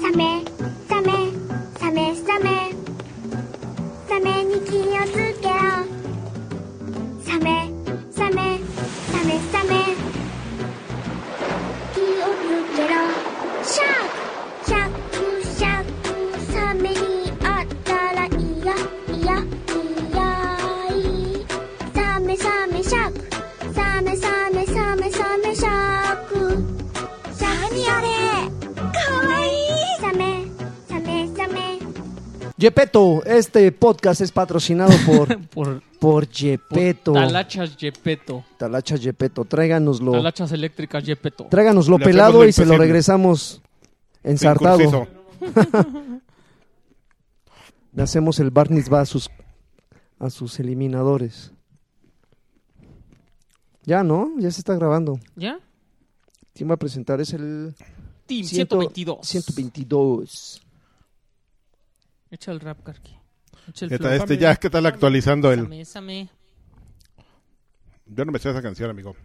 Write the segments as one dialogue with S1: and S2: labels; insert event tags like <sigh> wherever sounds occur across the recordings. S1: サメサメサメサメサメに気をつけようサメサメサメサメ気をつけろシャークシャークシャークサメにあったらいやいやいやいサメサメシャークサメサメサメサメシャーク何あれかわいいサメサメサメ
S2: Yepeto, este podcast es patrocinado por,
S3: <laughs> Por,
S2: por
S3: por
S2: Yepeto.
S3: talachas Yepeto.
S2: Talacha Yepeto, tráiganoslo.
S3: Talachas eléctricas Yepeto.
S2: Tráiganoslo
S4: Le hacemos
S2: pelado
S4: lo
S2: y se lo
S4: imposible.
S2: regresamos ensartado.
S4: Incursiso.
S2: Le hacemos el barniz va a sus, a sus eliminadores. Ya, ¿no? Ya se está grabando.
S3: ¿Ya?
S2: ¿Quién va a presentar? Es el...
S3: Team
S2: ciento-
S3: 122.
S2: 122.
S3: Echa el rap, Karki. Echa el
S4: ¿Qué
S3: flow.
S4: tal este? Ya, ¿qué tal actualizando el...?
S3: Same, same.
S4: Yo no me sé esa canción, amigo.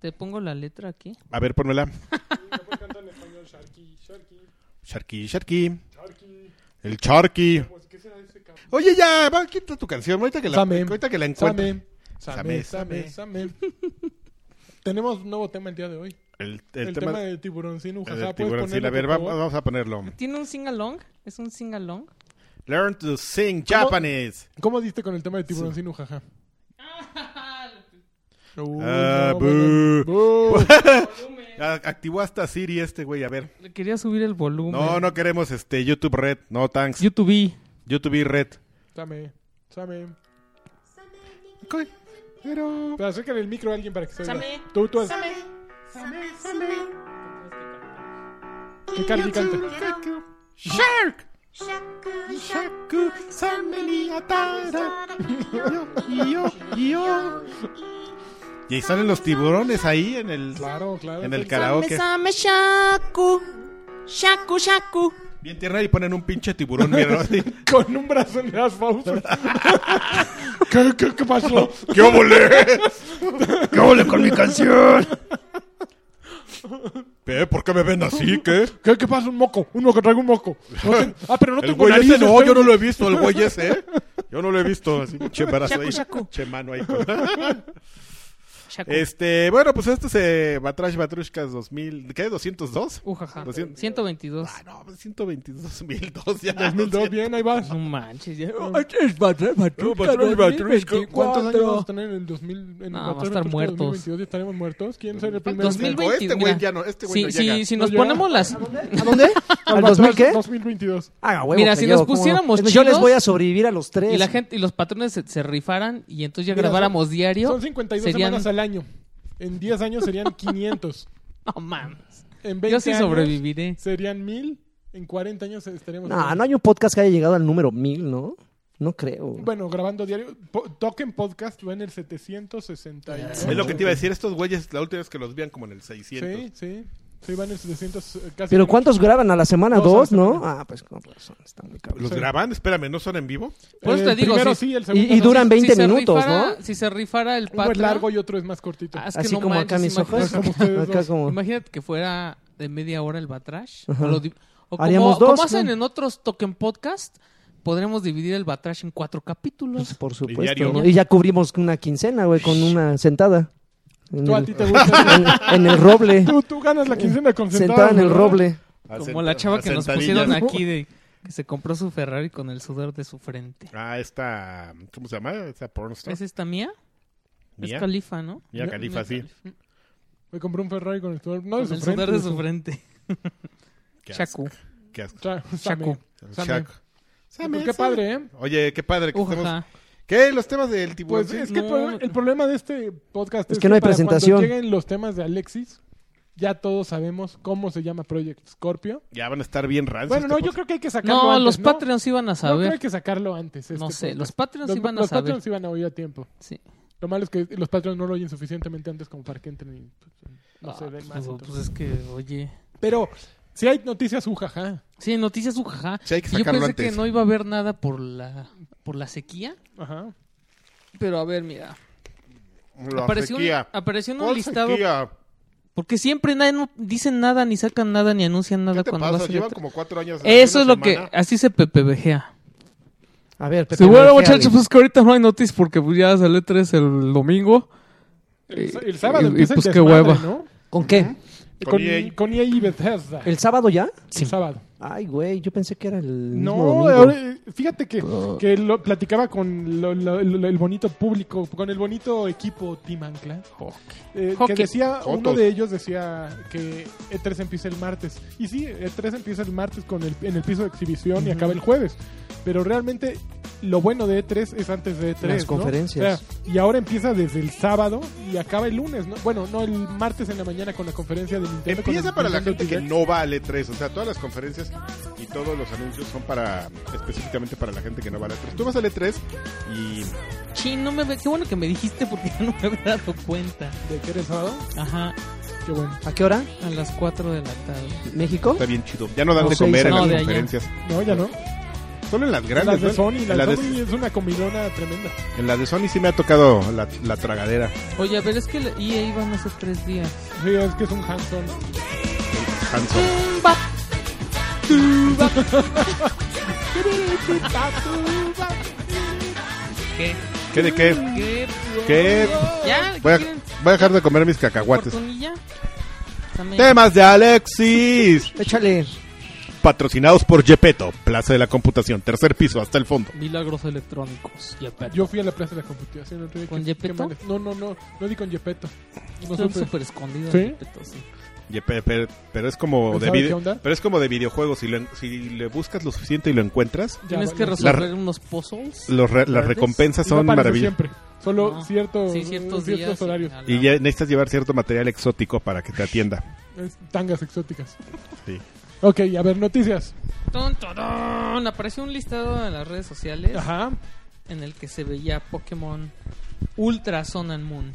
S3: Te pongo la letra aquí.
S4: A ver, pónmela. Sharky, Sharky. El Sharky. Oye, ya, va, quita tu canción. Ahorita que la,
S5: Same.
S4: ahorita que la encuentre.
S5: Same, same,
S4: Same,
S5: same, same. <laughs> Tenemos un nuevo tema el día de hoy.
S4: El, el
S5: El,
S4: tema,
S5: tema, de tiburón sin
S4: el tiburón, sí, a ver, va- vamos a ponerlo.
S3: ¿Tiene un sing-along? ¿Es un sing-along?
S4: Learn to sing Japanese.
S5: ¿Cómo diste con el tema de tiburón sin ujaja? Uh,
S4: Ah,
S5: no,
S4: boo.
S5: bueno. Boo.
S4: A- Activó hasta Siri este güey, a ver.
S3: Le quería subir el volumen.
S4: No, no queremos este YouTube Red. No, thanks.
S3: YouTube.
S4: YouTube Red.
S5: Same, same.
S4: Ok, Pero...
S5: Pero acércale el micro a alguien para que se oiga.
S3: Same.
S5: Tú, tú, haz-
S3: Same.
S5: que Carly cante.
S4: Shark. Shark. Same ni atara. Yo, yo, yo. Y ahí salen los tiburones ahí en el,
S5: Ah, Claro, claro.
S4: en el
S5: Entonces,
S4: karaoke.
S3: Same, shaku. Shaku, shaku.
S4: Bien tierna y ponen un pinche tiburón, mira, así.
S5: Con un brazo en las fauces. ¿Qué, qué, qué pasó?
S4: ¡Qué óvole! ¡Qué óvole con mi canción! ¿Eh? ¿Por qué me ven así? ¿Qué?
S5: ¿Qué, qué pasa? Un moco. Un moco, traigo un moco. No
S4: <laughs>
S5: te- Ah, pero no
S4: el
S5: tengo
S4: güey
S5: nariz.
S4: ese no, yo no lo he visto, el güey ese, ¿eh? Yo no lo he visto, así, che brazo ahí, che mano ahí.
S3: Shaku.
S4: Este, bueno, pues este se Batrash Batrushkas 2000, ¿qué? ¿202?
S3: Ujaja.
S4: 200.
S3: 122.
S4: Ah, no, 122.002 ya.
S5: 2002, bien, ahí vas.
S3: No manches. ya.
S4: Batrash Batrushka.
S5: ¿Cuántos años vamos a tener en el 2000? En
S3: No,
S5: el
S3: va a
S5: 2022,
S3: estar muertos.
S5: 2022, ya estaremos muertos. ¿Quién será el primero?
S3: 2000.
S4: Digo, este güey
S3: Mira.
S4: ya no, este güey
S3: Sí,
S4: no
S3: sí,
S4: llega.
S3: si nos
S5: No llega.
S3: ponemos las.
S2: ¿A dónde?
S3: <laughs>
S2: ¿Al 2000 qué?
S5: 2022.
S2: Ah, huevo,
S3: Mira,
S2: que
S3: si nos
S2: llego, ¿cómo no?
S3: pusiéramos
S2: Yo les
S3: chidos-
S2: voy a sobrevivir a los tres.
S3: Y la gente y los patrones se, se rifaran y entonces ya
S5: Mira,
S3: grabáramos diario.
S5: Son 52
S3: serían...
S5: semanas al año. En 10
S3: <laughs>
S5: años serían 500.
S3: No mames.
S5: En 20
S3: Yo sí
S5: años
S3: sobreviviré.
S5: serían 1000. En 40 años estaríamos...
S2: No, no hay un podcast que haya llegado al número mil, ¿no? No creo.
S5: Bueno, grabando diario. Po- Token Podcast va en el 760.
S4: Es lo que te iba a decir, estos güeyes la última vez que los vean como en el 600.
S5: Sí, sí. Sí, va en el 700. eh, Casi
S2: Pero ¿cuántos graban a la semana?
S5: Dos a la
S2: ¿Dos, no?
S5: semana.
S2: Ah, pues con razón, está muy cabrón.
S4: ¿Los
S5: Sí.
S4: graban? Espérame, ¿no son en vivo?
S3: Por eso te
S5: el
S3: digo,
S5: primero
S3: si-
S5: sí, el
S2: y-
S5: segundo
S2: y
S5: no.
S2: duran 20
S3: se
S2: minutos,
S3: rifara-
S2: ¿no?
S3: Si se rifara el
S5: Uno es
S3: Patreon.
S5: largo y otro es más cortito.
S3: ah, es que
S2: Así
S3: no
S2: como acá mis
S3: manches,
S2: ojos.
S3: imagínate-
S5: No, como ustedes
S2: Acá
S5: dos.
S2: como...
S3: Imagínate que fuera de media hora el batrash.
S2: Ajá.
S3: O, lo di- o como,
S2: Haríamos
S3: como
S2: dos,
S3: hacen
S2: ¿no?
S3: en otros token podcast, podremos dividir el batrash en cuatro
S5: <laughs>
S3: capítulos.
S2: Por
S4: Y
S2: supuesto,
S4: diario.
S2: ¿no? Y ya cubrimos una quincena, güey, con una sentada. En
S5: Tú a
S2: el-
S5: ti te gusta.
S2: <laughs> en, en el roble.
S5: Tú, tú ganas la quincena con
S2: Sentada en el
S5: ¿verdad?
S2: roble.
S3: Como la chava que nos pusieron aquí de que se compró su Ferrari con el sudor de su frente.
S4: Ah, esta, ¿cómo se llama? Esta pornstar.
S3: ¿Es esta mía?
S4: Mía.
S3: Es Califa, ¿no?
S4: Mía Khalifa, sí.
S5: Me compré un Ferrari con el sudor. No,
S3: Con el
S5: de su
S3: sudor
S5: frente. Pues
S3: de su frente.
S4: Qué asco,
S3: Shaku.
S4: qué asco.
S5: Cha-
S3: Chaco. Pues
S5: Same. Same.
S4: Shaku.
S5: Sí, Ah, pues qué padre, ¿eh?
S4: Oye, qué padre que estemos...
S3: Ujaja.
S4: ¿Qué? Los temas del tiburón.
S5: Pues
S4: sí.
S5: es que
S3: no.
S5: pro- el problema de este podcast
S2: Es que no hay
S5: para cuando
S2: presentación.
S5: lleguen los temas de Alexis, ya todos sabemos cómo se llama Project Scorpio.
S3: Pues
S4: Ya van a estar bien rancios.
S5: Bueno, no,
S4: este
S5: yo creo que hay que sacarlo
S3: No,
S5: antes.
S3: los
S5: ¿no?
S3: Patreons iban a
S5: No, creo que
S3: saber.
S5: hay que sacarlo antes.
S3: No
S5: este
S3: sé,
S5: podcast.
S3: los Patreons
S5: Los-
S3: iban a
S5: los
S3: saber.
S5: Patreons iban a oír a tiempo.
S3: Sí.
S5: Lo malo es que los Patreons no lo oyen suficientemente antes como para que entren y pues, no
S3: Ah,
S5: se ven
S3: pues,
S5: más.
S3: pues,
S5: entonces.
S3: es que, oye.
S5: Pero si hay noticias, uh, ujaja.
S3: Sí, noticias ujaja.
S4: Sí, hay que
S3: Y Yo
S4: sacarlo
S3: pensé
S4: antes.
S3: que no iba a haber nada por la por la sequía,
S5: Ajá.
S3: pero a ver, mira.
S4: La
S3: apareció un,
S4: sequía.
S3: apareció un
S4: ¿Cuál
S3: listado
S4: sequía?
S3: Porque siempre nadie no dicen nada, ni sacan nada, ni anuncian nada
S4: ¿Qué te
S3: cuando va a
S4: pasa?
S3: salir
S4: Llevan
S3: otra-
S4: como cuatro años.
S3: Eso es lo
S4: haciendo
S3: que.
S4: semana.
S3: Así se PPVGea.
S2: A ver, Pepe,
S3: Seguro,
S2: bloqueale.
S3: muchachos, pues que ahorita no hay noticias porque pues, ya salió tres el domingo.
S5: El, el
S3: Eh, y-
S5: sábado
S3: y
S5: empieza el
S3: pues qué
S5: desmadre,
S3: hueva.
S5: ¿no?
S2: ¿Con qué?
S4: Con
S5: Con,
S4: EA.
S5: con EA y Bethesda. El,
S2: ¿El sábado ya?
S3: Sí.
S5: sábado.
S2: Ay, güey, yo pensé que era el mismo
S5: No,
S2: domingo.
S5: ahora, eh, fíjate que, que lo platicaba con lo- lo- lo- el bonito público, con el bonito equipo Team Ancla. eh, que
S3: Hockey.
S5: decía, uno
S4: Jotos.
S5: de ellos decía que E3 empieza el martes. Y sí, E3 empieza el martes con el, en el piso de exhibición y acaba el jueves. Pero realmente lo bueno de E3 es antes de E3.
S2: Las
S5: ¿no?
S2: conferencias.
S5: O sea, y ahora empieza desde el sábado y acaba el lunes. ¿no? Bueno, no, el martes en la mañana con la conferencia de Nintendo. con
S4: Empieza
S5: el
S4: para la
S5: Nintendo
S4: gente que
S5: Direct.
S4: no va al E3. O sea, todas las conferencias y todos los anuncios son para específicamente para la gente que no va al E3. Tú vas al E3 y
S3: Chin, no me ve- Qué bueno que me dijiste porque ya no me había dado cuenta.
S5: ¿De qué era el sábado?
S3: Ajá,
S5: Qué bueno.
S2: ¿A qué hora?
S3: a las 4 de la tarde.
S2: ¿México?
S4: está bien chido. Ya no dan
S2: No
S4: de
S2: sé,
S4: comer en
S3: no,
S4: las
S3: de allá.
S4: conferencias.
S5: No, ya no.
S4: Solo en las
S5: La
S4: grandes.
S5: de
S4: ¿no?
S5: Sony,
S4: en,
S5: la
S4: la
S5: de
S4: de,
S5: Sony es una comilona tremenda.
S4: en la de Sony sí me ha tocado la, la tragadera.
S3: Oye, a ver, es que la EA iban esos tres días.
S5: Sí, es que es un hands-on.
S4: Hanson.
S3: ¿Qué?
S4: ¿Qué de qué?
S3: ¿Qué?
S4: ¿Qué?
S3: ¿Ya?
S4: Voy a,
S3: ¿Quieren
S4: voy a dejar de comer mis cacahuates.
S3: oportunilla? Dame-
S4: Temas de Alexis.
S2: Échale.
S4: Patrocinados por Gepetto, Plaza de la Computación, tercer piso, hasta el fondo.
S3: Milagros electrónicos. Y aparte.
S5: Yo fui a la plaza de la computación el otro día.
S3: ¿Con
S5: qué-
S3: Gepetto?
S5: qué mal es. No, no, no. No di con Yepeto. No
S3: Están
S5: supe.
S3: súper escondidos.
S5: ¿Sí?
S3: Gepetto, sí.
S4: Gepe- Pero, pero es como
S5: ¿Sabes
S4: de
S5: qué
S4: video,
S5: onda?
S4: pero es como de videojuegos. Si, lo en- si le buscas lo suficiente y lo encuentras,
S5: Ya,
S3: Tienes
S5: vale.
S3: que
S4: La-
S3: resolver unos puzzles.
S4: los re- las
S3: ¿Verdes?
S4: recompensas
S5: Y
S4: son
S5: no aparece
S4: maravillosas.
S5: siempre. Solo
S3: No.
S5: ciertos,
S3: Ah, Sí, ciertos,
S5: ciertos,
S3: días. sí,
S5: horarios.
S3: a la-
S4: Y ya necesitas llevar cierto material exótico para que te atienda.
S5: Es Tangas exóticas.
S4: Sí.
S5: Ok, a ver, noticias.
S3: Tun, turun. Apareció un listado en las redes sociales
S5: Ajá.
S3: en el que se veía Pokémon Ultra Sun and Moon.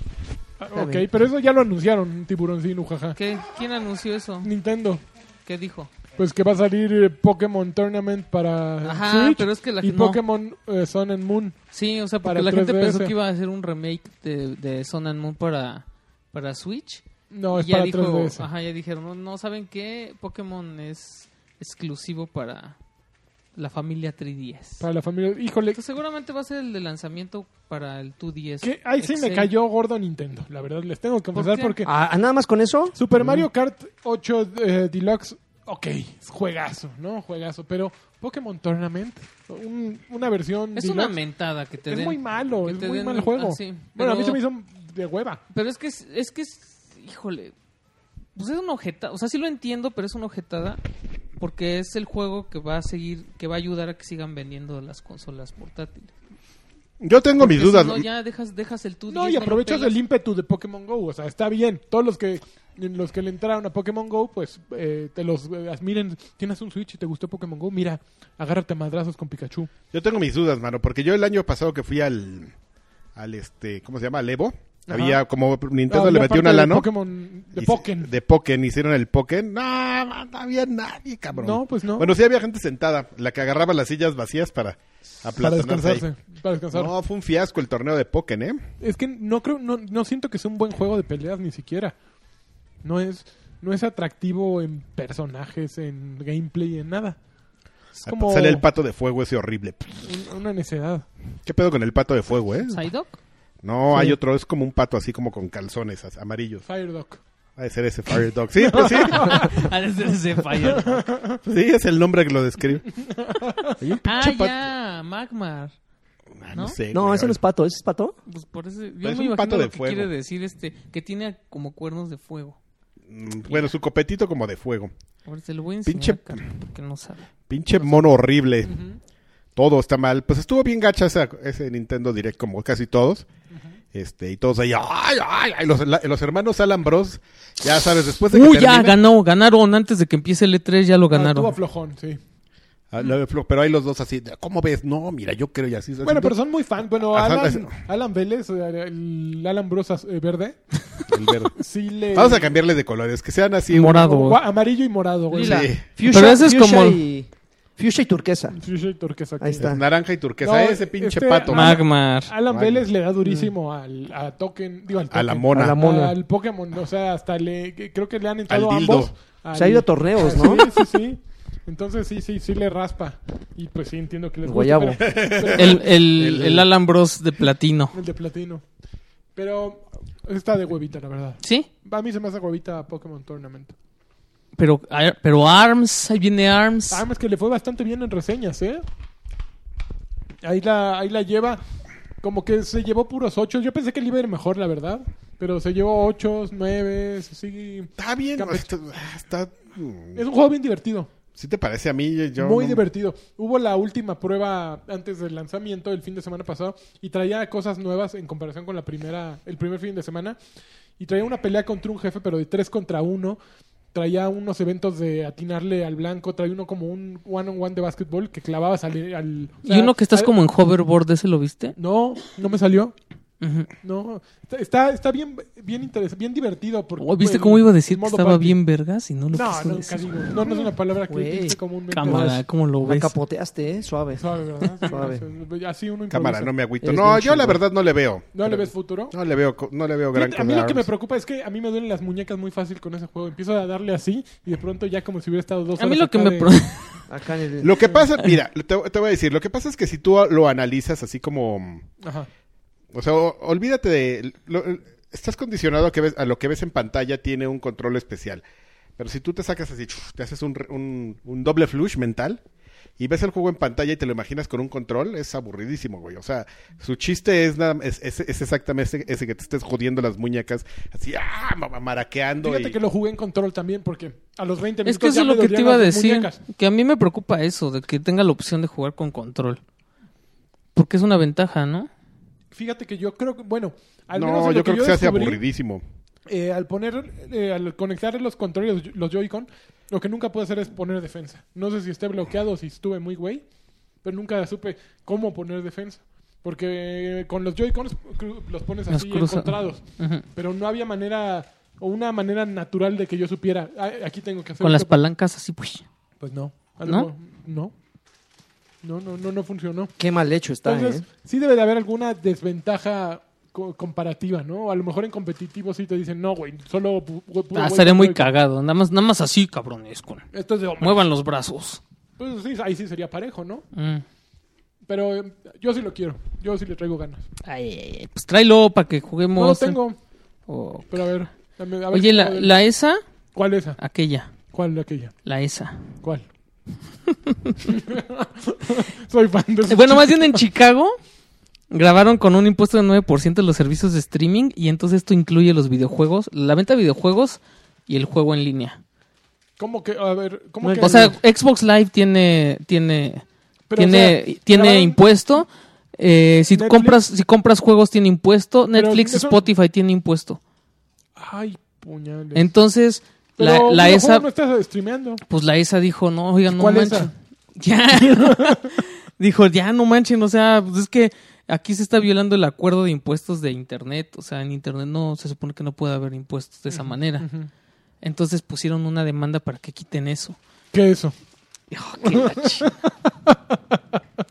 S5: Ah,
S2: Está
S5: Ok,
S2: bien.
S5: pero eso ya lo anunciaron, un tiburoncino, jaja.
S3: ¿Qué? ¿Quién anunció eso?
S5: Nintendo,
S3: ¿Qué dijo?
S5: pues que va a salir eh, Pokémon Tournament para
S3: Ajá,
S5: Switch
S3: pero es que la
S5: y
S3: que no.
S5: Pokémon eh, Sun and Moon.
S3: Sí, o sea, porque
S5: Para
S3: la gente
S5: 3DS.
S3: pensó que iba a hacer un remake de, de Sun and Moon para, para Switch.
S5: No, es
S3: y ya
S5: para
S3: dijo,
S5: 3DS.
S3: ajá, ya dijeron, no, no, saben qué, Pokémon es exclusivo para la familia 3DS.
S5: Para la familia. Híjole,
S3: Entonces, seguramente va a ser el de lanzamiento para el 2DS.
S5: que ahí sí me
S3: XL.
S5: cayó gordo Nintendo, la verdad, les tengo que
S3: ¿Por
S5: confesar
S3: qué?
S5: porque
S2: Ah, ah, ¿Nada más con eso?
S5: Super
S4: Mm.
S5: Mario Kart 8 eh, Deluxe, ok, es juegazo, ¿no? Juegazo, pero Pokémon Tournament, un- una versión
S3: Es
S5: deluxe,
S3: una mentada que te
S5: es
S3: den.
S5: muy malo,
S3: que
S5: es
S3: te
S5: muy
S3: den-
S5: mal juego.
S3: ah, sí,
S5: Bueno, a mí
S3: pero-
S5: se me hizo de hueva.
S3: Pero es que, es, es que, es, híjole, pues es una ojetada, o sea, sí lo entiendo, pero es una ojetada porque es el juego que va a seguir, que va a ayudar a que sigan vendiendo las consolas portátiles.
S4: Yo tengo mis
S3: Porque si
S4: dudas.
S3: No, ya dejas, dejas el 2DS.
S5: No, y
S3: lo
S5: aprovechas
S3: pelas.
S5: el ímpetu de Pokémon Go, o sea, está bien. Todos los que los que le entraron a Pokémon Go, pues eh, te los eh, miren, tienes un Switch y te gustó Pokémon Go, mira, agárrate a madrazos con Pikachu.
S4: Yo tengo mis dudas, mano, porque yo el año pasado que fui al al este, ¿cómo se llama? Al Evo,
S5: Ajá.
S4: había como Nintendo
S5: Ah,
S4: le
S5: y
S4: metió
S5: aparte
S4: una
S5: de
S4: lana
S5: Pokémon de
S4: Hice-
S5: Pokémon.
S4: De Pokémon, hicieron el Pokémon. No, no había nadie, cabrón.
S5: No, pues no.
S4: Bueno, sí había gente sentada, la que agarraba las sillas vacías para
S5: para
S4: aplatanarse. ahí.
S5: descansarse, para descansar.
S4: No, fue un fiasco el torneo de Pokémon, ¿eh?
S5: Es que no creo no, no siento que sea un buen juego de peleas ni siquiera. No es no es atractivo en personajes, en gameplay, en nada. Es como
S4: Ah, Sale el pato de fuego ese horrible.
S5: un- una necedad.
S4: ¿Qué pedo con el pato de fuego, eh?
S3: Psyduck.
S4: No,
S5: Sí.
S4: hay otro, es como un pato así como con calzones as- amarillos.
S5: Fire Dog.
S4: Ha de ser ese Fire Dog.
S5: <laughs>
S4: Sí, pues sí,
S3: <laughs>
S4: <laughs>
S3: Ah, desde ese fallo.
S4: sí, es el nombre que lo describe.
S3: <laughs>
S5: <laughs>
S3: Ah, ya, Magmar.
S4: Ah,
S3: ¿No?
S4: No sé.
S2: No,
S4: güey,
S2: ese no es pato, ese es pato.
S3: Pues por ese, yo
S4: Pero es
S3: me
S4: un
S3: imagino
S4: pato
S3: lo
S4: de
S3: que
S4: fuego.
S3: quiere decir este, que tiene como cuernos de fuego.
S4: Mm, Bueno, su copetito como de fuego.
S3: Ahora te lo voy a enseñar
S4: Pinche-
S3: acá, porque no sabe.
S4: Pinche mono horrible. Todo está mal. Pues estuvo bien gacha esa- ese Nintendo Direct, como casi todos. Este, y todos ahí, ay, ay, ay, los, la- los hermanos Alan Bros, ya sabes, después de que
S3: Uy, ya
S4: termina-
S3: ganó, ganaron antes de que empiece el E3, ya lo
S5: Ah,
S3: ganaron.
S5: estuvo flojón, sí.
S4: Ah, lo de Flo- pero hay los dos así, ¿cómo ves? No, mira, yo creo y así.
S5: Bueno, pero son muy fan. Bueno,
S4: Ajá,
S5: Alan,
S4: es-
S5: Alan Vélez, eh, el Alan Brosas eh, verde,
S4: El verde.
S5: sí le...
S4: Vamos a cambiarle de colores, que sean así. un-
S3: Morado.
S5: Gua- Amarillo y morado, güey.
S3: Lila.
S4: Sí.
S2: Fuchsia-
S3: Pero ese es
S2: fuchsia
S3: como-
S2: y- Fuchsia y turquesa.
S5: Fuchsia y turquesa aquí.
S2: Ahí está.
S4: Naranja y turquesa.
S5: No,
S4: ese pinche
S5: este-
S4: pato.
S5: Mag-
S3: Magmar.
S5: Alan
S4: Vale.
S5: Vélez le
S2: Mm.
S5: da durísimo al a Token, digo al
S4: A la
S5: Token,
S4: mona.
S2: A la mona.
S5: Al Pokémon, o sea, hasta le que- creo que le han entrado
S4: Al dildo.
S5: ambos. Al-
S2: Se ha ido a torneos, ¿no?
S5: <laughs> Sí, sí, sí. Entonces sí, sí, sí le raspa. Y pues sí entiendo que les gusta,
S2: Guayabo.
S4: <laughs>
S5: pero- pero-
S3: El, el, el Alan Bros de platino.
S5: el de platino. Pero está de huevita, la verdad.
S3: ¿Sí?
S5: A mí se me hace huevita Pokémon Tournament.
S3: Pero, a- pero ARMS, ahí viene ARMS.
S5: Además Ah, que le fue bastante bien en reseñas, ¿eh? Ahí la, ahí la lleva. Como que se llevó puros ocho. Yo pensé que le iba a ir mejor, la verdad. Pero se llevó ocho, nueve, sí.
S4: Está bien.
S5: Campe-
S4: Está, está- mm,
S5: Es un juego bien divertido.
S4: Si te parece a mí, yo...
S5: muy
S4: no-
S5: divertido. Hubo la última prueba antes del lanzamiento el fin de semana pasado y traía cosas nuevas en comparación con la primera, el primer fin de semana. Y traía una pelea contra un jefe, pero de tres contra uno. Traía unos eventos de atinarle al blanco. Traía uno como un one on one de básquetbol que clavabas al. al- o sea,
S3: y uno que estás
S5: al-
S3: como en hoverboard, ¿ese lo viste?
S5: No, no me salió.
S3: Ujú.
S5: No, está- está, está bien, bien interesante, bien divertido. Porque
S3: Oh, ¿Viste
S5: el-
S3: cómo iba a decir
S5: el
S3: que
S5: modo
S3: estaba
S5: party-
S3: bien vergas y no lo
S5: No,
S3: quiso
S5: no,
S3: decir?
S5: casi no. No, no es una palabra que
S2: Güey.
S5: dice comúnmente.
S3: Cámara, ¿cómo lo
S2: La
S3: ves?
S2: capoteaste, ¿eh? Suave.
S5: Suave, ¿verdad? Sí,
S2: Suave.
S5: no sé, Así uno improvisa.
S4: Cámara, no me agüito.
S2: Eres
S4: No,
S2: bien
S4: yo la
S2: chingón.
S4: verdad no le veo.
S5: ¿No le ves futuro?
S4: No le veo, co- no le veo gran
S5: Fíjate, a
S4: cosa
S5: mí
S4: de
S5: lo que me
S4: Arms.
S5: preocupa es que a mí me duelen las muñecas muy fácil con ese juego. Empiezo a darle así y de pronto ya como si hubiera estado dos
S3: A mí
S5: horas
S3: lo que
S5: acá
S3: me...
S5: de-
S3: pro-
S2: Acá en el...
S4: Lo que pasa, mira, te, te voy a decir, lo que pasa es que si tú lo analizas así como,
S5: Ajá.
S4: o sea, o- olvídate de, lo- estás condicionado a, que ves- a lo que ves en pantalla tiene un control especial, pero si tú te sacas así, chuf, te haces un, re- un- un doble flush mental y ves el juego en pantalla y te lo imaginas con un control, es aburridísimo, güey, o sea, su chiste es nada, es, es- es exactamente ese, ese que te estés jodiendo las muñecas, así, ah, ma- ma- maraqueando
S5: Fíjate
S4: y-
S5: que lo jugué en control también porque a los 20
S3: <laughs>
S5: minutos
S3: es que eso
S5: ya
S3: es
S5: me
S3: lo que te
S5: dolían
S3: iba a
S5: las
S3: decir.
S5: muñecas.
S3: Que a mí me preocupa eso, de que tenga la opción de jugar con control. Porque es una ventaja, ¿no?
S5: Fíjate que yo creo que, bueno, al menos
S4: no,
S5: en lo
S4: yo creo que se hace
S5: descubrí,
S4: aburridísimo.
S5: eh, al poner, eh, al conectar los controles, los Joy-Con, lo que nunca puedo hacer es poner defensa. No sé si esté bloqueado o si estuve muy güey, pero nunca supe cómo poner defensa. Porque eh, con los Joy-Cons cru- los pones
S3: Los
S5: así
S3: cruza-
S5: encontrados.
S3: Ujú.
S5: pero no había manera o una manera natural de que yo supiera "Ah, aquí tengo que hacer
S3: Con las
S5: esto".
S3: palancas así, pues.
S5: pues no
S3: ¿No?
S5: algo- no no no no no funcionó
S2: Qué mal hecho está,
S5: entonces
S2: ¿eh?
S5: sí debe de haber alguna desventaja co- comparativa no a lo mejor en competitivo sí te dicen no güey solo pu- pu- puro
S3: Ah,
S5: güey
S3: estaría
S5: con
S3: muy
S5: güey".
S3: cagado. Nada más, nada más así, cabrones. Con...
S5: esto es de hombres.
S3: Muevan los brazos.
S5: pues sí ahí sí sería parejo no
S3: Mm.
S5: pero eh, yo sí lo quiero yo sí le traigo ganas
S3: Ay, ay, ay, Pues tráelo para que
S5: no lo
S3: juguemos.
S5: tengo
S3: Oh.
S5: pero a ver, dame- a ver
S3: Oye, la,
S5: cuál-
S3: la Ah. esa,
S5: cuál esa
S3: aquella,
S5: cuál aquella
S3: la esa.
S5: ¿Cuál? <laughs> Soy fan de
S3: Eh,
S5: esos
S3: Bueno, más
S5: chistes.
S3: bien en Chicago grabaron con un impuesto del 9% los servicios de streaming y entonces esto incluye los videojuegos, la venta de videojuegos y el juego en línea.
S5: ¿Cómo que? A ver, ¿cómo
S2: No,
S5: que?
S3: O sea, Xbox Live tiene tiene
S5: Pero,
S3: tiene
S5: o sea,
S3: tiene
S5: grabaron-
S3: impuesto. Eh, si
S5: Netflix.
S3: compras si compras juegos tiene impuesto,
S5: Pero
S3: Netflix,
S5: eso-
S3: Spotify tiene impuesto.
S5: Ay, puñales.
S3: Entonces,
S5: Pero
S3: la, la
S5: videojuego
S3: esa
S5: no estás streameando.
S3: pues la ESA dijo, no, oigan, no
S5: ¿Cuál
S3: manchen.
S5: ESA?
S3: <laughs> Ya. dijo, ya, no manchen, o sea, pues es que aquí se está violando el acuerdo de impuestos de Internet. O sea, en Internet no, se supone que no puede haber impuestos de esa manera. Entonces pusieron una demanda para que quiten eso.
S5: ¿Qué es eso?
S3: Y, oh, qué
S5: <laughs>
S3: la chingada.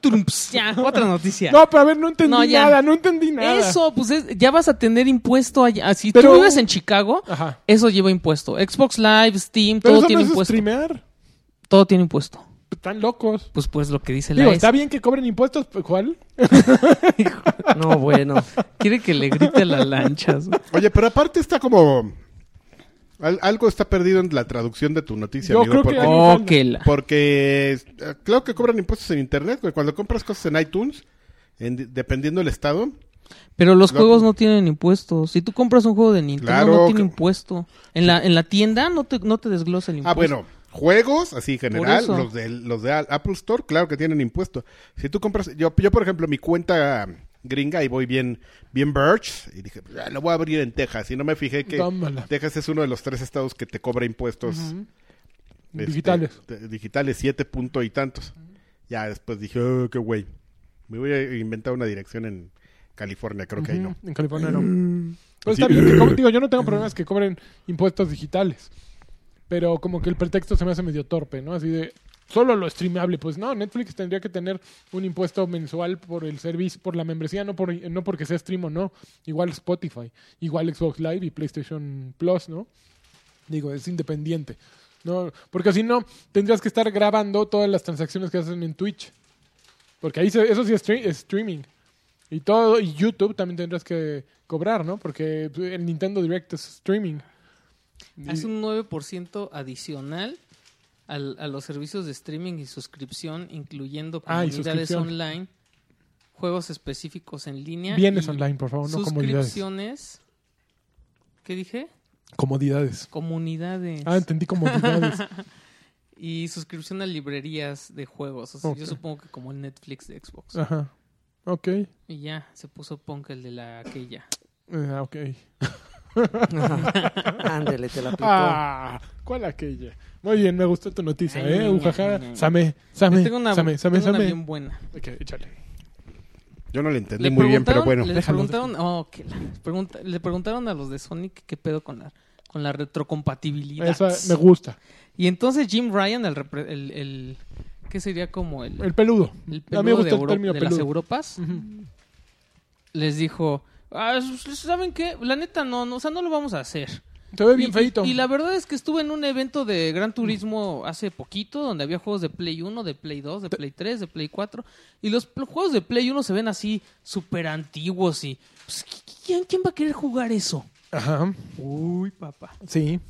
S3: Trumps, ya, otra noticia.
S5: No, pero a ver, no entendí
S3: No, ya.
S5: nada, no entendí nada.
S3: eso, pues es- ya vas a tener impuesto allá. Si
S5: Pero-
S3: tú vives en Chicago,
S5: Ajá.
S3: eso lleva impuesto. Xbox Live, Steam,
S5: Pero
S3: todo
S5: eso
S3: tiene
S5: no es
S3: impuesto.
S5: streamear.
S3: Todo tiene impuesto.
S5: Están locos.
S3: Pues pues lo que dice
S5: Digo,
S3: la ESA.
S5: está bien que cobren impuestos, pero ¿cuál?
S2: eh. No, bueno.
S3: Quiere que le grite las lanchas.
S4: Oye, pero aparte está como... al- algo está perdido en la traducción de tu noticia,
S5: Yo
S4: amigo,
S5: creo que-
S4: porque,
S3: Oh, que la.
S4: porque, eh, claro que cobran impuestos en Internet, güey. Cuando compras cosas en iTunes, en- dependiendo del estado,
S3: Pero los
S4: Lo-
S3: juegos no tienen impuestos. Si tú compras un juego de Nintendo, no
S4: Claro
S3: tiene
S4: que-
S3: impuesto. En la, en la tienda no te, no te desglosa el impuesto.
S4: Ah, bueno, juegos, así general,
S3: eso.
S4: los de, los de Apple Store, claro que tienen impuesto. Si tú compras, yo, yo por ejemplo, mi cuenta gringa y voy bien, bien Birch, y dije, "Ah, lo voy a abrir en Texas, y no me fijé que
S5: Tómala.
S4: Texas es uno de los tres estados que te cobra impuestos este,
S5: Digitales.
S4: te- digitales, siete punto y tantos. Ya después dije, oh, qué güey, me voy a inventar una dirección en California, creo que ahí no. Mm.
S5: En California no. Pero
S4: Sí. Mm.
S5: está bien que cobren- digo, yo no tengo problemas que cobren impuestos digitales. Pero como que el pretexto se me hace medio torpe, ¿no? Así de, solo lo streamable. Pues no, Netflix tendría que tener un impuesto mensual por el servicio, por la membresía, no, por, no porque sea stream o no. Igual Spotify, igual Xbox Live y PlayStation Plus, ¿no? Digo, es independiente. No, porque si no, tendrías que estar grabando todas las transacciones que hacen en Twitch. Porque ahí se- eso sí es, stre- es streaming. Y todo, y YouTube también tendrás que cobrar, ¿no? Porque pues, el Nintendo Direct es streaming. Y-
S3: Es un 9% adicional al- a los servicios de streaming y suscripción, incluyendo
S5: Ah, y
S3: comunidades
S5: suscripción.
S3: online, juegos específicos en línea.
S5: Bienes
S3: y
S5: online, por favor, no comodidades.
S3: suscripciones. ¿Qué dije?
S5: Comodidades.
S3: Comunidades.
S5: Ah,
S3: <laughs>
S5: entendí comodidades.
S3: y suscripción a librerías de juegos. O sea,
S5: Ok. Ah.
S3: Yo supongo que como el Netflix de Xbox.
S5: Ajá. Ok.
S3: Y ya, se puso punk el de la aquella.
S5: Ah, ok.
S2: Ándele, te la aplicó.
S5: Ah, ¿cuál aquella? Muy bien, me gustó tu noticia,
S3: Ay,
S5: ¿eh?
S3: ña,
S5: Ujaja.
S3: ña, ña.
S5: Same, same,
S3: tengo una,
S5: same, same,
S3: tengo una
S5: same.
S3: bien buena.
S5: Ok, échale.
S4: Yo no lo entendí
S3: Le
S4: muy bien, pero
S3: preguntaron-
S4: bueno.
S3: Les
S5: Déjalo,
S3: preguntaron, oh, que la- pregunta- le preguntaron a los de Sonic qué pedo con la, con la retrocompatibilidad.
S5: Esa me gusta.
S3: Y entonces Jim Ryan, el, repre- el, el- ¿qué sería como el,
S5: El peludo.
S3: el
S5: A mí
S3: peludo
S5: me gusta
S3: de,
S5: el
S3: Euro-
S5: término
S3: de las
S5: peludo.
S3: Europas,
S5: Ujú.
S3: les dijo, "Ah, ¿saben qué? La neta no, no, o sea, no lo vamos a hacer.
S5: Se ve bien
S3: Y-
S5: feito.
S3: Y, la verdad es que estuve en un evento de Gran Turismo hace poquito, donde había juegos de Play 1, de Play 2, de Play 3, de Play 4. Y los pl- juegos de Play 1 se ven así súper antiguos y... pues, ¿qui- qui- ¿quién, quién va a querer jugar eso?
S5: Ajá.
S3: Uy, papá.
S5: Sí.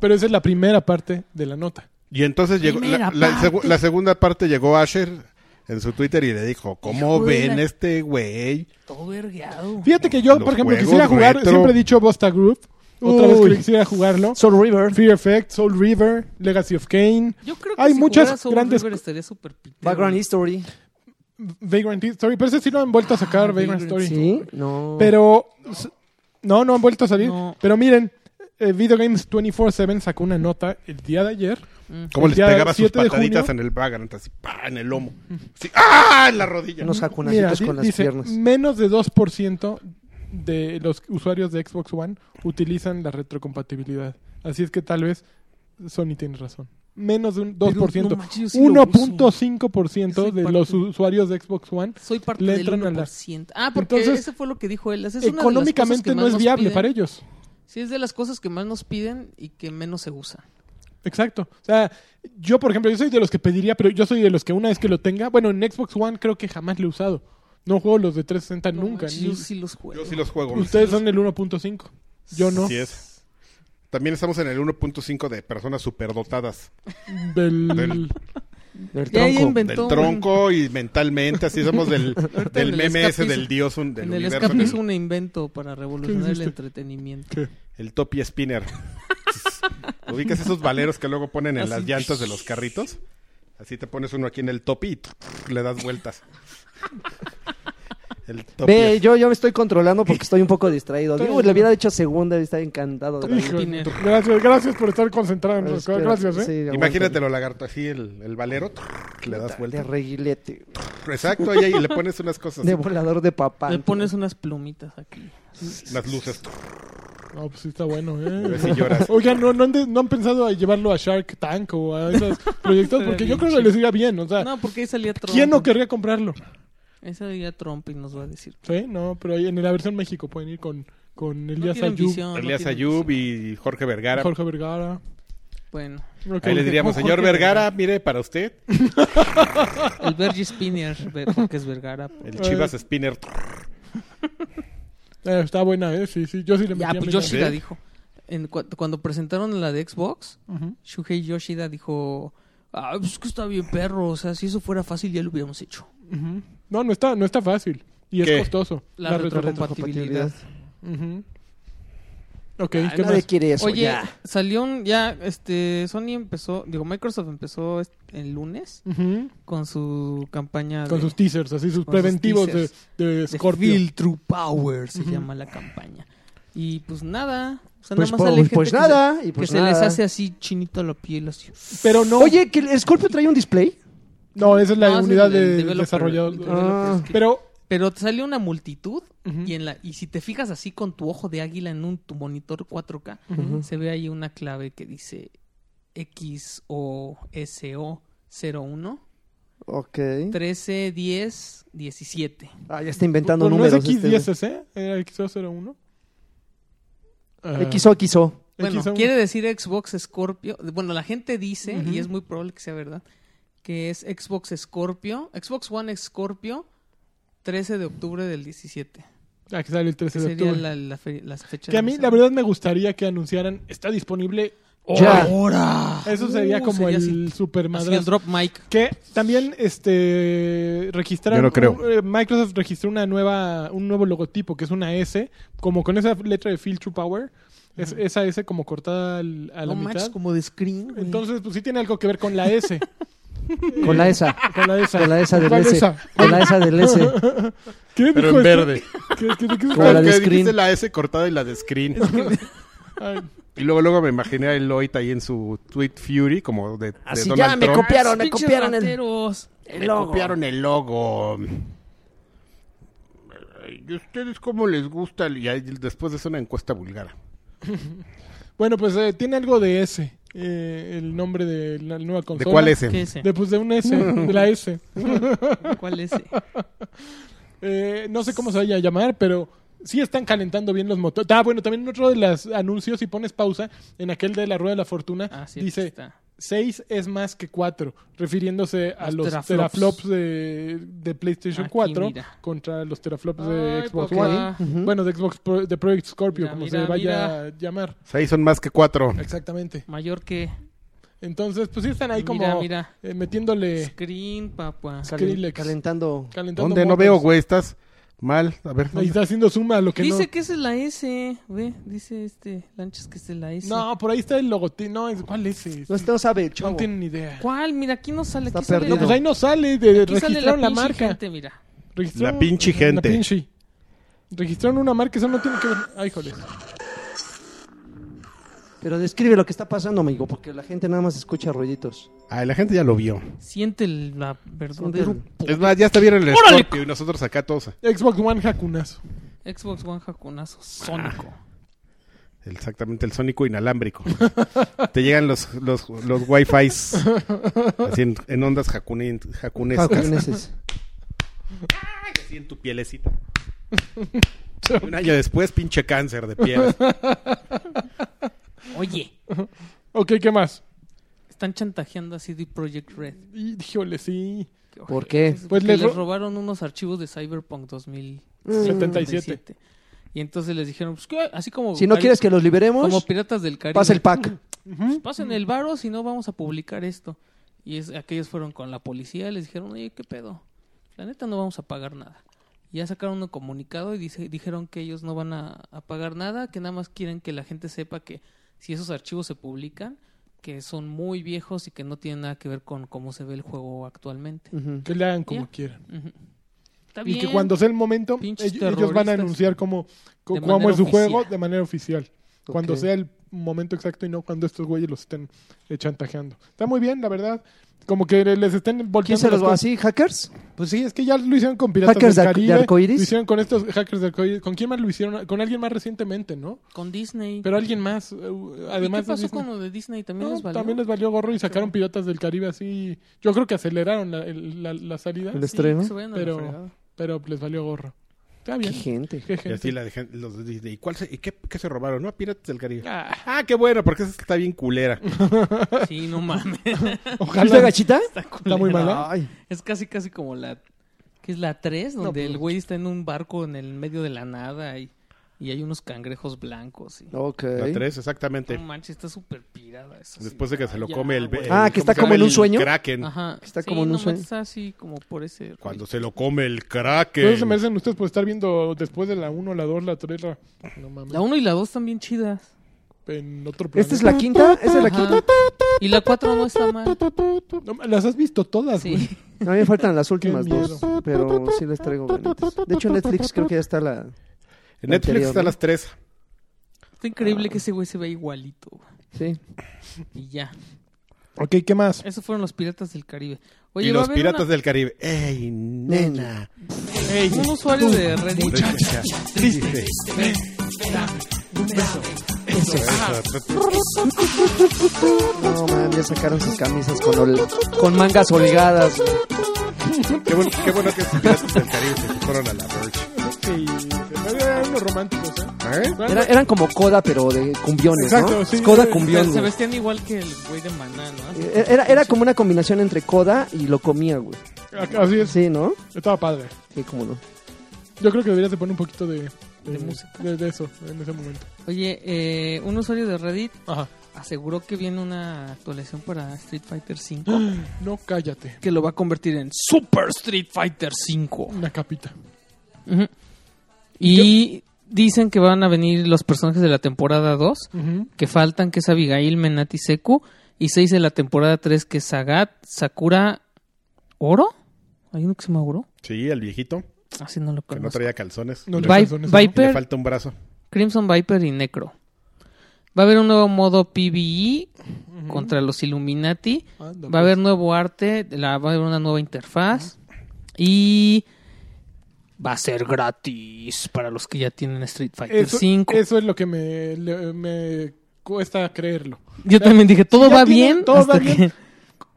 S5: Pero esa es la primera parte de la nota.
S4: Y entonces llegó
S3: Primera
S4: la, la
S3: parte.
S4: segu- la segunda parte llegó Asher en su Twitter y le dijo, ¿cómo
S3: Híjole.
S4: ven este güey?
S3: Todo vergueado.
S5: Fíjate que yo,
S4: Los
S5: por ejemplo,
S4: juegos
S5: quisiera jugar,
S4: retro.
S5: siempre he dicho Bosta Group. Otra vez
S2: Uy.
S5: que quisiera jugarlo.
S2: Soul River.
S5: Fear Effect, Soul River, Legacy of Kane,
S3: Yo creo que
S5: Hay
S3: si
S5: muchas
S3: jugara Soul
S5: grandes
S3: River
S5: co-
S3: estaría súper pitero.
S2: Background History.
S5: Vagrant Story. Pero ese sí lo han vuelto a sacar,
S3: Ah,
S5: Vagrant
S3: Vagrant,
S5: Story.
S2: Sí, no.
S5: Pero. s- No, no han vuelto a salir.
S3: No.
S5: Pero miren, eh, Video Games 24-7 sacó una nota el día de ayer.
S4: ¿Cómo
S5: El
S4: les
S5: día
S4: pegaba sus
S5: 7 de
S4: pataditas
S5: junio.
S4: en el Vagrant? Así, ¡pa! en el lomo. Así, ¡ah! en la rodilla.
S2: unos
S5: Mira,
S2: jacunacitos
S5: di-
S2: con las
S5: dice, mm,
S2: piernas.
S5: menos de 2% de los usuarios de Xbox One utilizan la retrocompatibilidad. Así es que tal vez Sony tiene razón. Menos de un 2%.
S3: no manches, yo sí lo uso.
S5: 1.5%
S3: Yo soy
S5: de
S3: parte-
S5: los usuarios de Xbox One.
S3: Soy parte
S5: Le
S3: del
S5: entran a la-
S3: 1%. Ah, porque
S5: Entonces,
S3: eso fue lo que dijo él. Esa Es una de las cosas
S5: Económicamente
S3: que
S5: no
S3: más
S5: es
S3: nos
S5: viable
S3: piden.
S5: para ellos.
S3: Sí, es de las cosas que más nos piden y que menos se usan.
S5: Exacto. O sea, yo, por ejemplo, yo soy de los que pediría, pero yo soy de los que una vez que lo tenga, bueno, en Xbox One creo que jamás lo he usado. No juego los de 360
S3: No
S5: nunca.
S3: manches,
S5: ni-
S3: Yo sí los juego.
S4: Yo sí los juego.
S5: Ustedes son el 1.5. Yo no.
S4: Así es. También estamos en el 1.5 de personas superdotadas.
S5: Del-
S4: Del-
S2: El
S3: Ya
S2: tronco.
S3: inventó
S4: Del
S3: un-
S4: tronco y mentalmente, así
S3: <laughs>
S4: somos del,
S3: en
S4: del
S3: el
S4: meme ese
S3: escapismo.
S4: del dios, un- del
S3: en el
S4: universo.
S3: escape hizo
S4: del-
S3: un invento para revolucionar el
S5: dijiste?
S3: entretenimiento.
S4: El topi
S3: <laughs>
S4: spinner. Ubicas esos valeros que luego ponen en
S3: Así.
S4: las llantas de los carritos. Así te pones uno aquí en el topi y <laughs> le das vueltas. El topi.
S2: Ve, yo, yo me estoy controlando porque estoy un poco distraído. Digo, le hubiera dicho segunda y estaría encantado. de la vida.
S5: Hijo,
S3: Tiner.
S5: gracias, gracias por estar concentrado en
S2: Pero
S5: los
S2: es que-
S4: Este,
S5: Gracias,
S2: sí,
S5: ¿eh?
S2: aguanta.
S4: Imagínatelo, lagarto, así el, el valero, le das
S2: De
S4: vueltas.
S2: reguilete.
S4: Exacto, y ahí le pones unas cosas,
S2: De volador de papá.
S3: Le pones unas plumitas aquí.
S4: unas luces.
S5: No, pues sí está bueno,
S4: A ver si
S5: ¿eh?
S4: lloras.
S5: Oigan, ¿no, no, han de- no han pensado a llevarlo a Shark Tank o a esos
S3: <laughs>
S5: proyectos? Porque yo creo que les iría bien, o sea,
S3: No, porque ahí salía Trump.
S5: Ah. ¿quién no querría comprarlo?
S3: Ahí salía Trump y nos va a decir.
S5: Sí, no, pero ahí en la versión México pueden ir con, con
S3: No
S5: Elías
S3: tienen
S5: Ayub,
S3: visión, no
S4: Elías
S3: tienen
S4: Ayub
S3: visión.
S4: y Jorge Vergara.
S5: Jorge Vergara.
S3: Bueno,
S5: Ok.
S4: Ahí le diríamos,
S3: Jorge
S4: señor Vergara, mire, para usted,
S3: el Vergi Spinner, ve- porque es Vergara.
S4: el Chivas Spinner.
S5: Eh, está buena, ¿eh? Sí, sí, yo sí le metí
S3: Ya,
S5: a
S3: pues
S5: mi
S3: Yoshida
S4: ¿Sí?
S3: dijo. En cua- cuando presentaron la de Xbox, Shuhei Yoshida dijo: Ah, pues que está bien, perro. O sea, si eso fuera fácil, ya lo hubiéramos hecho.
S5: Ujú. No, no está, no está fácil. Y
S4: ¿Qué?
S5: es costoso.
S3: La,
S5: retro-
S3: retrocompatibilidad.
S5: Ujú. Ok,
S3: Ah,
S2: Ay,
S5: ¿qué
S2: nadie
S5: más?
S2: quiere eso.
S3: Oye,
S2: ya.
S3: salió un. Ya, este. Sony empezó. Digo, Microsoft empezó est- el lunes
S5: Ujú.
S3: con su campaña.
S5: Con
S3: de,
S5: sus teasers, así
S3: con
S5: sus
S3: sus
S5: preventivos de,
S3: teasers.
S5: de
S3: de
S5: Scorpio.
S3: Feel True Power se
S5: Ujú.
S3: llama la campaña. Y pues nada. O sea,
S2: Pues,
S3: nada más
S2: pues,
S3: sale gente
S2: pues
S3: que
S2: nada.
S3: Se,
S2: y pues
S3: que se les
S2: nada.
S3: hace así chinito la piel. Así.
S5: Pero no.
S2: Oye, ¿que el Scorpio trae un desplay?
S5: No, esa es la
S3: No, es
S5: unidad
S3: ah, el- el
S5: de
S3: developer, el
S5: desarrollador.
S2: Ah.
S3: developer kit.
S5: Pero.
S3: Pero te salió una multitud.
S5: ujú.
S3: Y, en la, y si te fijas así con tu ojo de águila en un, tu monitor 4K,
S5: Ujú.
S3: se ve ahí una clave que dice X o S O 01
S2: Ok.
S3: 13 10 17.
S2: Ah, ya está inventando
S5: ¿No
S2: números.
S5: es
S2: este güey.
S5: X10SC? ¿Era XO01? Ah,
S2: XO, XO.
S3: Bueno,
S5: XO1.
S3: quiere decir Xbox Scorpio. Bueno, la gente dice,
S5: Ujú.
S3: y es muy probable que sea verdad, que es Xbox Scorpio, Xbox One Scorpio, 13 de octubre del 17.
S5: Ah, que sale el
S3: Que
S5: 13 de
S3: sería
S5: octubre.
S3: la, la fe- las fechas.
S5: Que a mí, la verdad, me gustaría que anunciaran, está disponible
S2: Ya.
S3: ¡Ahora!
S5: Eso sería
S3: Uh,
S5: como
S3: sería
S5: el
S3: así.
S5: super
S3: Así
S5: madrazo.
S3: el drop mic.
S5: Que también este registraron
S4: Yo no creo.
S5: eh, Microsoft registró una nueva un nuevo logotipo que es una S, como con esa letra de Feel True Power, es, esa S como cortada al- a
S3: No
S5: la
S3: manches,
S5: mitad.
S3: como de screen. güey.
S5: Entonces, pues sí tiene algo que ver con la
S3: <laughs>
S5: S,
S2: Con la ESA.
S5: <laughs> con la S.
S2: Con la ESA del
S5: ¿Cuál
S2: S.
S5: esa?
S2: Con la ESA del
S5: <laughs>
S2: S.
S5: ¿Qué
S4: Pero
S5: dijo
S4: en
S5: este?
S4: verde.
S5: ¿Qué- qué- qué- qué-
S2: Como la de
S4: Porque dijiste
S2: screen.
S4: la S cortada y la de screen.
S5: Ay,
S4: <laughs> Y luego, luego me imaginé a Eloy ahí en su Tweet Fury, como de, de
S2: Así
S4: Donald
S2: ya me
S4: Trump.
S2: copiaron, me
S3: Ah, Pinches
S2: copiaron el,
S3: rateros.
S2: el logo.
S4: copiaron el logo. ¿Y ustedes cómo les gusta? Y ahí después de eso una encuesta vulgar.
S5: Bueno, pues eh, tiene algo de S, eh, el nombre de la nueva
S4: ¿De
S5: consola.
S4: cuál S?
S3: ¿Qué es ese?
S5: De, pues de una S,
S4: <laughs>
S5: de la S.
S3: ¿Cuál es ese?
S5: Eh, no sé cómo se vaya a llamar, pero sí están calentando bien los motores. Ah, bueno, también en otro de los anuncios, si pones pausa, en aquel de la Rueda de la Fortuna,
S3: Ah, sí, aquí
S5: dice
S3: está.
S5: 6 es más que 4, refiriéndose a
S3: Los
S5: los teraflops,
S3: teraflops. Ah,
S5: de, de PlayStation
S3: Aquí,
S5: 4
S3: mira.
S5: contra los teraflops
S3: Ay,
S5: de Xbox
S3: papá.
S5: One.
S2: Ujú.
S5: Bueno, de Xbox Pro- de Project Scorpio,
S3: Mira,
S5: como
S3: mira,
S5: se vaya
S3: mira.
S5: a llamar.
S4: Seis son más que cuatro.
S5: Exactamente.
S3: Mayor que.
S5: Entonces, pues sí están ahí como
S3: Mira, mira.
S5: eh, metiéndole,
S3: Screen, papá.
S2: Calen-
S5: Skrillex.
S2: calentando.
S5: calentando.
S4: ¿Dónde? No
S5: motores.
S4: veo, güey. Estás mal. A ver.
S5: Ahí está haciendo suma a lo que no.
S3: Dice que esa es la S, ve, dice este Lanchas que esa es la S.
S5: No, por ahí está el logotipo. No, es- ¿cuál es ese?
S2: No, este no sabe, el
S5: No
S2: chavo.
S5: tienen ni idea.
S3: ¿Cuál? Mira, aquí no sale,
S2: Está
S3: aquí sale,
S2: perdido.
S5: No,
S3: la,
S5: pues ahí no sale. De,
S3: aquí sale la,
S5: registraron la,
S3: pinche
S5: marca.
S3: gente, mira.
S5: Registraron-
S4: La pinche gente.
S5: La pinche. Registraron una marca, eso no tiene que ver. Ay, joder.
S2: Pero describe lo que está pasando, amigo, porque la gente nada más escucha ruiditos.
S4: Ah, la gente ya lo vio.
S3: Siente el- la verdadero
S2: Siente
S4: Es más, ya está bien el
S3: ¡Órale!
S4: Scorpio y nosotros acá todos.
S5: Xbox One jacunazo.
S3: Xbox One jaconazo sónico.
S4: Exactamente, el sónico inalámbrico. <laughs> Te llegan los, los, los Wi-Fis así en, en ondas jacune- jacunescas.
S2: Japoneses.
S4: Así en tu pielecita. Y un año después, pinche cáncer de piel.
S3: Oye,
S5: Ok, ¿qué más?
S3: están chantajeando a CD Projekt Red.
S5: Híjole, sí.
S2: ¿Por qué?
S5: Pues
S3: Pues
S5: les
S3: les,
S5: ro-
S3: robaron unos archivos de Cyberpunk 2077.
S5: 77.
S3: Y entonces les dijeron, pues ¿qué? así como
S2: Si no quieres que los
S3: como
S2: liberemos,
S3: piratas del Caribe.
S2: pasa el pack.
S3: pues, pasen el varo, si no vamos a publicar esto. Y es, aquellos fueron con la policía y les dijeron, oye, ¿qué pedo? La neta no vamos a pagar nada. Y ya sacaron un comunicado y dice- dijeron que ellos no van a, a pagar nada, que nada más quieren que la gente sepa que si esos archivos se publican, que son muy viejos y que no tienen nada que ver con cómo se ve el juego actualmente.
S2: Ujú.
S5: Que le hagan como
S3: Ya.
S5: quieran.
S3: Ujú. Está
S5: Y que
S3: bien.
S5: cuando sea el momento, ell-
S3: Pinches
S5: ellos van a
S3: terroristas.
S5: anunciar cómo, co-
S3: De
S5: cómo
S3: manera
S5: es su
S3: oficial.
S5: juego de manera oficial. Cuando
S2: Ok.
S5: sea el momento exacto y no cuando estos güeyes los estén eh, chantajeando. Está muy bien, la verdad. Como que les estén volteando.
S2: ¿Quién se
S5: las
S2: los va
S5: cosas.
S2: así? ¿Hackers?
S5: Pues sí, es que ya lo hicieron con Piratas
S2: Hackers
S5: del
S2: de arco- de
S5: Caribe.
S2: arcoíris.
S5: Lo hicieron con estos hackers de arcoíris. ¿Con quién más lo hicieron? Con alguien más recientemente, ¿no?
S3: Con Disney.
S5: Pero alguien más. eh, u-
S3: ¿Y
S5: Además
S3: ¿Qué
S5: de
S3: pasó
S5: Disney.
S3: con lo de Disney? ¿También
S5: No,
S3: les valió?
S5: también les valió gorro y sacaron Piratas del Caribe así. Yo creo que aceleraron la, el- la- la salida,
S2: El
S3: Sí, que
S2: estreno.
S3: se vayan a la
S5: Pero-
S3: fregada.
S5: pero les valió gorro. Está
S2: Qué
S5: bien.
S2: gente.
S5: Qué
S4: Y
S5: gente.
S4: así la de gen- los de Disney. ¿Y, cuál se- y qué, qué se robaron? No, Piratas del Caribe.
S5: <laughs> Ah,
S4: Ah, qué bueno, porque esa está bien culera.
S3: Sí, no mames. <laughs>
S2: ¿Viste
S5: ojalá.
S2: gachita?
S5: Está muy mala.
S2: Ay,
S3: Es casi, casi como la... que es la 3? Donde
S5: pues-
S3: el güey está en un barco en el medio de la nada y, y hay unos cangrejos blancos. Y... No.
S2: ok.
S4: La 3, exactamente.
S3: manches, está súper pirada eso.
S4: Después de que se lo come el... el-
S2: Ah, que
S4: ¿cómo
S2: está
S4: se
S2: como
S4: llama?
S2: en un
S4: El
S2: sueño.
S4: Kraken.
S3: Ajá.
S2: Está
S3: Sí,
S2: como en un
S3: no manches,
S2: sueño.
S3: Está así como por ese... rollo.
S4: Cuando se lo come el Kraken.
S5: Entonces se merecen ustedes por estar viendo después de la 1, la 2, la 3, la... No mames.
S3: La 1 y la 2 están bien chidas.
S5: En otro planeta.
S2: ¿Esta es la quinta? ¿Esta es la
S3: Ajá.
S2: quinta?
S3: Y la 4 no
S2: <laughs>
S3: está mal.
S5: No ma- las has visto todas, güey.
S3: Sí.
S2: A mí me faltan las últimas
S5: Qué
S2: dos, pero sí les traigo ganitas. De hecho, en Netflix creo que ya está la...
S4: En Netflix
S2: Anterior,
S4: están
S2: ¿no?
S4: las 3.
S3: Está increíble que ese güey se vea igualito. güey.
S2: Sí.
S3: Y ya.
S5: Ok, ¿qué más?
S3: Esos fueron los piratas del Caribe.
S4: y
S3: va a
S4: los
S3: haber
S4: Piratas
S3: una-
S4: del Caribe. ¡Ey, nena!
S3: un usuario de Reddit
S4: Muchacha, triste.
S3: Eso.
S2: No, man, ya sacaron sus camisas con, ol- con mangas holgadas.
S4: Qué bueno, qué bueno que sus piratas del Caribe se fueron a la Verge.
S5: Sí, eran unos románticos, ¿eh?
S4: ¿Eh?
S2: Era- eran como coda, pero de cumbiones,
S5: Exacto,
S2: ¿no?
S5: sí.
S2: coda
S3: Se,
S2: cumbión.
S3: se
S2: güey.
S3: vestían igual que el güey de Maná, ¿no?
S2: Era, era como una combinación entre coda y lo comía, güey.
S4: ¿eh?
S5: Así es.
S2: Sí, ¿no?
S5: Estaba padre.
S2: Sí, cómo no.
S5: Yo creo que deberías de poner un poquito de,
S3: De música.
S5: De, de eso, en ese momento.
S3: Oye, eh, un usuario de Reddit
S5: Ajá.
S3: aseguró que viene una actualización para Street Fighter V
S5: No cállate.
S3: que lo va a convertir en Super Street Fighter V.
S5: Una capita.
S3: Ujú. Y dicen que van a venir los personajes de la temporada 2, que faltan, que es Abigail, Menati, Seku, y 6 de la temporada 3, que es Sagat, Sakura, Oro. ¿Hay uno que se llama Oro?
S4: Sí, el viejito,
S3: Así no lo
S4: que no
S3: conozco.
S4: traía calzones.
S5: No
S4: le,
S5: traía
S3: Vi-
S5: calzones, ¿no?
S4: le
S3: Viper,
S4: falta un brazo.
S3: Crimson Viper y Necro. Va a haber un nuevo modo PvE contra los Illuminati.
S2: Ah,
S3: Va
S5: Anda,
S3: a
S2: pues.
S3: haber nuevo arte, de la, va a haber una nueva interfaz y va a ser gratis para los que ya tienen Street Fighter
S5: Eso,
S3: 5.
S5: eso es lo que me, le- me cuesta creerlo.
S3: Yo también dije, todo
S5: Ya
S3: va
S5: tienen-
S3: bien.
S5: todo va
S3: hasta
S5: bien.
S3: que-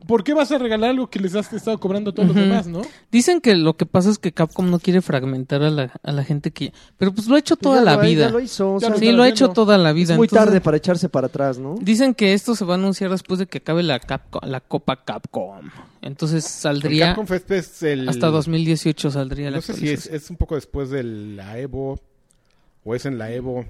S5: ¿Por qué vas a regalar algo que les has estado cobrando a todos
S3: Ujú.
S5: los demás, no?
S3: <laughs> Dicen que lo que pasa es que Capcom no quiere fragmentar a la, a la gente que... Pero pues lo ha hecho toda
S2: Ya
S3: la
S2: lo-
S3: vida.
S2: ya lo hizo, o
S5: Ya
S2: sea,
S5: lo
S3: sí, lo ha hecho
S5: haciendo.
S3: toda la vida.
S2: es muy
S3: entonces-
S2: tarde para echarse para atrás, ¿no?
S3: Dicen que esto se va a anunciar después de que acabe la, Capcom- la Copa Capcom. Entonces
S4: El
S3: saldría...
S4: Capcom Fest es el...
S3: Hasta 2018 saldría la
S4: No sé si es,
S3: actualización.
S4: es un poco después de la Evo, o es en la Evo.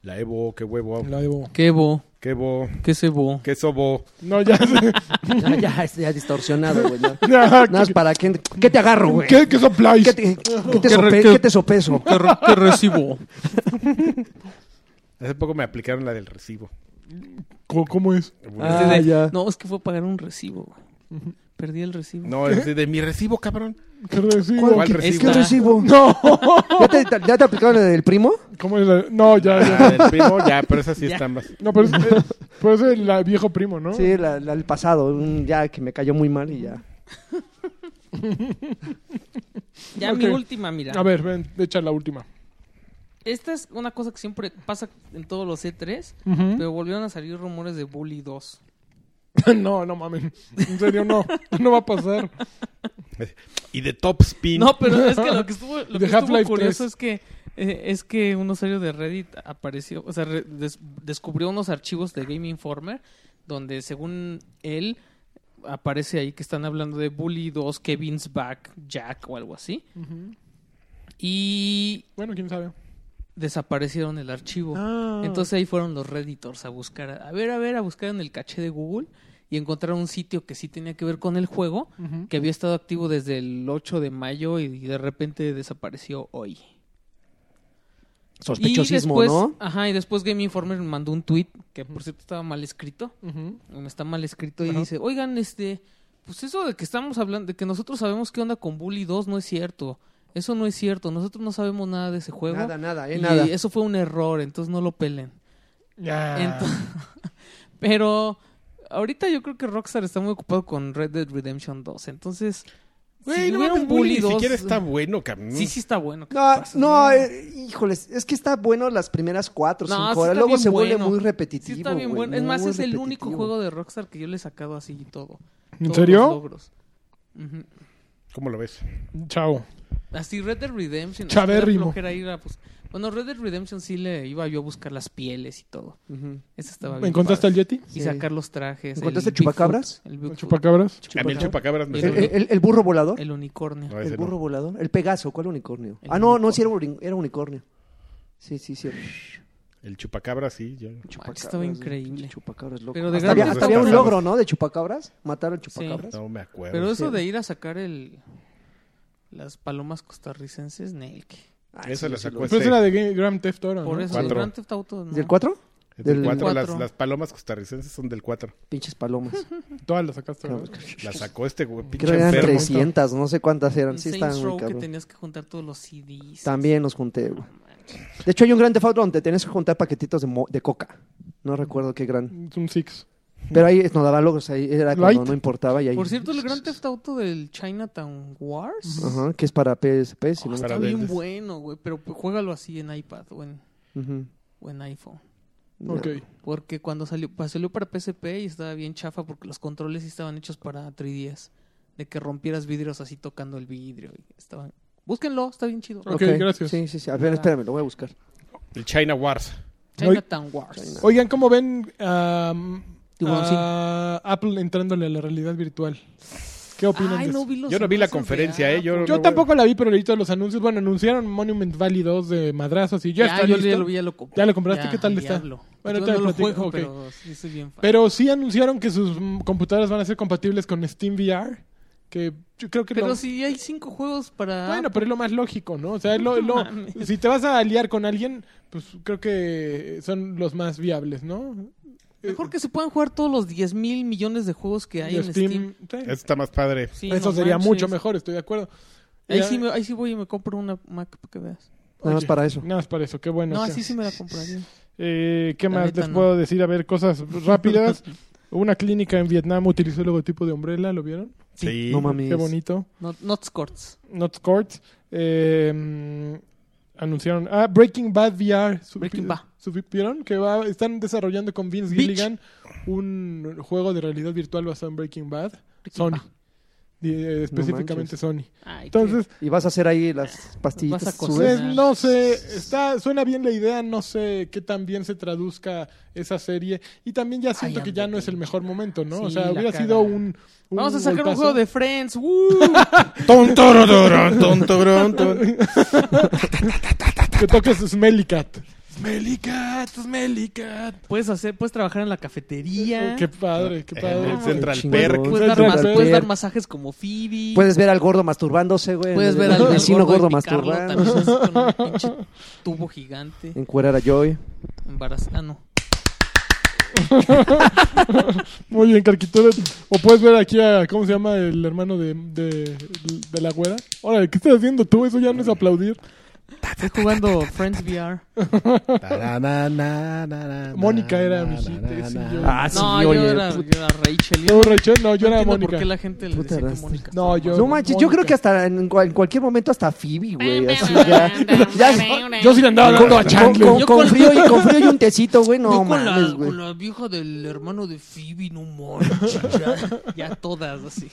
S4: La Evo, qué huevo,
S5: La debo.
S3: ¿Qué bo?
S4: qué Evo,
S3: ¿Qué se bo?
S4: qué sobo.
S5: No, ya sé.
S2: <laughs>
S5: <laughs>
S2: Ya, ya, es- ya distorsionado, güey. ya.
S5: Ya,
S2: Nada más
S5: ¿qué-
S2: para que... ¿Qué te agarro, güey?
S5: ¿Qué, qué sopláis?
S2: ¿Qué te, qué te
S3: Qué re-
S2: sope-
S3: qué-
S2: qué te
S5: <laughs>
S2: sopeso?
S5: Ah,
S3: ¿Qué, re- qué
S4: <laughs>
S3: recibo?
S4: Hace poco me aplicaron la del recibo.
S5: ¿Cómo, cómo es?
S2: Ah,
S3: Así de,
S2: ya.
S3: No, es que fue a pagar un recibo. güey. Perdí el recibo.
S4: No, es así de mi recibo, <laughs> cabrón.
S5: ¿Qué recibo?
S2: ¿Cuál-
S4: ¿Cuál
S2: ¿Qué,
S4: recibo?
S2: qué
S3: Está.
S2: recibo?
S4: <laughs>
S5: No. <laughs>
S2: ¿Ya te, ya te aplicaron el del primo?
S5: ¿Cómo es la- No, ya,
S4: La <laughs>
S5: ya.
S4: Ah, del primo, ya, pero esa sí
S3: Ya.
S4: está más.
S5: No, pero es, eh, pero es el la- viejo primo, ¿no?
S2: Sí, la, la del pasado, un ya que me cayó muy mal y ya.
S3: Ya
S5: Ok.
S3: mi última, mira.
S5: A ver, ven, echa la última.
S3: Esta es una cosa que siempre pasa en todos los E3,
S4: ¿Mm?
S3: pero volvieron a salir rumores de Bully 2.
S5: <laughs> no, no mames. En serio, no. <laughs> No va a pasar.
S4: Y de Top Spin.
S3: No, pero es que
S5: <laughs>
S3: lo que estuvo, lo
S5: De
S3: que estuvo
S5: Half-Life
S3: curioso
S5: 3.
S3: es que eh, es que un usuario de Reddit apareció, o sea, re- des- descubrió unos archivos de Game Informer donde según él aparece ahí que están hablando de Bully 2, Kevin's Back, Jack o algo así. Y
S5: Bueno, quién sabe.
S3: desaparecieron el archivo.
S5: Ah.
S3: Entonces ahí fueron los redditors a buscar, a ver, a ver, a buscar en el caché de Google y encontraron un sitio que sí tenía que ver con el juego, que había estado activo desde el 8 de mayo y de repente desapareció hoy.
S2: Sospechosismo,
S3: y después,
S2: ¿no?
S3: Ajá, y después Game Informer mandó un tweet que por cierto estaba mal escrito, bueno, está mal escrito y dice, "Oigan, este, pues eso de que estamos hablando de que nosotros sabemos qué onda con Bully 2 no es cierto." Eso no es cierto, nosotros no sabemos nada de ese juego.
S2: Nada, nada, eh,
S3: Y
S2: nada.
S3: eso fue un error, entonces no lo pelen.
S5: Ya.
S3: Ento- pero ahorita yo creo que Rockstar está muy ocupado con Red Dead Redemption 2. Entonces,
S4: Güey, no
S3: hubiera
S4: mames,
S3: un
S4: Bully
S3: Bully
S4: ni
S3: 2,
S4: siquiera está bueno, cabrón.
S3: Sí, sí está bueno. ¿qué te
S2: No,
S3: pasa?
S2: no, eh, híjoles, es que está bueno las primeras cuatro,
S3: No, sí
S2: cinco horas,
S3: está
S2: luego
S3: bien
S2: se vuelve
S3: bueno.
S2: muy
S3: Sí
S2: repetitivo.
S3: está bien
S2: güey,
S3: bueno. Es más,
S2: muy
S3: es el único
S2: repetitivo.
S3: juego de Rockstar que yo le he sacado así y todo.
S5: ¿En
S3: Todos
S5: serio?
S3: los logros. Ujú.
S4: ¿Cómo lo ves?
S5: Chao.
S3: Así Red Dead Redemption. así
S5: Chavérrimo.
S3: me da flojera ir a bus- Bueno, Red Dead Redemption sí le iba yo a buscar las pieles y todo.
S2: Ujú.
S3: Ese estaba bien. Pues,
S5: ¿Me encontraste al
S3: padre.
S5: Yeti?
S3: Y
S2: Sí.
S3: sacar los trajes.
S2: ¿Encontraste
S3: el Bigfoot,
S2: chupacabras?
S3: El,
S5: ¿Al
S3: Bigfoot,
S5: chupacabras?
S3: pues,
S4: A mí el chupacabras me
S3: Sí.
S2: ¿El,
S4: suena.
S2: el- el burro volador?
S3: el unicornio.
S4: No,
S2: El
S4: ese
S2: burro
S4: no.
S2: volador. El Pegaso, ¿cuál unicornio?
S3: El
S2: ah, no, no,
S3: unicornio.
S2: sí era, uni- era unicornio. Sí, sí, sí. era
S4: El chupacabra, sí. ya.
S2: chupacabras,
S3: estaba
S2: güey,
S3: Ah, increíble.
S2: pinche Chupacabras, loco.
S3: Pero de
S2: hasta
S3: grande
S2: había, hasta
S4: está
S2: había un
S4: pasado.
S2: logro, ¿no? De chupacabras. Matar al chupacabras.
S4: No me acuerdo.
S3: Pero eso
S2: sí.
S3: de ir a sacar el las palomas costarricenses, Nail. que-
S2: Ah,
S4: Esa
S2: yo
S4: la
S2: lo
S4: sacó
S2: vi.
S5: Pero
S4: Sí.
S5: es la de Game- Grand Theft Auto, ¿no?
S3: pues, Por eso, el
S4: Cuatro.
S3: Grand Theft Auto, no.
S2: ¿Del 4?
S4: Es del
S2: Del
S4: 4. Las,
S3: cuatro.
S4: las palomas costarricenses son del 4.
S2: Pinches palomas.
S5: Todas las sacaste.
S2: Creo
S5: ¿verdad?
S4: La sacó este güey,
S2: que
S4: pinche
S2: eran
S4: enfermo.
S2: 300, no sé cuántas eran.
S3: En
S2: Sí,
S3: Saints
S2: estaban muy
S3: Row que
S2: cabrón.
S3: tenías que juntar todos los CDs.
S2: También los junté, güey. De hecho, hay un gran defauto donde tenías que juntar paquetitos de, mo- de coca. No recuerdo qué gran.
S5: Es un Six.
S2: Pero ahí nos daba logros, ahí era cuando
S5: Light.
S2: no importaba. Y ahí...
S3: Por cierto, el Grand Theft Auto del Chinatown Wars.
S2: Ajá, que es para PSP, si
S3: Oh,
S5: Ah,
S2: no me-
S3: está
S4: Para
S3: bien
S4: verdes.
S3: bueno, güey, pero pues, juégalo así en iPad o en,
S2: Ujú.
S3: o en iPhone.
S2: No.
S5: Ok.
S3: Porque cuando salió, pues, salió para PSP y estaba bien chafa porque los controles sí estaban hechos para 3DS. De que rompieras vidrios así tocando el vidrio. y estaban... Búsquenlo, está bien chido.
S5: Ok, gracias.
S2: Sí, sí, sí. A ver, espérame, lo voy a buscar.
S4: El China Wars.
S3: Chinatown Wars.
S5: Oigan, ¿cómo ven am,
S3: Tiburoncín.
S5: a Apple entrándole a la realidad virtual? ¿Qué opinan
S3: Ay,
S5: de
S3: no
S5: eso?
S3: vi los
S4: Yo no vi la
S3: anuncios de
S4: conferencia, ¿eh? Yo,
S3: Apple.
S5: Yo
S4: no-
S5: tampoco la vi, pero leí todos los anuncios. Bueno, anunciaron Monument Valley 2 de madrazos y ya,
S3: Ya,
S5: está
S3: yo
S5: listo.
S3: ya lo vi, ya lo compré.
S5: ¿Ya lo compraste? ¿Qué tal está?
S3: diablo.
S5: Bueno,
S3: yo
S5: te
S3: no
S5: lo
S3: lo
S5: platico,
S3: juego,
S5: ok.
S3: pero sí soy bien fan.
S5: Pero sí anunciaron que sus mm, computadoras van a ser compatibles con Steam VR, que yo creo que
S3: Pero
S5: lo-
S3: si hay cinco juegos para...
S5: Bueno, pero es lo más lógico, ¿no? O sea, es lo- es lo-
S3: <laughs> No mames.
S5: si te vas a aliar con alguien, pues creo que son los más viables, ¿no?
S3: Mejor que se puedan jugar todos los 10 mil millones de juegos que hay
S5: eh, De
S3: en Steam.
S5: sí.
S4: Eso está más padre.
S3: Sí,
S5: Eso
S3: no
S5: sería
S3: manches.
S5: mucho mejor, estoy de acuerdo.
S3: Ahí
S5: Ya-
S3: sí, me- ahí sí voy y me compro una Mac para que veas.
S2: Nada más
S5: Oye,
S2: para eso.
S5: Nada más para eso, qué bueno.
S3: No,
S5: o sea.
S3: así sí me la compraría.
S5: Eh, ¿Qué
S3: La
S5: más
S3: neta,
S5: les
S3: no.
S5: puedo decir? A
S3: <laughs>
S5: ver, cosas rápidas. Una clínica en Vietnam utilizó el logotipo de Umbrella, ¿lo vieron?
S4: Sí.
S2: No mames.
S5: Qué bonito.
S3: Not, not Scorts.
S5: Not Court. Eh, mm, anunciaron. Ah, Breaking Bad VR. Supi-
S3: Breaking Bad.
S5: supieron que va- están desarrollando con Vince
S3: Bitch.
S5: Gilligan un juego de realidad virtual basado en Breaking Bad.
S3: Breaking
S5: Sony.
S3: Bad.
S5: Di- eh, específicamente
S2: manches.
S5: Sony.
S3: Ay, qué-
S5: Entonces,
S2: Y vas a hacer ahí las pastillitas
S3: Vas a
S2: azules.
S3: coser.
S5: pues, no sé, está, suena bien la idea, no sé qué tan bien se traduzca esa serie. Y también ya siento
S3: Ay,
S5: que ya no es el mejor momento, ¿no? o
S3: Sí,
S5: sea,
S3: la
S5: hubiera
S3: caga.
S5: sido un, un
S3: Vamos a sacar un
S5: golpazo.
S3: juego de Friends. ¡Uh! ¡Woo!
S4: Tonto, ron, tonto, ron, tonto.
S5: que toques Smelly Cat. Smelly Cat, Smelly Cat.
S3: <laughs> puedes hacer, puedes trabajar en la cafetería.
S5: Oh, Qué padre, qué
S4: En
S5: padre.
S4: el Central
S2: Chingón.
S4: Perk.
S3: Puedes dar,
S5: Puedes
S3: mas-
S5: hacer-
S3: puedes dar masajes como Phoebe.
S2: Puedes ver al gordo masturbándose, güey.
S3: Puedes
S2: El-
S3: ver
S2: <laughs> el
S3: al al
S2: vecino gordo,
S3: y picarlo
S2: masturbándose.
S3: también así con un pinche tubo gigante.
S2: <laughs> Encuerar a Joy.
S3: Embaraz- Ah, no.
S5: Muy bien, Carquito. O puedes ver aquí a, ¿cómo se llama? El hermano de, de, de la güera. Órale, ¿qué estás haciendo tú? Eso ya no es aplaudir.
S3: Estoy jugando Friends VR.
S5: Mónica era mi hit, sí, yo-
S2: Ah, sí,
S3: No,
S2: oye.
S3: yo, era,
S2: puta.
S3: yo era Rachel. Yo
S5: No, Rachel, no, yo
S3: no
S5: era
S3: entiendo por
S5: Mónica.
S3: qué la gente le
S2: Puta
S3: decía que
S2: rasta.
S3: Mónica.
S5: No,
S3: estaba
S5: yo-
S2: No manches, yo creo que hasta en, cua- en cualquier momento hasta Phoebe, güey. Así ya. ya
S5: Yo sí le andaba dando a
S2: con,
S5: Chandler.
S2: con-
S3: Yo
S2: con
S3: con-
S2: frío y con frío y un tecito, güey.
S3: Yo
S2: No
S3: con, la,
S2: mames, güey.
S3: con la vieja del hermano de Phoebe, no manches. Ya, ya todas así.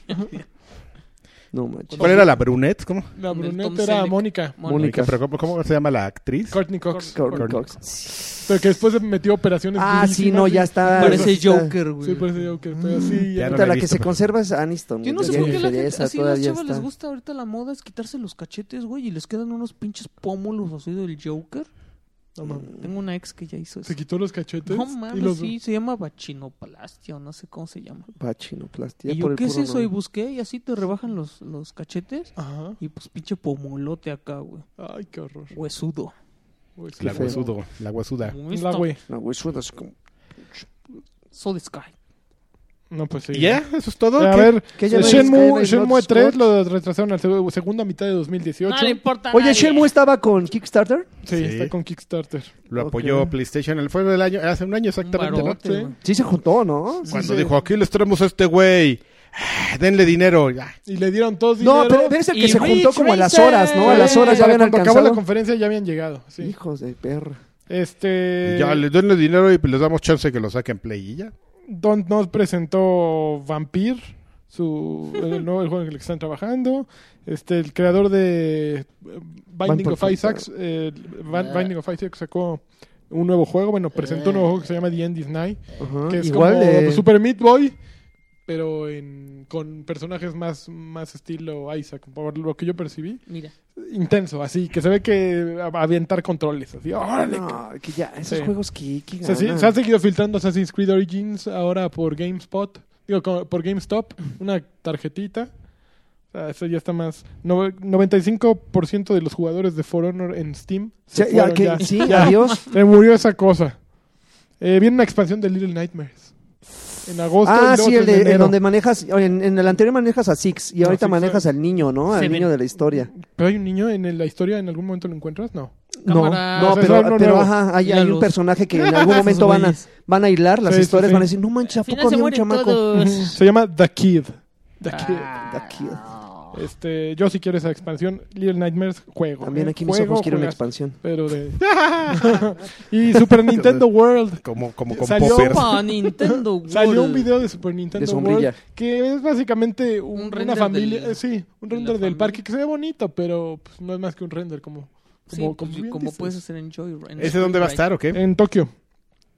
S2: No manches.
S4: ¿Cuál era la brunette? ¿Cómo?
S5: La
S3: Con el Tom
S5: bruneta era
S3: Selleck.
S5: Mónica.
S3: Mónica.
S2: Mónica.
S4: Pero, ¿cómo, cómo se llama la actriz?
S5: Courtney Cox.
S2: Courtney
S5: Courtney
S2: Cox.
S5: Cox. Pero que después se metió operaciones
S2: Ah, sí, no,
S5: durísimas.
S2: ya está.
S3: Parece
S2: está-
S3: Joker, güey.
S5: Sí, parece yo que estoy así.
S4: Ya
S5: ya.
S4: no
S2: Puta,
S4: la
S2: la
S4: he
S2: que
S4: visto,
S2: se
S4: pero-
S2: conserva es Aniston.
S3: Yo no
S2: güey.
S3: sé
S2: Ya
S3: por qué
S2: ni
S3: la gente,
S2: interesa,
S3: así a las
S2: todavía
S3: chavas
S2: está.
S3: les gusta ahorita la moda es quitarse los cachetes, güey, y les quedan unos pinches pómulos así del Joker.
S5: No mames.
S2: Mm.
S3: Tengo una ex que ya hizo eso.
S5: Se quitó los cachetes.
S3: No
S5: y
S3: mames,
S5: los...
S3: sí, se llama bachinoplastia o no sé cómo se llama.
S2: Pachinoplastia,
S3: y
S2: por
S3: yo,
S2: el
S3: ¿qué es
S2: puro
S3: eso? Y
S2: nombre.
S3: busqué y así te rebajan los, los cachetes
S5: Ajá.
S3: y pues pinche pomolote acá, güey.
S5: Ay, qué horror.
S3: Huesudo.
S5: Uy, sí,
S4: La
S5: feo.
S4: guasudo, la guasuda.
S5: La Ah, güey.
S2: No, güey, suena así como...
S3: So the sky.
S5: No, pues sí.
S4: ¿Y ya? ¿Eso es todo?
S5: A
S4: ¿Qué?
S5: ver,
S2: ¿Qué llaman
S5: Shenmue,
S2: Skyline
S5: Shenmue
S2: Not
S5: 3
S2: Scott?
S5: lo retrasaron a la seg- segunda mitad de 2018.
S3: importa
S2: Oye, Shenmue estaba con Kickstarter.
S5: Sí,
S4: Sí.
S5: está con Kickstarter.
S4: Lo
S2: Ok.
S4: apoyó PlayStation. El fue del año, hace un año exactamente, ¿no?
S5: barote,
S2: Sí se juntó, ¿no? Sí,
S4: Cuando
S2: sí.
S4: dijo, aquí les traemos a este güey. Ah, Denle dinero. Ya.
S5: Y le dieron todos
S2: No,
S5: dinero.
S2: pero es el que
S3: Y
S2: se juntó
S3: Rich
S2: como a las
S3: Racer.
S2: horas, ¿no? A las horas ya
S5: Para
S2: habían
S5: cuando acabó la
S2: alcanzado.
S5: conferencia ya habían llegado. Sí.
S2: Hijos de perra.
S5: Este.
S4: Ya, les denle dinero y les damos chance de que lo saquen Play. Y ya.
S5: Don't nos presentó Vampir, su,
S2: <laughs>
S5: el nuevo juego en el que están trabajando. Este, el creador de eh, Binding
S2: Vampire
S5: of Isaac, eh,
S2: Ah.
S5: Van- Binding of Isaac sacó un nuevo juego. Bueno, presentó un nuevo juego que se llama The End is Night,
S2: Ajá.
S5: que es
S2: Eh. Ah, Igual
S5: como
S2: de...
S5: Super Meat Boy, pero en- con personajes más, más estilo Isaac, por lo que yo percibí.
S3: Mira.
S5: Intenso, así, que se ve que a- avientar controles, así, ¡órale!
S2: No, que ya, esos
S5: Sí.
S2: juegos que, que
S5: Se,
S2: ganan.
S5: se han seguido filtrando Assassin's Creed Origins ahora por GameSpot, digo, co- por GameStop, una tarjetita. O sea, eso ya está más. No, 95% de los jugadores de For Honor en Steam se
S2: Sí, ya
S5: fueron
S2: que-
S5: ya.
S2: sí,
S5: <laughs> Ya.
S2: adiós.
S5: Se murió esa cosa. Eh, viene una expansión de Little Nightmares. En agosto.
S2: Ah,
S5: y luego
S2: sí, el
S5: en
S2: de, en
S5: enero.
S2: donde manejas, en, en el anterior manejas a Six y
S5: No,
S2: ahorita
S5: Six,
S2: manejas al niño, ¿no? Al
S3: Seven.
S2: niño de la historia.
S5: Pero hay un niño en el- la historia, ¿en algún momento lo encuentras? No.
S3: Cámara.
S2: No, no,
S5: O sea,
S2: pero,
S5: es algo
S2: pero
S5: nuevo.
S2: ajá, hay,
S3: Ya
S2: hay un
S3: los-
S2: personaje que en
S5: Ah,
S2: algún momento van a, van a hilar las
S5: Sí, sí,
S2: historias,
S5: sí.
S2: van a
S3: Pues,
S2: <laughs> decir, no manches, ¿a poco había un chamaco?
S3: ah,
S5: Se llama The Kid. The Kid.
S2: The Kid.
S5: Este, yo sí quiero esa expansión. Little Nightmares, juego.
S2: También
S5: ¿eh?
S2: aquí mis
S5: Juego,
S2: ojos quieren una
S5: juegazo.
S2: expansión.
S4: <laughs>
S5: Pero de... <laughs> y Super Nintendo World.
S4: Como, como con
S5: Salió-
S4: poppers.
S3: Pa Nintendo
S4: <laughs>
S3: World.
S5: Salió un video de Super Nintendo
S2: De sombrilla.
S5: World que es básicamente un-
S3: Un
S5: una
S3: render
S5: familia,
S3: del-
S5: eh, sí, un
S3: de la
S5: render del
S3: familia.
S5: parque que se ve bonito, pero pues, no es más que un render como
S3: Sí,
S5: como,
S3: pues,
S5: como
S3: como,
S5: bien dices.
S3: puedes hacer en Joyride.
S4: ¿Ese dónde va a estar o qué?
S5: en Tokio,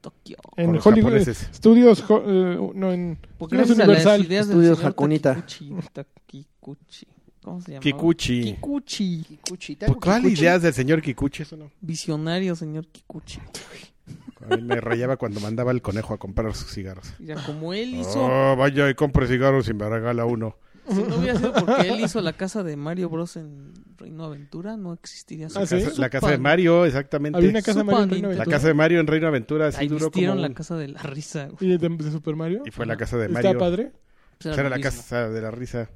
S3: Tokio.
S4: Con
S5: en
S4: los
S5: Hollywood
S4: japoneses.
S5: Studios, Ho- eh, no en
S3: Porque gracias a
S5: Studios
S3: las
S5: Universal.
S3: ideas del
S2: Estudios
S3: señor
S2: Hakunita.
S3: Takikuchi. Takikuchi. ¿Cómo se llama?
S4: Kikuchi.
S3: Kikuchi.
S4: ¿Por cuál ideas del señor Kikuchi? Eso no.
S3: Visionario, señor Kikuchi.
S4: A mí me rayaba cuando mandaba el conejo a comprar sus cigarros.
S3: Ya como él hizo,
S4: Oh, vaya y compre cigarros y me regala uno.
S3: si no hubiera sido porque él hizo la casa de Mario Bros en Reino Aventura, no existiría
S4: La,
S5: Ah, ¿sí?
S4: casa, la
S3: Supan.
S4: casa de Mario, exactamente.
S5: Había una casa de
S3: Super
S5: Mario en Reino
S4: La
S5: Aventura.
S4: casa de Mario en Reino Aventura así
S3: Ahí
S4: duró como...
S3: vistieron la
S4: un-
S3: casa de la risa. güey.
S5: y de, de Super Mario.
S4: Y fue la casa de
S5: ¿Está
S4: Mario.
S5: padre?
S3: Pues era
S4: Era
S3: lo
S4: la
S3: mismo.
S4: casa de la risa,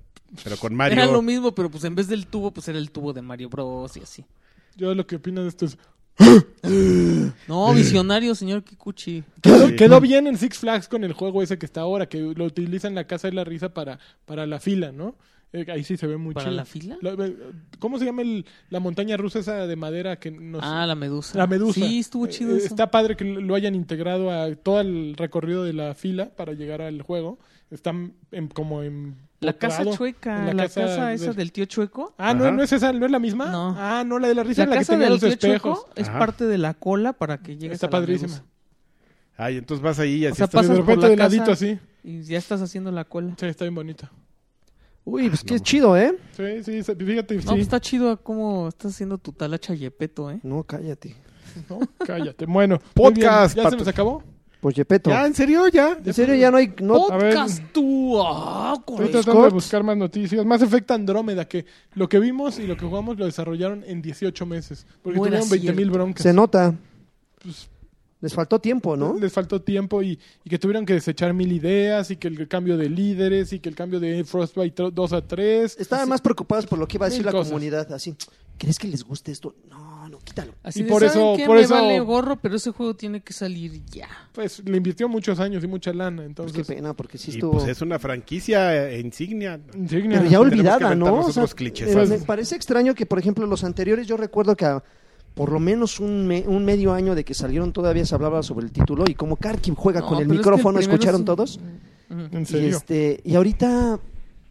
S4: pero con
S3: Era lo
S4: Mario.
S3: mismo, pero pues en vez del tubo, pues era el tubo de Mario Bros y así.
S5: Yo lo que opino de esto es
S3: No, visionario, señor Kikuchi.
S5: quedó, quedó bien en Six Flags con el juego ese que está ahora, que lo utilizan la casa de la risa para, para la fila, ¿no? Eh, ahí sí se ve muy
S3: ¿Para
S5: chido.
S3: la fila?
S5: La- eh, ¿Cómo se llama el- la montaña rusa esa de madera que <laughs> nos...
S3: Ah, la medusa.
S5: la medusa.
S3: Sí, estuvo chido
S5: Eh,
S3: eso.
S5: Está padre que lo hayan integrado a todo el recorrido de la fila para llegar al juego. Están en- como en...
S3: La casa chueca, la, casa, esa
S5: de-
S3: del tío chueco.
S5: Ah, ¿no,
S4: Ajá.
S5: ¿no es esa? ¿No es la misma?
S3: No.
S5: Ah, no, la de la
S3: La,
S5: risa es la que
S3: casa
S5: tenía
S3: del
S5: los
S3: tío
S5: espejos.
S3: chueco es
S4: Ajá.
S3: parte de la cola para que llegues
S5: Está
S3: a la
S5: padrísima.
S3: medusa.
S4: Ay, entonces vas ahí y así
S3: sea,
S4: estás-
S5: Y
S3: pasas-
S5: de
S3: por
S5: repente
S3: la
S5: de
S3: casa.
S5: ladito así.
S3: Y ya estás haciendo la cola.
S5: Sí, está bien bonita.
S2: Uy, pues qué chido, ¿eh?
S5: Sí, sí, se- fíjate,
S3: No, pues
S5: sí.
S3: está chido cómo estás haciendo tu talacha yepeto, ¿eh?
S2: No, cállate.
S5: No,
S2: <laughs>
S5: cállate. Bueno, muy bien.
S4: Podcast,
S5: ¿Ya se
S4: Pato.
S5: nos acabó?
S2: Pues Yepeto.
S4: Ya, en serio, ya.
S2: En serio, ya no hay. No,
S5: ver.
S3: Podcast tú. ah, con
S5: Estoy
S3: el-
S5: tratando de
S2: Scott.
S5: buscar más noticias. Más efecto Andrómeda, que lo que vimos y lo que jugamos lo desarrollaron en 18 meses. Porque
S3: No era
S5: tuvieron 20 mil
S3: cierto.
S5: broncas.
S2: se nota.
S5: Pues,
S2: Les faltó tiempo, ¿no?
S5: Les faltó tiempo y, y que tuvieron que desechar mil ideas y que el cambio de líderes y que el cambio de Frostbite 2 a 3.
S2: Estaban más preocupados por lo que iba a decir
S5: Mil
S2: la
S5: cosas.
S2: comunidad. Así, ¿crees que les guste esto? No, no, quítalo.
S3: Así
S5: Y
S3: de,
S5: por
S3: "¿Saben
S5: eso-
S3: qué?
S5: por
S3: Me
S5: eso-
S3: vale gorro, pero ese juego tiene que salir ya.
S5: Pues le invirtió muchos años y mucha lana.
S2: Pues
S5: Entonces,
S2: qué pena, porque sí
S4: Y
S2: estuvo.
S4: pues es una franquicia eh, insignia.
S5: insignia.
S2: Pero ya
S4: Tenemos que
S2: olvidada,
S4: inventar
S2: ¿no? O
S4: nosotros
S2: sea,
S4: clichés.
S2: eh, me parece extraño que, por ejemplo, los anteriores, yo recuerdo que a- por lo menos un, me- un medio año de que salieron todavía se hablaba sobre el título y como Karki juega
S3: No,
S2: con el
S3: pero es que el
S2: micrófono,
S3: primero
S2: ¿escucharon
S3: sí-
S2: todos?
S5: En
S2: Y,
S5: serio.
S2: este, y ahorita,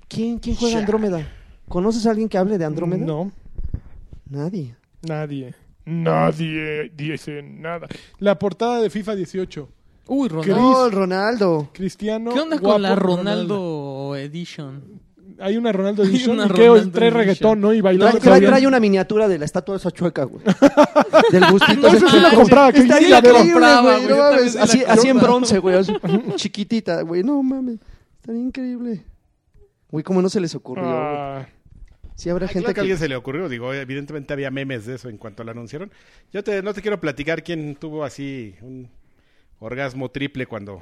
S2: ¿quién, quién juega Andrómeda? ¿Conoces a alguien que hable de Andrómeda?
S5: No,
S2: Nadie.
S5: nadie. Nadie dice nada. La portada de FIFA 18.
S3: Uy,
S5: Chris.
S3: Ronaldo.
S2: ¡Oh, el Ronaldo!
S5: Cristiano.
S3: ¿Qué onda
S5: guapo,
S3: con la Ronaldo Edition?
S5: Hay una Ronaldo
S3: Hay
S5: Edition.
S3: una
S5: y creo el
S3: Ronaldo
S5: tres
S3: Edition.
S5: reggaetón, ¿no? Y bailando.
S2: Trae, trae-
S5: todavía.
S2: trae una miniatura de la estatua esa chueca,
S5: <laughs>
S2: güey. Del gustito.
S3: Entonces
S5: se la compraba, que
S2: Está
S5: yo sí
S2: increíble,
S5: la
S3: compraba,
S2: güey,
S3: güey,
S2: no
S3: yo
S2: mames.
S3: también sí la
S2: Así, así en
S3: compraba.
S2: bronce, güey. así, <laughs> chiquitita, güey. No mames. Está increíble. Güey, cómo no se les ocurrió, güey.
S5: Ah,
S2: Sí, habrá
S4: Claro
S2: gente
S4: que a alguien
S2: que...
S4: se le ocurrió, digo, evidentemente había memes de eso en cuanto lo anunciaron. Yo te, no te quiero platicar quién tuvo así un orgasmo triple cuando,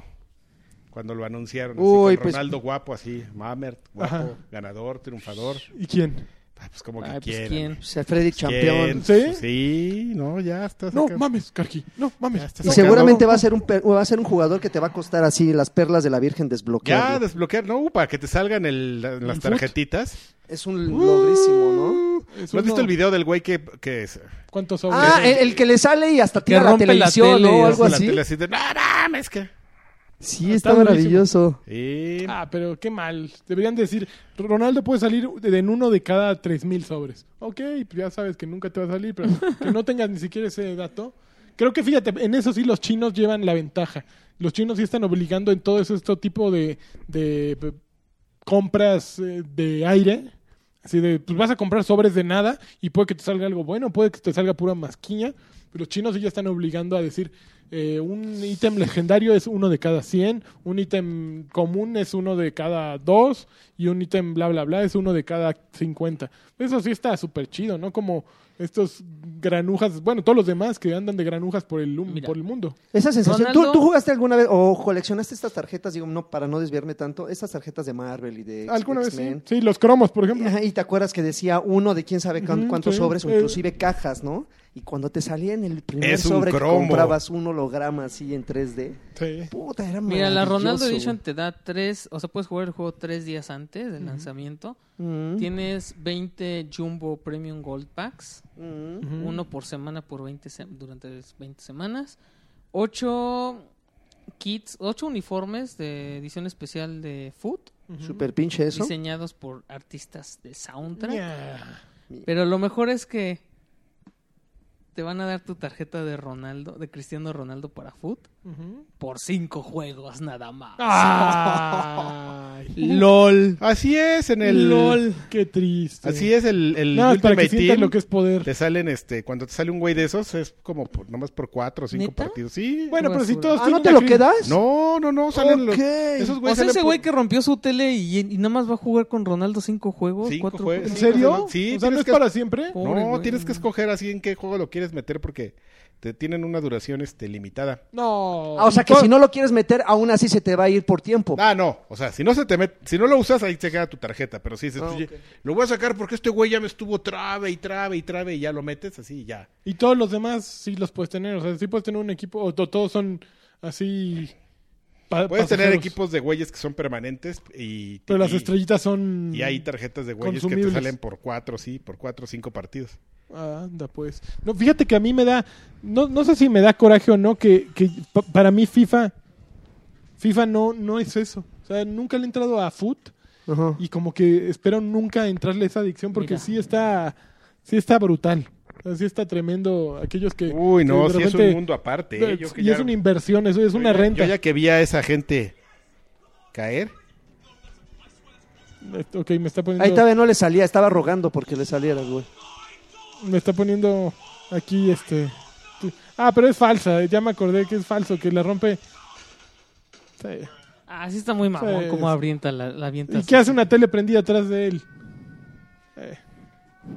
S4: cuando lo anunciaron. así,
S2: Uy,
S4: con
S2: pues-
S4: Ronaldo guapo, así, Mamert, guapo,
S5: Ajá.
S4: ganador, triunfador.
S5: ¿Y quién?
S4: Ah, pues como que
S3: Ay, pues,
S4: quieran.
S3: ¿quién?
S2: O sea, Freddy
S4: ¿Quién? Pues,
S2: Champion.
S5: ¿Sí?
S4: Sí, no, ya estás.
S5: Ah. No
S4: acá.
S5: mames, Carqui. No
S4: Ya
S5: mames.
S4: estás
S2: Y
S4: acá,
S2: seguramente
S4: ¿no?
S2: va a, ser un per- va a ser un jugador que te va a costar así las perlas de la Virgen
S4: Ya,
S2: desbloqueadas.
S4: desbloquear, no, para que te salgan el- la- las
S5: foot?
S4: tarjetitas.
S2: Es un logrísimo, ¿no?
S5: Uh, Es
S4: ¿No has visto
S5: uno-
S4: el video del güey que, que es,
S5: ¿Cuántos son?
S2: Ah, el, el que le sale y hasta tira la
S3: rompe la
S2: televisión,
S3: tele,
S2: ¿no?
S3: o
S2: Algo
S4: la
S2: así.
S4: tele así de, no mames, que.
S2: Sí,
S5: Ah, Está
S2: está,
S5: durísimo.
S2: maravilloso.
S4: Y-
S5: Ah, pero qué mal. Deberían decir, Ronaldo puede salir de- en uno de cada tres mil sobres. Ok, pues ya sabes que nunca te va a salir, pero que no tengas ni siquiera ese dato. Creo que fíjate, en eso sí los chinos llevan la ventaja. Los chinos sí están obligando en todo eso, este tipo de, de, eh, compras eh, de aire. Así de, pues vas a comprar sobres de nada y puede que te salga algo bueno, puede que te salga pura masquiña. Pero los chinos sí ya están obligando a decir, eh, un ítem legendario es uno de cada 100, un ítem común es uno de cada dos y un ítem bla bla bla es uno de cada 50. Eso sí está súper chido, ¿no? Como estos granujas, bueno, todos los demás que andan de granujas por el, lum-
S3: Mira.
S5: por el mundo.
S2: Esa sensación. ¿Tú,
S3: Ronaldo-
S2: tú jugaste alguna vez o coleccionaste estas tarjetas? Digo, no, para no desviarme tanto, estas tarjetas de Marvel y de X-
S5: ¿Alguna vez sí?
S2: X-Men.
S5: Sí, los cromos, por ejemplo.
S2: Ajá, Y te acuerdas que decía uno de quién sabe cuán-
S5: Ujú,
S2: cuántos
S5: sí.
S2: sobres o
S5: Eh,
S2: inclusive cajas, ¿no? Y cuando te salía en el primer
S4: Es un
S2: sobre que
S4: cromo.
S2: comprabas un holograma así en 3D,
S5: Sí.
S2: puta, era
S3: Mira, la Ronaldo
S2: maravilloso,
S3: Edition te da tres, o sea, puedes jugar el juego tres días antes del lanzamiento.
S2: güey. Mm,
S3: Tienes 20 Jumbo Premium Gold Packs,
S2: mm.
S5: Ujú.
S3: uno por semana por 20 se- durante 20 semanas. 8 kits, 8 uniformes de edición especial de Foot,
S2: Super pinche eso.
S3: diseñados por artistas de soundtrack.
S5: Yeah.
S3: Pero lo mejor es que te van a dar tu tarjeta de Ronaldo, de Cristiano Ronaldo para Foot,
S5: Ujú.
S3: por 5 juegos nada más.
S5: Ah, Ay,
S3: <laughs> LOL.
S4: Así es en el...
S5: LOL. Qué triste.
S4: Así es el, el
S5: Nada, más para que
S4: Ultimate
S5: sientan
S4: Team.
S5: lo que es poder.
S4: Te salen, este, cuando te sale un güey de esos, es como por, nomás por cuatro o cinco
S3: ¿Neta?
S4: partidos. Sí.
S5: Bueno, pero si
S3: basura.
S5: todos
S2: Ah, ¿no
S5: tienen
S2: te
S5: la
S2: lo
S5: cri-
S2: quedas?
S4: No, no, no, salen los-
S2: Ok.
S4: Esos güeyes
S3: O sea,
S4: salen
S3: ese güey
S4: por
S3: que rompió su tele y, y nada más va a jugar con Ronaldo cinco juegos.
S4: Cinco
S3: cuatro
S4: juegos.
S5: ¿En
S3: juegos.
S5: serio?
S4: Sí,
S5: o sea,
S4: tienes
S5: no es
S4: que-
S5: para siempre.
S3: Oh.
S4: No,
S3: Pobre güey.
S4: tienes que escoger así en qué juego lo quieres meter porque te tienen una duración este limitada.
S5: No.
S2: Ah, o sea que
S5: Por-
S2: si no lo quieres meter, aún así se te va a ir por tiempo.
S4: Pues- Ah, no, o sea, si no se te met- si no lo usas ahí se queda tu tarjeta, pero si dices, pues,
S2: Ah,
S4: "Oye,
S2: ok.
S4: lo voy a sacar porque este güey ya me estuvo trabe y trabe y trabe y ya lo metes así y ya.
S5: Y todos los demás sí los puedes tener. O sea, sí puedes tener un equipo. O to- todos son así. pa-
S4: Puedes tener
S5: pasajeros.
S4: equipos de güeyes que son permanentes y
S5: Pero las
S4: y-
S5: estrellitas son.
S4: y hay tarjetas de güeyes que te
S5: consumibles.
S4: salen por cuatro, sí, por cuatro o cinco partidos.
S5: Ah, Anda, pues. No, fíjate que a mí me da. No, no sé si me da coraje o no. Que, que pa- para mí FIFA. FIFA no, no es eso. O sea, nunca le he entrado a foot.
S2: Ajá.
S5: Y como que espero nunca entrarle a esa adicción. Porque
S3: Mira.
S5: sí está. Sí está brutal. O sea, sí está tremendo. Aquellos que.
S4: Uy, no,
S5: que
S4: sí
S5: de
S4: es un
S5: repente-
S4: mundo aparte. eh, yo que
S5: y
S4: ya-
S5: es una inversión, eso es
S4: yo
S5: una
S4: ya-
S5: renta.
S4: Yo ya que vi a esa gente caer.
S5: Ok, me está poniendo.
S2: Ahí todavía no le salía, estaba rogando porque le saliera, güey.
S5: Me está poniendo aquí este. tu- Ah, pero es falsa. Ya me acordé que es falso, que la rompe. Sí.
S3: Ah, sí está muy mamón
S5: Sí,
S3: cómo
S5: sí.
S3: abrienta la, la avienta
S5: ¿Y
S3: así.
S5: qué hace una tele prendida atrás de él? Eh,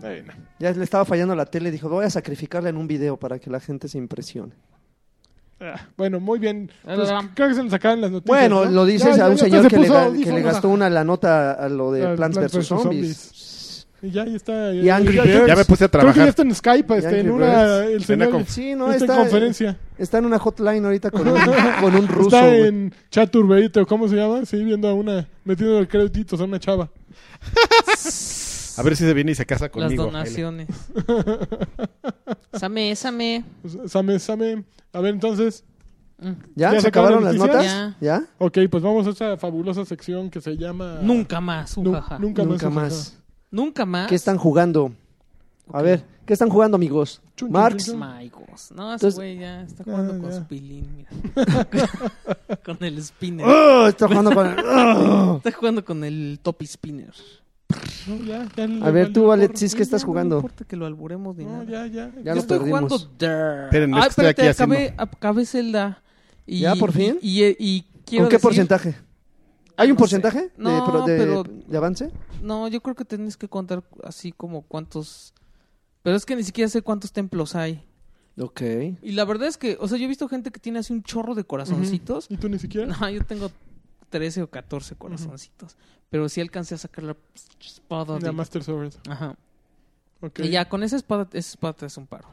S5: eh, no.
S2: Ya le estaba fallando la tele, dijo, voy a sacrificarla en un video para que la gente se impresione.
S5: Ah, Bueno, muy bien. Pues,
S3: Adelante.
S5: creo que se nos acaban las noticias.
S2: Bueno,
S5: ¿no?
S2: lo dices
S5: Ya,
S2: a
S5: ya,
S2: un
S5: ya
S2: señor
S5: se
S2: que le,
S5: puso
S2: ga- que
S5: audífonos,
S2: le gastó
S5: ajá.
S2: una la nota a lo
S5: Ah,
S2: de Plants
S5: Plants
S2: vs.
S5: versus
S2: Zombies.
S5: Y ya, ya está.
S2: Y Angry
S5: ya-
S2: Birds.
S4: Ya me puse a
S5: Pues, Creo que ya
S4: trabajar.
S5: está en Skype, este,
S2: Angry
S5: en una.
S2: Birds.
S5: El señor
S4: conf-
S2: Sí, no,
S5: está,
S2: está, eh,
S5: en conferencia.
S2: está en una hotline ahorita con un, con un ruso.
S5: <laughs> Está
S2: güey.
S5: en Chaturbeito, ¿cómo se llama? Sí, viendo a una, metiendo el crédito a una chava.
S4: A ver si se viene y se casa
S3: Las
S4: conmigo.
S3: donaciones. Same, same.
S5: Same, same. A ver, entonces.
S3: Mm.
S2: ¿Ya?
S5: ¿Ya
S2: ¿Se
S5: se
S2: acabaron
S5: acabaron
S2: las
S5: las
S2: notas?
S3: noticias?
S2: ¿Ya?
S5: Ok, pues vamos a esta fabulosa sección que se llama.
S3: Nunca más,
S5: Nu-
S3: ujaja.
S5: nunca,
S2: Nunca
S5: más.
S2: más.
S3: Nunca más.
S2: ¿Qué están jugando? A ver, ¿qué están jugando, amigos?
S5: Chun, chun,
S2: Marx,
S5: chun,
S3: My gosh. No, ese
S2: Entonces-
S3: güey ya está
S5: Ya,
S3: jugando con
S5: ya.
S3: su pilín. mira. con el spinner.
S2: ¡Ugh! ¡Ah! está jugando
S3: <laughs>
S2: con... ¡Ugh!
S3: Está jugando con el top spinner.
S5: No, ya, ya le
S2: A ver,
S5: valió
S2: tú,
S5: gorro.
S2: Alexis, ¿qué
S3: Ya
S2: estás
S3: no
S2: jugando?
S3: importa que lo alburemos ni
S5: No,
S3: nada.
S5: ya, ya.
S2: Ya
S3: Yo
S2: lo
S3: estoy
S2: perdimos.
S3: jugando Dirt.
S4: Esperen,
S3: Ay,
S4: es que estoy
S3: espérate,
S4: aquí
S3: acabé, acabé Zelda. Y,
S2: ¿Ya, por fin?
S3: Y, y- y quiero
S2: ¿Con qué
S3: decir-
S2: porcentaje? ¿Hay un
S3: No sé.
S2: porcentaje de,
S3: No,
S2: pro- de-
S3: pero-
S2: de avance?
S3: No, yo creo que tienes que contar así como cuántos... Pero es que ni siquiera sé cuántos templos hay.
S2: Ok.
S3: Y la verdad es que, o sea, yo he visto gente que tiene así un chorro de corazoncitos.
S5: ¿Y tú ni siquiera?
S3: <laughs> No, yo tengo 13 o 14 corazoncitos. Pero sí alcancé a sacar la espada.
S5: Ya,
S3: De...
S5: Master Sword.
S3: Ajá.
S5: Ok.
S3: Y ya, con esa espada, esa espada te hace un paro.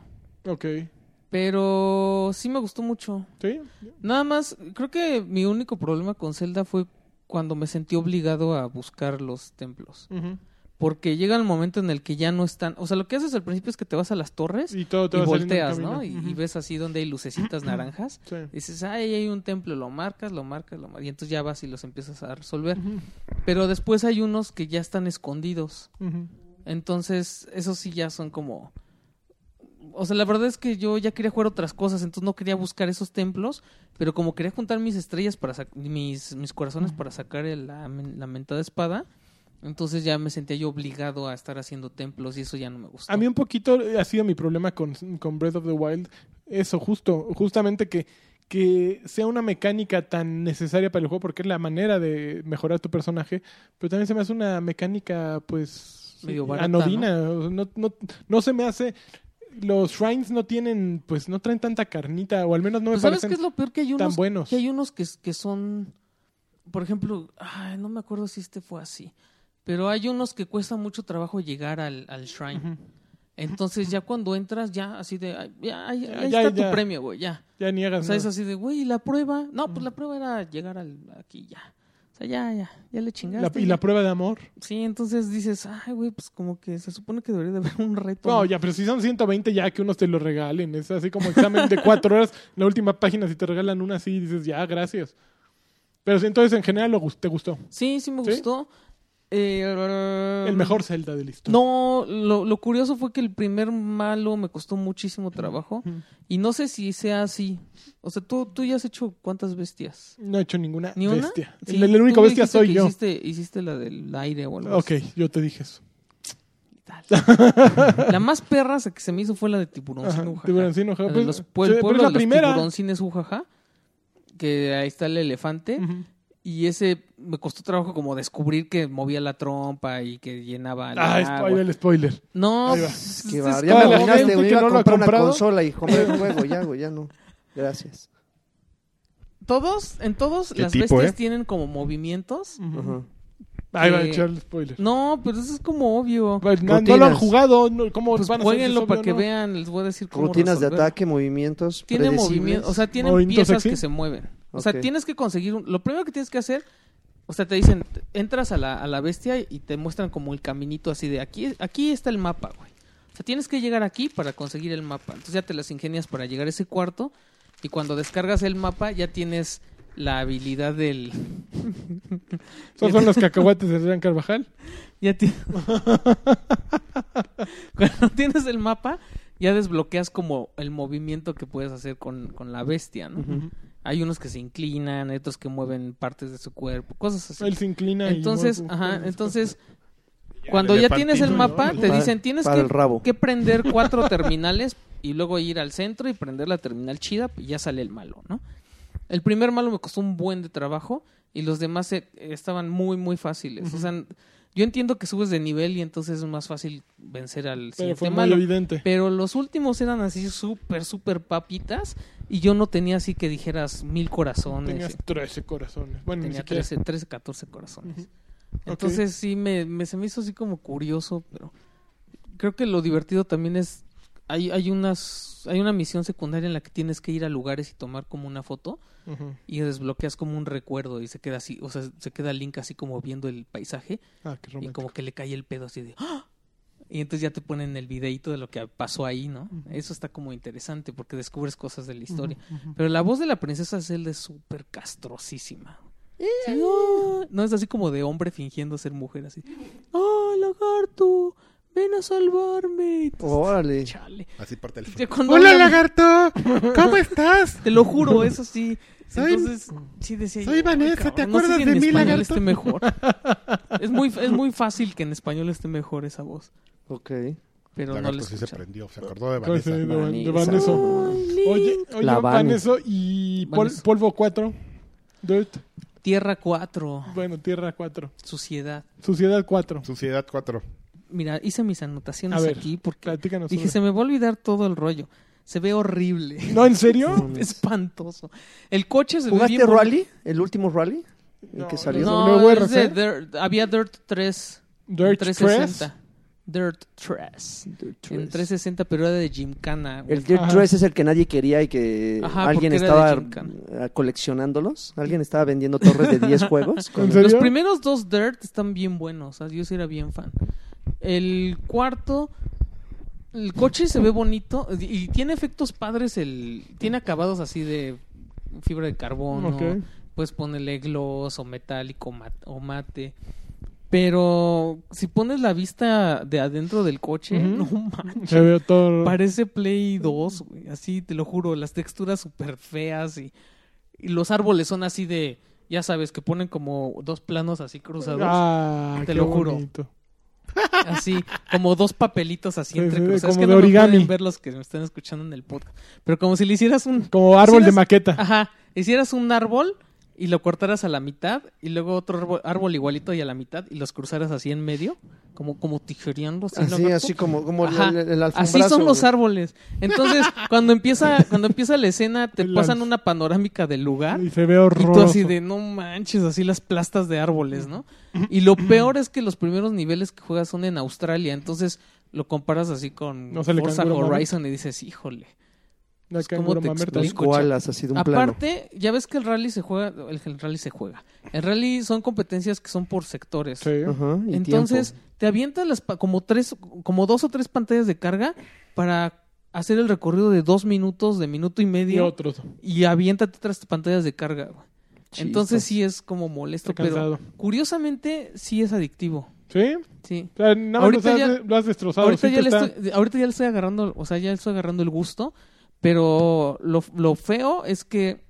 S5: Ok.
S3: Pero sí me gustó mucho.
S5: ¿Sí?
S3: Nada más, creo que mi único problema con Zelda fue cuando me sentí obligado a buscar los templos.
S5: Ujú.
S3: Porque llega el momento en el que ya no están. O sea, lo que haces al principio es que te vas a las torres y,
S5: Y todo te va saliendo en el
S3: volteas, ¿no? Y,
S5: camino.
S3: y
S5: Ujú.
S3: ves así donde hay lucecitas naranjas.
S5: Sí.
S3: Dices, ah, ahí hay un templo, lo marcas, lo marcas, lo marcas. Y entonces ya vas y los empiezas a resolver.
S5: Ujú.
S3: Pero después hay unos que ya están escondidos.
S5: Ujú.
S3: Entonces, esos sí ya son como. O sea, la verdad es que yo ya quería jugar otras cosas, entonces no quería buscar esos templos, pero como quería juntar mis estrellas para sac- mis, mis corazones para sacar el- la, men- la mentada espada, entonces ya me sentía yo obligado a estar haciendo templos y eso ya no me gustó.
S5: A mí un poquito ha sido mi problema con, con Breath of the Wild. Eso, justo, justamente que, que sea una mecánica tan necesaria para el juego, porque es la manera de mejorar tu personaje, pero también se me hace una mecánica, pues,
S3: Medio barata,
S5: anodina. O sea, ¿no? No, no se me hace... Los shrines no tienen, pues, no traen tanta carnita, o al menos no me
S3: Pues, ¿Sabes
S5: parecen...
S3: qué es lo peor? Que hay
S5: tan
S3: unos,
S5: buenos.
S3: que, hay unos que, que son, por ejemplo, ay, no me acuerdo si este fue así, pero hay unos que cuesta mucho trabajo llegar al, al shrine.
S5: Ujú.
S3: Entonces ya cuando entras, ya así de, "Ay, ya, ya,
S5: Ya,
S3: ahí
S5: ya,
S3: está
S5: ya.
S3: tu premio, güey, ya.
S5: Ya niegas.
S3: O sea, es
S5: nada.
S3: así de, güey, ¿y la prueba? No, pues la prueba era llegar al, aquí ya. O sea, ya, ya, ya le
S5: La-
S3: chingaste.
S5: y la
S3: ya.
S5: prueba de amor.
S3: Sí, entonces dices, ay, güey, pues como que se supone que debería de haber un reto.
S5: No,
S3: ¿no?".
S5: ya, pero si son 120 ya que unos te lo regalen. Es así como
S3: <laughs>
S5: examen de cuatro horas. La última página, si te regalan una así, dices, ya, gracias. Pero sí, entonces en general lo gus- te gustó.
S3: Sí, sí me
S5: ¿Sí?
S3: gustó. Eh,
S5: El mejor Zelda de la historia.
S3: No, lo, lo curioso fue que el primer malo me costó muchísimo trabajo. Y no sé si sea así. O sea, tú, tú ya has hecho cuántas bestias.
S5: No he hecho ninguna
S3: ¿Ni una?
S5: bestia.
S3: Sí,
S5: el, el único
S3: tú me
S5: bestia
S3: dijiste
S5: soy
S3: que
S5: yo.
S3: Hiciste, hiciste la del aire o algo
S5: Ok,
S3: así.
S5: yo te dije eso.
S3: y
S5: <laughs>
S3: tal. La más perra se- que se me hizo fue la de tiburoncino. ujaja.
S5: Tiburoncino, ujaja.
S3: La de
S5: Pues,
S3: los,
S5: sí,
S3: pue- el
S5: pero
S3: pueblo
S5: es la
S3: de los
S5: primera.
S3: tiburoncines, ujaja. Que ahí está el elefante.
S5: Ujú.
S3: Y ese me costó trabajo como descubrir que movía la trompa y que llenaba el
S5: Ah,
S3: agua.
S5: esto- ahí va el spoiler.
S3: No,
S5: Ahí va.
S3: pues,
S2: Qué
S3: es
S2: bar-
S5: como
S2: Ya me
S5: la
S2: arruinaste,
S5: gente
S2: güey.
S5: que
S2: Iba a
S5: no lo ha
S2: comprar una
S5: comprado.
S2: consola y comprar
S3: <laughs>
S2: el juego. Ya, güey, ya no. Gracias.
S3: Todos, en todos
S4: Qué
S3: las
S4: tipo,
S3: bestias
S4: ¿eh?
S3: tienen como movimientos.
S2: Ajá.
S5: Ahí va a
S3: Eh,
S5: echar el spoiler.
S3: No, pero eso es como obvio.
S5: Pues, no, no
S2: rutinas.
S5: lo han jugado. no, ¿Cómo
S3: Pues
S5: van a hacer si es
S3: jueguenlo
S5: obvio
S3: para
S5: o
S3: que
S5: no?
S3: vean, les voy a decir cómo
S2: Rutinas de
S3: resolver.
S2: ataque, movimientos.
S3: Tiene
S2: predecibles.
S3: movimiento, o sea, tienen
S5: ¿Movimientos
S3: piezas
S5: sexy?
S3: que se mueven. O sea,
S2: Ok.
S3: tienes que conseguir un- lo primero que tienes que hacer, o sea, te dicen, entras a la, a la bestia y te muestran como el caminito así de aquí aquí está el mapa, güey. O sea, tienes que llegar aquí para conseguir el mapa. Entonces ya te las ingenias para llegar a ese cuarto y cuando descargas el mapa ya tienes la habilidad del
S5: Esos
S3: <laughs>
S5: son los cacahuates de Adrián Carvajal.
S3: Ya ti- <laughs> Cuando tienes el mapa, ya desbloqueas como el movimiento que puedes hacer con, con la bestia, ¿no? Hay unos que se inclinan, hay otros que mueven partes de su cuerpo, cosas así.
S5: Él se inclina y
S3: Entonces,
S5: mueve su-
S3: ajá,
S5: <laughs>
S3: entonces
S4: Ya,
S3: cuando
S4: el
S3: ya tienes el
S4: elefantito,
S3: mapa,
S4: ¿no?
S3: te
S2: Para-
S3: dicen tienes
S2: para
S3: que,
S2: el rabo.
S3: que prender
S2: <laughs>
S3: cuatro terminales y luego ir al centro y prender la terminal chida y ya sale el malo, ¿no? El primer malo me costó un buen de trabajo y los demás eh, estaban muy, muy fáciles. O sea, yo entiendo que subes de nivel y entonces es más fácil vencer al
S5: Pero fue
S3: siguiente
S5: muy
S3: malo.
S5: evidente.
S3: Pero los últimos eran así súper, súper papitas y yo no tenía así que dijeras mil corazones. eh,
S5: Tenías 13 corazones. Bueno, ni
S3: Tenía
S5: siquiera.
S3: 13, 13, 14 corazones. Entonces sí, me, me- se me hizo así como curioso, pero creo que lo divertido también es, hay, hay, unas, hay una misión secundaria en la que tienes que ir a lugares y tomar como una foto
S5: Ujú.
S3: y desbloqueas como un recuerdo y se queda así, o sea, se queda Link así como viendo el paisaje
S5: Ah, qué
S3: y
S5: romántico.
S3: como que le cae el pedo así de... ¡Ah! Y entonces ya te ponen el videíto de lo que pasó ahí, ¿no? Eso está como interesante porque descubres cosas de la historia. Pero la voz de la princesa Zelda es súper castrosísima.
S4: Eh,
S3: Sí, "Ah", no es así como de hombre fingiendo ser mujer, así. ¡Oh, lagarto! ¡Ven a salvarme!
S2: Órale.
S3: Chale.
S4: Así por teléfono.
S3: Ya cuando
S4: Oh. Hola,
S3: hablan-
S4: lagarto. ¿Cómo estás?
S3: Te lo juro, es así.
S4: Soy-
S3: Entonces, sí decía yo,
S4: soy
S3: "Ay,
S4: Vanessa,
S3: cabrón,
S4: ¿te
S3: no sé
S4: acuerdas
S3: si en
S4: de mí,
S3: español
S4: lagarto?"
S3: esté mejor. Es muy, es muy fácil que en español esté mejor esa voz.
S2: Ok.
S3: Pero no
S4: Lagarto
S3: le
S4: sí se
S3: escuchan.
S4: prendió, se acordó de
S5: Claro, sí, de,
S4: Vanessa.
S5: Van- de
S2: Vanessa.
S5: Vaneso.
S3: Ay, <laughs>
S5: Oye,
S3: Link.
S5: oye
S2: La Van.
S5: Vaneso y pol-
S3: Vaneso.
S5: Polvo 4. Dirt.
S3: Tierra 4,
S5: Bueno, Tierra 4.
S3: suciedad.
S5: Suciedad 4.
S4: Suciedad 4.
S3: Mira, hice mis anotaciones
S5: A ver,
S3: aquí porque
S5: Platícanos.
S3: dije, se
S5: sobre-
S3: me va a olvidar todo el rollo. Se ve horrible. <laughs>
S5: No, ¿en serio?
S2: mames.
S3: Espantoso. El coche se ve
S2: ¿Jugaste
S3: bien bonito.
S2: Rally? ¿El último Rally? ¿El
S5: No,
S2: que salió?
S5: no.
S3: No,
S5: Nuevo
S3: es de
S5: RC.
S3: Dirt- había Dirt 3.
S5: Dirt
S3: 360. Dirt 3.
S2: Dirt
S3: En
S2: 3.
S3: 360, pero era de Gimcana. güey.
S2: El Dirt
S5: Ajá.
S2: 3 es el que nadie quería y que
S3: Ajá,
S2: alguien
S3: porque era de
S2: estaba
S3: Gincana.
S2: eh, coleccionándolos. Alguien estaba vendiendo torres de
S3: <laughs>
S2: 10 juegos. con-
S5: ¿En serio?
S3: Los primeros dos Dirt están bien buenos. o sea, Yo sí era bien fan. El cuarto. El coche se ve bonito y y tiene efectos padres. El tiene acabados así de fibra de carbono.
S5: Ok.
S3: Puedes ponerle pues gloss o metálico mat- o mate. Pero si pones la vista de adentro del coche, <laughs>
S5: Ujú.
S3: no manches.
S5: Se vio todo.
S3: Parece Play 2, güey, así te lo juro, las texturas súper feas y, y los árboles son así de, ya sabes, que ponen como dos planos así cruzados,
S5: Ah,
S3: Te
S5: qué
S3: lo juro.
S5: bonito.
S3: así como dos papelitos así
S5: Sí, sí,
S3: entrecruzados.
S5: como
S3: Es que
S5: de
S3: no me
S5: origami.
S3: pueden ver los que me están escuchando en el podcast, pero como si le hicieras un...
S5: Como árbol de
S3: hicieras-
S5: maqueta.
S3: Ajá, hicieras un árbol y lo cortaras a la mitad y luego otro árbol, árbol igualito y a la mitad y los cruzaras así en medio, como, como tijereando. Así,
S2: Así,
S3: lagarto.
S2: así como, como el,
S3: Ajá.
S2: el- el
S3: Así
S2: alfombrazo,
S3: son los
S2: güey.
S3: árboles.
S2: <laughs>
S3: Entonces, cuando empieza, cuando empieza la escena, te
S5: El
S3: pasan
S5: alf-
S3: una panorámica del lugar.
S5: Y se ve
S3: Y tú
S5: horroroso.
S3: así de, no manches, así las plastas de árboles, ¿no? Y lo peor es que los primeros niveles que juegas son en Australia, entonces lo comparas así con
S5: No sale
S3: Forza
S5: canguro, mami.
S3: Horizon y dices, híjole.
S5: No hay
S3: Pues, ¿cómo
S5: canguro
S3: te
S5: mamerto.
S2: Los
S3: explico?
S2: koalas, así de un plano.
S3: Aparte, ya ves que el rally se juega, el, el rally se juega. El rally son competencias que son por sectores.
S5: Sí.
S2: Ajá, y
S3: Entonces,
S2: tiempo.
S3: te avientan las pa- como tres, como dos o tres pantallas de carga para hacer el recorrido de dos minutos, de minuto y
S5: Y
S3: medio,
S5: otros.
S3: y aviéntate otras pantallas de carga. güey.
S2: Chispas.
S3: Entonces sí es como molesto,
S5: Está
S3: pero
S5: cansado.
S3: curiosamente sí es adictivo.
S5: ¿Sí?
S3: Sí.
S5: O sea, nada más
S3: Ahorita
S5: lo has,
S3: ya-
S5: de- lo has destrozado.
S3: Ahorita
S5: sí te
S3: ya, le
S5: está-
S3: estoy, ahorita ya le estoy agarrando, o sea, ya le estoy agarrando el gusto, pero lo, lo feo es que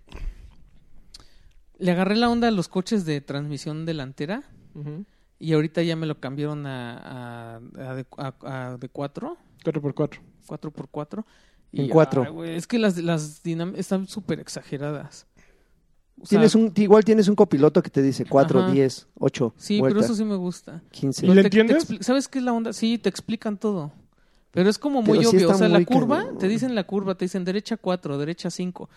S3: le agarré la onda a los coches de transmisión delantera
S5: Ujú.
S3: y ahorita ya me lo cambiaron a, a, a de, a- a de cuatro,
S5: Cuatro por cuatro.
S3: 4x4.
S2: En cuatro.
S3: ay, güey, es que las, las dinam- están súper exageradas. O sea,
S2: Tienes un, igual tienes un copiloto que te dice 4,
S3: Ajá.
S2: 10, 8,
S3: Sí, pero eso sí me gusta.
S2: 15.
S5: ¿Y le
S3: No, te- te
S5: entiendes?
S3: expli- ¿Sabes qué es la onda? Sí, te explican todo. Pero es como muy
S2: Pero sí
S3: obvio.
S2: está
S3: o sea, la
S2: muy
S3: curva,
S2: cañón.
S3: te dicen la curva, te dicen derecha 4, derecha 5.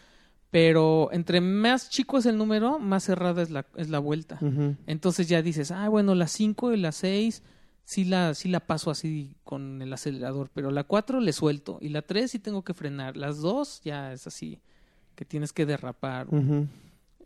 S3: Pero entre más chico es el número, más cerrada es la, es la vuelta.
S2: Ujú.
S3: Entonces ya dices, ah, bueno, la 5 y la 6 sí la, sí la paso así con el acelerador, pero la 4 le suelto y la 3 sí tengo que frenar. Las 2 ya es así, que tienes que derrapar.
S2: Ujú.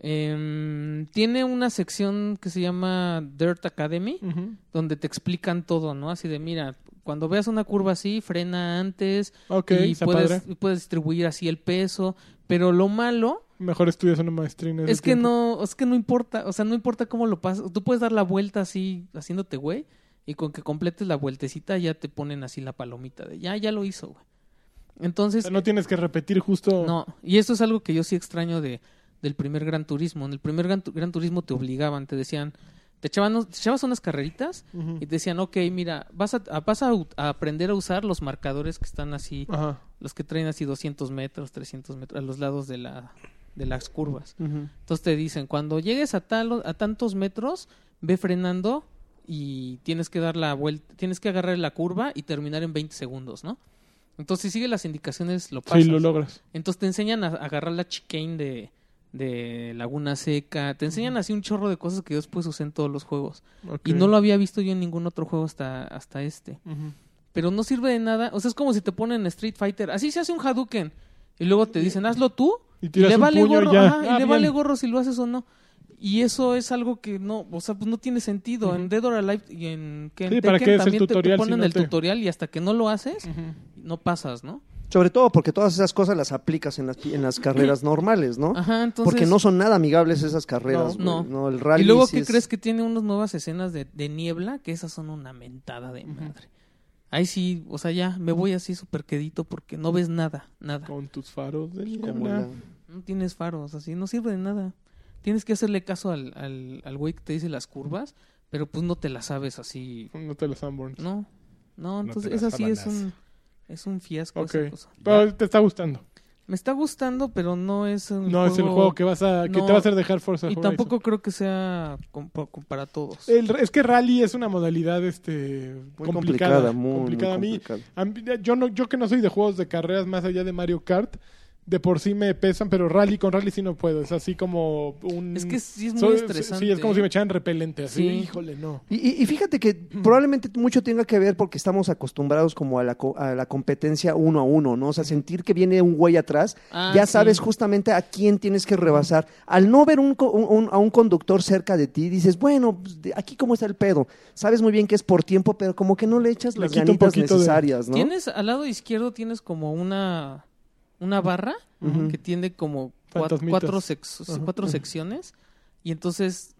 S3: Em, tiene una sección que se llama Dirt Academy
S5: Ujú.
S3: donde te explican todo, ¿no? Así de, mira, cuando veas una curva así, frena antes
S5: Ok,
S3: y
S5: está
S3: puedes,
S5: padre.
S3: y puedes distribuir así el peso, pero lo malo
S5: Mejor estudias una maestría. en ese
S3: es que
S5: tiempo.
S3: no, es que no importa, o sea, no importa cómo lo pasas, tú puedes dar la vuelta así haciéndote güey y con que completes la vueltecita ya te ponen así la palomita de, ya, ya lo hizo, güey.
S5: O
S3: Entonces,
S5: sea, no tienes que repetir justo.
S3: no, y esto es algo que yo sí extraño de, del primer Gran Turismo. En el primer Gran, Tu- Gran Turismo te obligaban, te decían, te, echaban, te echabas unas carreritas
S5: Ujú.
S3: y te decían, ok, mira, vas, a, a- vas a, u- a aprender a usar los marcadores que están así,
S5: Ajá.
S3: los que traen así 200 metros, 300 metros, a los lados de, la, de las curvas. Entonces te dicen, cuando llegues a, tal, a tantos metros, ve frenando y tienes que dar la vuelta, tienes que agarrar la curva y terminar en 20 segundos, ¿no? Entonces, si sigue las indicaciones, lo pasas.
S5: Sí, lo logras.
S3: Entonces te enseñan a agarrar la chicane de, de Laguna Seca. Te enseñan así un chorro de cosas que yo después usé en todos los juegos.
S5: Ok.
S3: Y no lo había visto yo en ningún otro juego hasta, hasta este.
S5: Ujú.
S3: Pero no sirve de nada. O sea, es como si te ponen Street Fighter. Así se hace un Hadouken. Y luego te dicen, hazlo tú.
S5: Y
S3: Y
S5: tiras
S3: le
S5: un
S3: vale
S5: puño
S3: gorro.
S5: y ya.
S3: ajá, y
S5: Ah,
S3: le
S5: bien.
S3: vale gorro si lo haces o no. Y eso es algo que no, o sea, pues no tiene sentido. En Dead or Alive y en, que en
S5: Sí, ¿para
S3: Tekken
S5: qué es el
S3: también te- te,
S5: tutorial si
S3: ponen
S5: no
S3: el
S5: te-
S3: tutorial y hasta que no lo haces,
S5: Ujú.
S3: no pasas, ¿no?
S2: Sobre todo porque todas esas cosas las aplicas en las, pi-
S3: <clears throat>
S2: en las carreras normales, ¿no?
S3: Ajá, entonces...
S2: Porque no son nada amigables esas carreras.
S3: No,
S2: güey.
S3: no.
S2: El rally
S3: y luego
S2: sí
S3: que
S2: es-
S3: crees que tiene unas nuevas escenas de, de niebla, que esas son una mentada de madre. Ahí sí, o sea, ya me voy así súper quedito porque no ves nada, nada.
S5: Con tus faros de
S2: como
S5: niebla.
S2: la-
S3: No tienes faros, así no sirve de nada. Tienes que hacerle caso al, al, al güey que te dice las curvas, pero pues no te las sabes así.
S5: No te las Sanborns.
S3: No, no,
S4: te
S3: entonces
S4: las
S3: esa sí es
S4: sábanas.
S3: un, es un fiasco.
S5: Ok.
S3: esa cosa.
S5: Pero te está gustando.
S3: Me está gustando, pero no es un
S5: No es el juego que vas a que
S3: No.
S5: te va a Eh, hacer dejar
S3: Y
S5: Forza Horizon.
S3: tampoco creo que sea compa- para todos.
S5: El- es que rally es una modalidad este
S2: Muy
S5: complicada,
S2: complicada, muy, muy
S5: complicada. A mí-
S2: complicada.
S5: a mí, yo no yo que no soy de juegos de carreras más allá de Mario Kart, de por sí me pesan, pero rally con rally sí no puedo, es así como un
S3: Es que sí es muy
S5: soy-
S3: estresante. ¿eh?
S5: Sí, es como si me echaran repelente así.
S3: Sí.
S5: Híjole, no.
S2: Y, y- y fíjate
S3: <clears throat>
S2: que probablemente mucho tenga que ver porque estamos acostumbrados como a la, co- a la competencia uno a uno, ¿no? O sea, sentir que viene un güey atrás,
S3: Ah,
S2: ya
S3: sí.
S2: sabes justamente a quién tienes que rebasar. Al no ver un co- un- un- a un conductor cerca de ti, dices, bueno, pues, de- aquí cómo está el pedo. Sabes muy bien que es por tiempo, pero como que no le echas
S5: Le
S2: las
S5: quito un
S2: ganitas
S5: poquito de-
S2: necesarias, ¿no?
S3: Tienes al lado izquierdo tienes como una una barra que tiene como cua- cuatro,
S5: Fantasmitas.
S3: sex-
S5: Ajá.
S3: cuatro secciones y entonces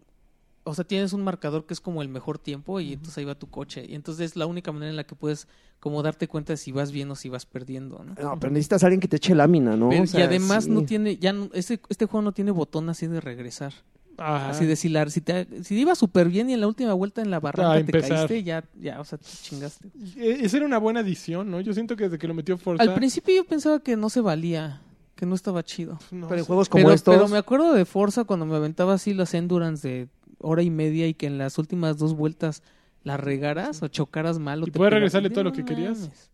S3: o sea, tienes un marcador que es como el mejor tiempo y entonces ahí va tu coche. Y entonces es la única manera en la que puedes como darte cuenta de si vas bien o si vas perdiendo, ¿no?
S2: No, pero necesitas a alguien que te eche lámina, ¿no?
S3: Pero-
S2: O sea,
S3: y además
S2: sí.
S3: no tiene, ya no- este, este juego no tiene botón así de regresar.
S5: Ah,
S3: Así de si, la- si, te, si iba súper bien y en la última vuelta en la barranca te
S5: Ah, empezar.
S3: caíste, ya, ya, o sea, te chingaste.
S5: e- esa era una buena edición, ¿no? Yo siento que desde que lo metió Forza
S3: Al principio yo pensaba que no se valía, que no estaba chido.
S5: pues, no
S2: Pero en
S5: sé.
S2: juegos como
S3: pero,
S2: estos...
S3: pero me acuerdo de Forza cuando me aventaba así las endurance de hora y media y que en las últimas dos vueltas la regaras o chocaras mal. O
S5: ¿Y
S3: te
S5: puedes
S3: pega-
S5: regresarle
S3: No
S5: todo lo que querías? Pues,
S3: mames.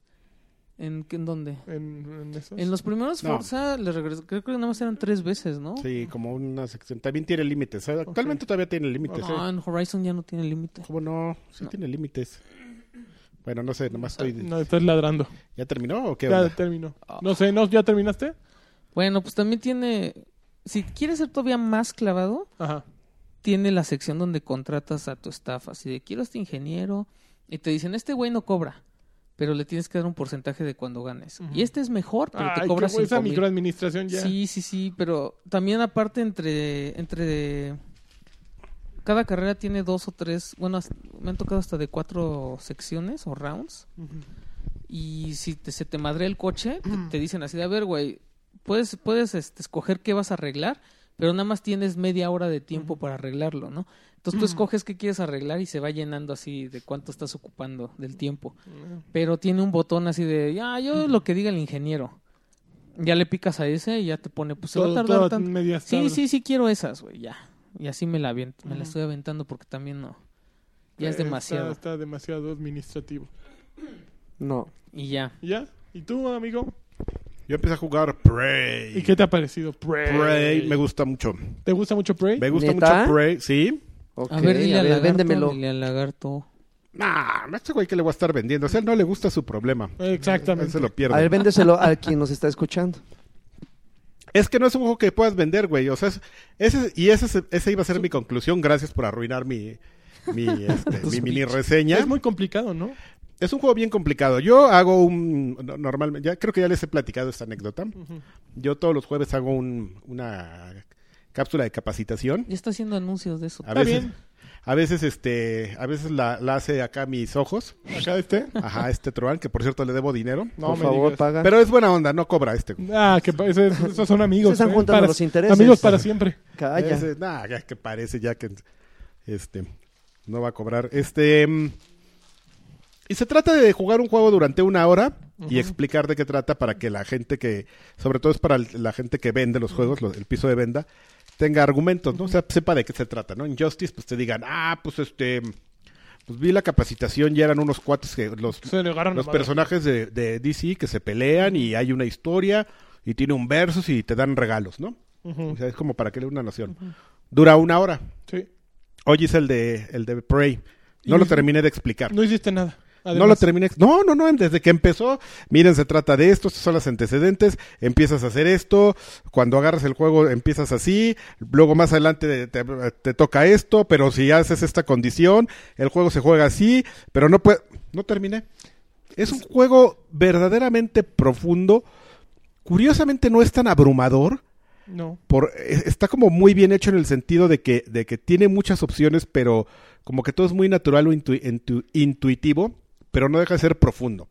S3: ¿En, qué- en dónde?
S5: en, en esos.
S3: En los primeros
S4: No.
S3: Forza le regres- creo que nada más eran tres veces, ¿no?
S4: Sí, como una sección. También tiene límites. ¿eh? ¿sabes? Actualmente todavía tiene límites.
S3: No,
S4: ¿eh?
S3: en Horizon ya Ah. no tiene límite.
S4: ¿Cómo no? Sí tiene límites. Bueno, no sé, nomás estoy...
S5: No, estás ladrando.
S4: ¿Ya terminó o qué
S5: Ya
S4: onda?
S5: terminó.
S3: Ah.
S5: No sé, ¿no? ¿ya terminaste?
S3: Bueno, pues también tiene. Si quieres ser todavía más clavado,
S5: Ajá.
S3: tiene la sección donde contratas a tu staff. Así de quiero a este ingeniero. Y te dicen, este güey no cobra. Pero le tienes que dar un porcentaje de cuando ganes. Y este es mejor, pero
S5: Ay,
S3: te
S5: qué
S3: cobra
S5: güey, esa
S3: 5,000.
S5: microadministración ya.
S3: Sí, sí, sí, pero también aparte entre entre cada carrera tiene dos o tres, bueno, as- me han tocado hasta de cuatro secciones o rounds. Y si te- se te madre el coche, te, te dicen así de, a ver, güey, puedes puedes este, escoger qué vas a arreglar, pero nada más tienes media hora de tiempo para arreglarlo, ¿no? Entonces tú escoges qué quieres arreglar y se va llenando así de cuánto estás ocupando del tiempo. Pero tiene un botón así de, ya, yo lo que diga el ingeniero. Ya le picas a ese y ya te pone, pues se va a
S5: Todo-
S3: tardar
S5: todo
S3: tanto.
S5: medio
S3: Sí,
S5: estable.
S3: sí, sí quiero esas, güey, ya. Y así me la avient- me la estoy aventando porque también no. Ya es
S5: Está-
S3: demasiado.
S5: Está, demasiado administrativo.
S2: No.
S3: Y ya.
S5: ¿Y ¿Ya? ¿Y tú, amigo?
S4: Yo empecé a jugar Prey.
S5: ¿Y qué te ha parecido? Prey.
S4: Prey me gusta mucho.
S5: ¿Te gusta mucho Prey?
S4: Me gusta
S2: ¿Neta?
S4: mucho Prey, sí.
S2: Ok,
S3: a ver, dile
S2: a
S3: al
S2: ver,
S3: lagarto.
S2: véndemelo.
S3: dile al lagarto.
S4: Nah, a este güey que le voy a estar vendiendo. O sea, él no le gusta su problema. Él se
S5: Eh, Exactamente.
S4: lo
S2: A ver,
S4: pierde.
S2: véndeselo a quien nos está escuchando.
S4: Es que no es un juego que puedas vender, güey. O sea, es- ese, y ese, es- esa iba a ser mi conclusión. Gracias por arruinar mi, mi, este, mi mini reseña.
S5: Es muy complicado, ¿no?
S4: Es un juego bien complicado. Yo hago un no- normalmente, ya creo que ya les he platicado esta anécdota. Yo todos los jueves hago un- una cápsula de capacitación.
S3: Ya está haciendo anuncios de eso.
S4: A
S5: Está
S4: veces,
S5: bien.
S4: a veces este, a veces la, la hace acá mis ojos.
S5: Acá este.
S4: Ajá, este Troan, que por cierto le debo
S5: <laughs>
S4: dinero.
S5: No
S2: Por
S5: me
S2: favor,
S5: digas.
S2: paga.
S4: Pero es buena onda, no cobra este. güey.
S5: Ah, que pa- ese-
S4: <laughs>
S5: esos son amigos.
S2: Se están
S5: ¿eh?
S2: juntando los intereses.
S5: Amigos para siempre.
S2: Calla.
S4: Ese, nah, ya que parece ya que este no va a cobrar. Este mm, y se trata de jugar un juego durante una hora y explicar de qué trata para que la gente que, sobre todo es para el- la gente que vende los juegos, lo- el piso de venda, tenga argumentos, ¿no? O sea, sepa de qué se trata, ¿no? En Justice, pues te digan, ah, pues este, pues vi la capacitación y eran unos cuates que los,
S5: Se le agarran la
S4: los
S5: madre.
S4: personajes de, de DC que se pelean y hay una historia y tiene un versus y te dan regalos, ¿no? O sea, es como para que lea una nación. Dura una hora.
S5: Sí.
S4: Hoy es el de, el de Prey. No
S5: Y-
S4: lo terminé de explicar.
S5: No hiciste nada.
S4: no lo
S5: Además,
S4: terminé. ex- No, no, no. Desde que empezó, miren, se trata de esto, estos son los antecedentes. Empiezas a hacer esto. Cuando agarras el juego, empiezas así. Luego más adelante te, te toca esto. Pero si haces esta condición, el juego se juega así. Pero no puede. No terminé. Es un juego verdaderamente profundo. Curiosamente, no es tan abrumador
S5: No.
S4: por e- está como muy bien hecho en el sentido de que de que tiene muchas opciones pero como que todo es muy natural o intu- intu- intuitivo pero no deja de ser profundo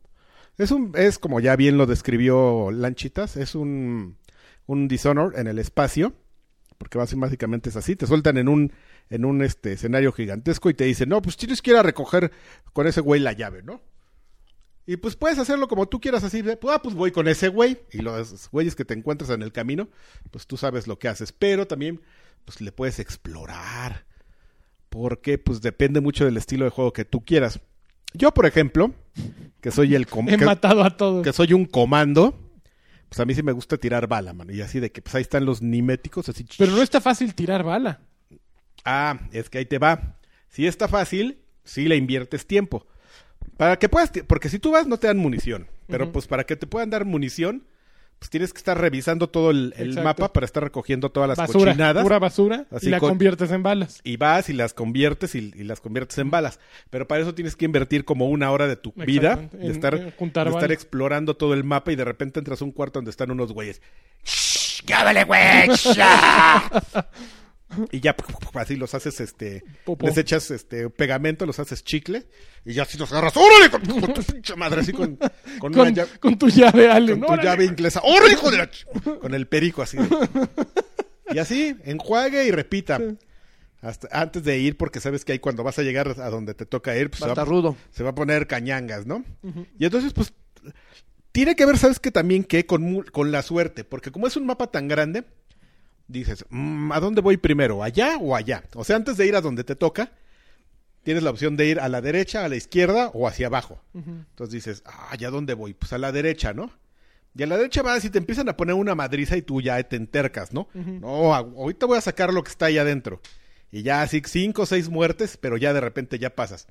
S4: es un es como ya bien lo describió Lanchitas es un un dishonor en el espacio porque basi- básicamente es así te sueltan en un en un este escenario gigantesco y te dicen no pues tienes que ir a recoger con ese güey la llave no y pues puedes hacerlo como tú quieras, así de, ah, pues voy con ese güey. Y los güeyes que te encuentras en el camino, pues tú sabes lo que haces. Pero también, pues le puedes explorar. Porque, pues depende mucho del estilo de juego que tú quieras. Yo, por ejemplo, que soy el
S5: <laughs>
S4: com-
S5: He
S4: que-
S5: matado a todos.
S4: que soy un comando, pues a mí sí me gusta tirar bala, mano. Y así de que, pues ahí están los niméticos, así.
S5: Pero no está fácil tirar bala.
S4: Ah, es que ahí te va. Si está fácil, si le inviertes tiempo. Para que puedas, ti- porque si tú vas no te dan munición, pero pues para que te puedan dar munición, pues tienes que estar revisando todo el, el
S5: Exacto.
S4: mapa para estar recogiendo todas las
S5: basura.
S4: cochinadas.
S5: Pura basura.
S4: Así
S5: y la
S4: con-
S5: conviertes en balas.
S4: Y vas y las conviertes y, y las conviertes en balas. Pero para eso tienes que invertir como una hora de tu vida,
S5: Exactamente,
S4: de
S5: en-
S4: estar,
S5: en juntar
S4: de estar
S5: balas.
S4: explorando todo el mapa y de repente entras a un cuarto donde están unos güeyes. ¡Shh! ¡Qué vale, güey! ¡Shh! <laughs> y ya pu- pu- pu- así los haces, este,
S5: Popó.
S4: les echas este pegamento, los haces chicle y ya si los agarras, ¡órale! Con, con tu pinche madre, así con, con, una
S5: Con,
S4: llave-
S5: con tu llave, Ale.
S4: con
S5: ¿no?
S4: tu
S5: Órale.
S4: llave inglesa. ¡Órale, hijo de la ch-! Con el perico así. Y así, enjuague y repita. Hasta, antes de ir, porque sabes que ahí cuando vas a llegar a donde te toca ir, pues, se,
S2: Basta
S4: va,
S2: rudo.
S4: se va a poner cañangas, ¿no? Y entonces, pues, tiene que ver, ¿sabes que También que con, mu- con la suerte, porque como es un mapa tan grande, dices, "Mm, ¿a dónde voy primero? ¿Allá o allá? O sea, antes de ir a donde te toca, tienes la opción de ir a la derecha, a la izquierda o hacia abajo. Entonces dices, ah, ¿ya dónde voy? Pues a la derecha, ¿no? Y a la derecha vas y te empiezan a poner una madriza y tú ya te entercas, ¿no? No, a- ahorita voy a sacar lo que está ahí adentro. Y ya así cinco o seis muertes, pero ya de repente ya pasas.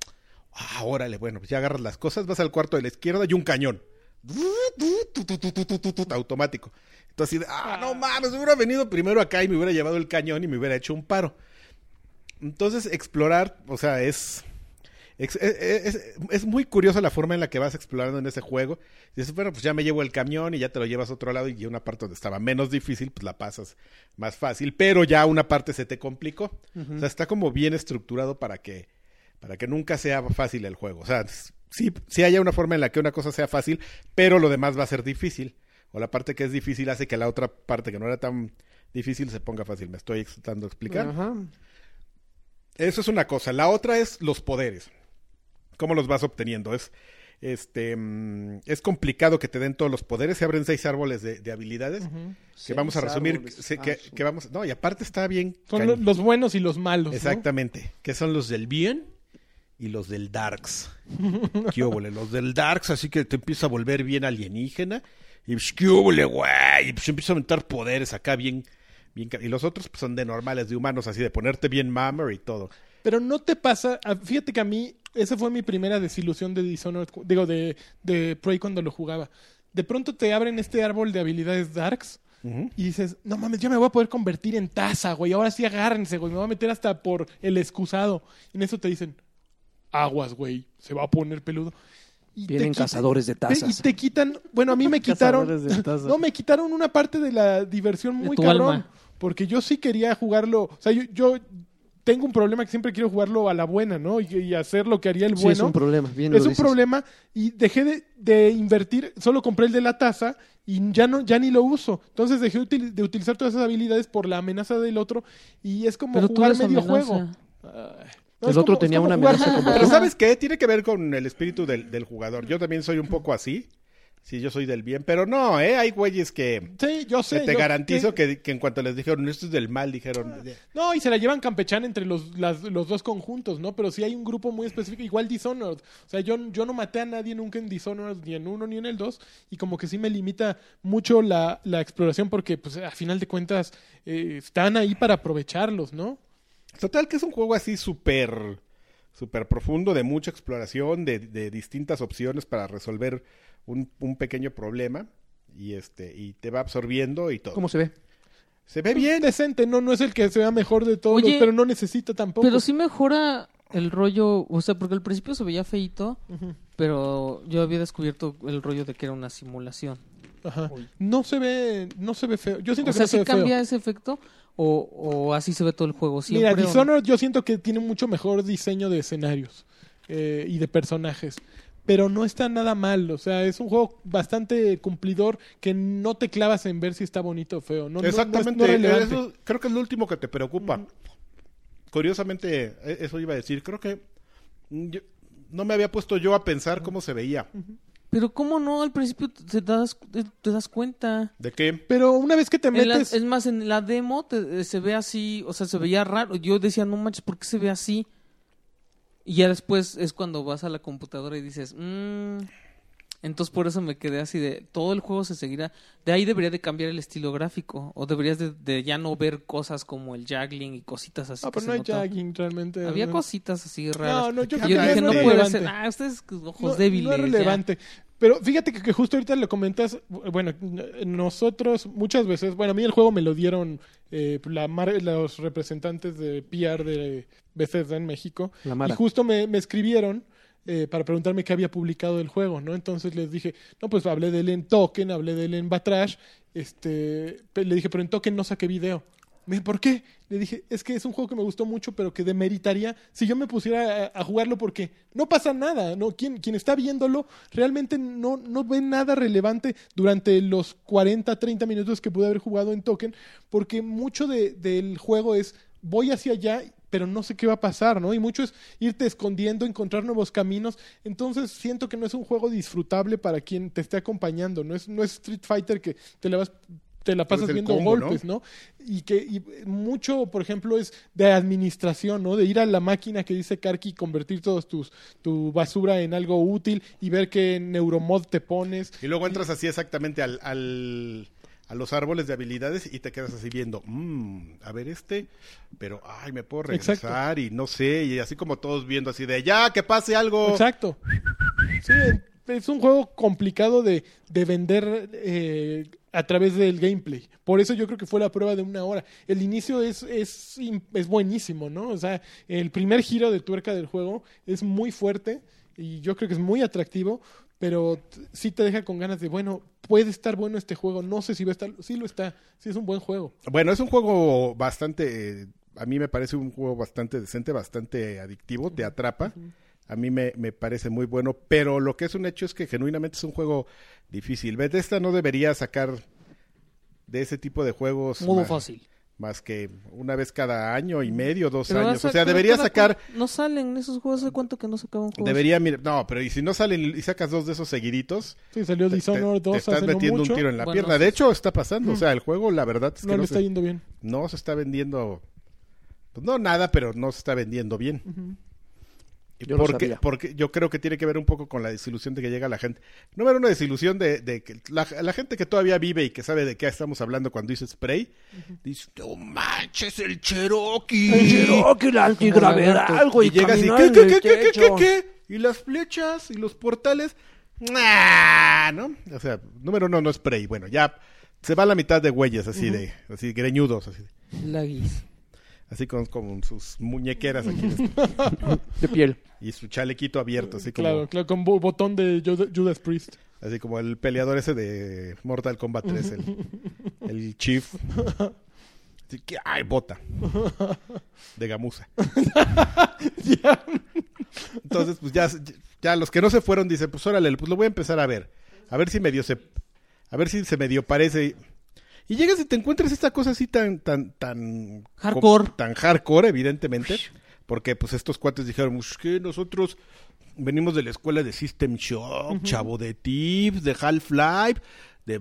S4: Ah, órale, bueno, pues ya agarras las cosas, vas al cuarto de la izquierda y un cañón. Automático. Entonces, así de, ah, no mames, hubiera venido primero acá y me hubiera llevado el cañón y me hubiera hecho un paro. Entonces, explorar, o sea, es. Es, es- es- es muy curiosa la forma en la que vas explorando en ese juego. Dices, bueno, pues ya me llevo el camión y ya te lo llevas a otro lado y una parte donde estaba menos difícil, pues la pasas más fácil, pero ya una parte se te complicó. O sea, está como bien estructurado para que, para que nunca sea fácil el juego. O sea, s- sí, sí haya una forma en la que una cosa sea fácil, pero lo demás va a ser difícil. O la parte que es difícil hace que la otra parte que no era tan difícil se ponga fácil. Me estoy tratando de explicar.
S2: Ajá.
S4: Eso es una cosa. La otra es los poderes. ¿Cómo los vas obteniendo? Es, este, mm, es complicado que te den todos los poderes. Se abren seis árboles de, de habilidades. Que
S2: Seis
S4: vamos a resumir.
S2: árboles.
S4: se-
S2: Ah,
S4: que,
S2: su-
S4: que vamos, no, y aparte está bien.
S5: Son
S4: cañ-
S5: lo- los buenos y los malos. ¿no?
S4: Exactamente. Que son los del bien y los del
S5: <laughs>
S4: darks. ¿Qué óvole? Los del darks, así que te empieza a volver bien alienígena. Y pues, ¿qué óvole, güey? Y pues empieza a aumentar poderes acá bien... bien ca- y los otros pues, son de normales, de humanos, así de ponerte bien mammer y todo.
S5: Pero no te pasa. ah, Fíjate que a mí, esa fue mi primera desilusión de Dishonored. cu- Digo, de, de Prey cuando lo jugaba. De pronto te abren este árbol de habilidades darks.
S4: Ujú.
S5: Y dices, no mames, ya me voy a poder convertir en taza, güey. Ahora sí agárrense, güey. Me voy a meter hasta por el excusado. Y en eso te dicen, aguas, güey. Se va a poner peludo. Y
S2: Vienen
S5: quitan-
S2: cazadores de
S5: te-
S2: tazas.
S5: Y te quitan, bueno, a mí
S2: <laughs>
S5: me
S6: Cazadores
S5: quitaron. <laughs>
S6: de tazas.
S5: No, me quitaron una parte de la diversión
S3: De
S5: muy
S3: tu
S5: cabrón.
S3: alma.
S5: Porque yo sí quería jugarlo. O sea, yo, yo tengo un problema que siempre quiero jugarlo a la buena, ¿no? Y, y hacer lo que haría el
S2: Sí,
S5: bueno.
S2: es un problema. bien
S5: Es
S2: lo
S5: un
S2: dices.
S5: problema y dejé de, de invertir, solo compré el de la taza y ya no ya ni lo uso. Entonces dejé util- de utilizar todas esas habilidades por la amenaza del otro y es como
S3: Pero tú
S5: jugar
S3: eres
S5: medio
S3: amenaza.
S5: juego. Ay, no,
S2: El
S5: es
S2: otro
S5: como-
S2: tenía
S5: es como
S2: una
S5: jugar- <laughs>
S2: amenaza como-
S4: Pero ¿sabes qué? Tiene que ver con el espíritu del, del jugador. Yo también soy un poco así. Sí, yo soy del bien, pero no, ¿eh? Hay güeyes que,
S5: Sí, yo
S4: que
S5: sé.
S4: te
S5: yo-
S4: garantizo
S5: que-
S4: que, que en cuanto les dijeron, esto es del mal, dijeron...
S5: No, y se la llevan campechán entre los, las- los dos conjuntos, ¿no? Pero sí hay un grupo muy específico, igual Dishonored. O sea, yo, yo no maté a nadie nunca en Dishonored, ni en uno ni en el dos, y como que sí me limita mucho la, la exploración porque, pues, a final de cuentas, eh, están ahí para aprovecharlos, ¿no?
S4: Total, que es un juego así súper súper profundo, de mucha exploración, de, de distintas opciones para resolver un, un pequeño problema. Y este y te va absorbiendo y todo.
S2: ¿Cómo se ve?
S4: Se ve
S5: Bien
S4: bien.
S5: Pues, decente, no, no es el que se vea mejor de todos,
S3: Oye,
S5: pero no necesita tampoco.
S3: Pero sí mejora el rollo, o sea, porque al principio se veía feito, pero yo había descubierto el rollo de que era una simulación.
S5: Ajá. No se ve, no se ve feo. Yo siento
S3: O
S5: que
S3: sea,
S5: no se
S3: ¿sí
S5: ve feo.
S3: cambia ese efecto o, o así se ve todo el juego siempre?
S5: Mira,
S3: o no?
S5: Dishonored yo siento que tiene mucho mejor diseño de escenarios eh, y de personajes. Pero no está nada mal, o sea, es un juego bastante cumplidor que no te clavas en ver si está bonito o feo. No, no- no es- no
S4: Exactamente. eh, e-,
S5: es relevante.
S4: eso creo que es lo último que te preocupa. Curiosamente, e- eso iba a decir. Creo que mm, yo- no me había puesto yo a pensar cómo se veía.
S3: Pero ¿cómo no? Al principio te das, te, te das cuenta.
S4: ¿De qué?
S5: Pero una vez que te
S3: En la-
S5: metes...
S3: es más, en la demo te- eh, se ve así, o sea, se veía raro. Yo decía, no manches, ¿por qué se ve así? Y ya después es cuando vas a la computadora y dices, mmm. Entonces por eso me quedé así de, todo el juego se seguirá. De ahí debería de cambiar el estilo gráfico. O deberías de, de ya no ver cosas como el juggling y cositas así.
S5: Ah,
S3: que
S5: pero
S3: se
S5: no hay
S3: notaba.
S5: jagging realmente.
S3: Había
S5: ¿no?
S3: cositas así raras.
S5: No, no, yo
S3: Y
S5: creo
S3: yo
S4: que
S3: dije,
S4: es
S3: no puede
S5: relevante.
S3: ser. Ah, ustedes con ojos
S5: No,
S3: débiles.
S5: No es
S3: ya.
S5: relevante. Pero fíjate que, que justo ahorita lo comentas, bueno, n- nosotros muchas veces, bueno, a mí el juego me lo dieron eh, la mar- los representantes de PR de Bethesda en México.
S2: La Mara.
S5: Y justo me, me escribieron eh, para preguntarme qué había publicado del juego, ¿no? Entonces les dije, no, pues hablé de él en Token, hablé de él en Batrash, este, pe- le dije, pero en Token no saqué video. Me dijo, ¿por qué? Le dije, es que es un juego que me gustó mucho, pero que demeritaría si yo me pusiera a, a jugarlo porque no pasa nada, ¿no? Quien, quien está viéndolo realmente no, no ve nada relevante durante los 40, 30 minutos que pude haber jugado en Token, porque mucho de- del juego es voy hacia allá, pero no sé qué va a pasar, ¿no? Y mucho es irte escondiendo, encontrar nuevos caminos. Entonces siento que no es un juego disfrutable para quien te esté acompañando. No es, no es Street Fighter que te la vas te la pasas
S4: es el
S5: viendo
S4: combo,
S5: golpes, ¿no? Y que y mucho, por ejemplo, es de administración, ¿no? De ir a la máquina que dice Karki y convertir todos tus tu basura en algo útil y ver qué neuromod te pones.
S4: Y luego entras así exactamente al, al, a los árboles de habilidades y te quedas así viendo, "Mm, a ver este, pero ay, me puedo regresar y no sé, y así como todos viendo así de, ya, que pase algo.
S5: Exacto. Sí, es un juego complicado de, de vender eh, a través del gameplay. Por eso yo creo que fue la prueba de una hora. El inicio es, es, im- es buenísimo, ¿no? O sea, el primer giro de tuerca del juego es muy fuerte y yo creo que es muy atractivo, pero t- sí te deja con ganas de, bueno, puede estar bueno este juego. No sé si va a estar, sí lo está, sí es un buen juego.
S4: Bueno, es un juego bastante, eh, a mí me parece un juego bastante decente, bastante adictivo, te atrapa. A mí me, me parece muy bueno, pero lo que es un hecho es que genuinamente es un juego difícil. Bethesda no debería sacar de ese tipo de juegos
S3: Modo
S4: más,
S3: fácil.
S4: más que una vez cada año y medio, dos
S3: Pero
S4: años.
S3: hace-
S4: O sea, debería
S3: cada
S4: sacar,
S3: cu- No salen esos juegos. ¿Hace cuánto que no sacaban juegos?
S4: debería, mira, no, pero y si no salen y sacas dos de esos seguiditos,
S5: Sí, salió
S4: te,
S5: Dishonored
S4: te- te
S5: 2
S4: estás
S5: hace no
S4: metiendo
S5: mucho.
S4: un tiro en la
S3: Bueno,
S4: pierna. De hecho, está pasando. O sea, el juego, la verdad es que
S5: No
S4: no,
S5: le
S4: se-
S5: está yendo bien.
S4: no se está vendiendo. Pues no nada, pero no se está vendiendo bien. Y
S2: Yo lo
S4: porque,
S2: sabía.
S4: porque yo creo que tiene que ver un poco con la desilusión de que llega la gente. No era una desilusión de, de que la, la gente que todavía vive y que sabe de qué estamos hablando cuando dice spray, dice, no manches, el Cherokee.
S2: <laughs> Oh, que la antigravedad, güey.
S4: y llega así,
S2: caminar
S4: ¿qué,
S2: en
S4: qué,
S2: el
S4: qué, qué, qué, qué,
S2: techo.
S4: qué? Y las flechas y los portales. ¡mua! ¿No? O sea, número uno no es spray. Bueno, ya se va a la mitad de güeyes así de, así greñudos, así,
S3: Laguis.
S4: así con, con sus muñequeras aquí
S2: <laughs> De piel.
S4: y su chalequito abierto, así como,
S5: Claro, claro, con bo- botón de Judas- Judas Priest.
S4: así como el peleador ese de Mortal Kombat 3, el, el chief. <laughs> Así que, ay, bota. De gamuza. Entonces, pues ya, ya los que no se fueron dicen, pues órale, pues lo voy a empezar a ver. A ver si medio se. A ver si se medio parece. Y llegas y te encuentras esta cosa así tan, tan, tan.
S3: Hardcore.
S4: Tan hardcore, evidentemente. Porque pues estos cuates dijeron, "Ush, que nosotros venimos de la escuela de System Shock, Chavo de Tips, de Half-Life, de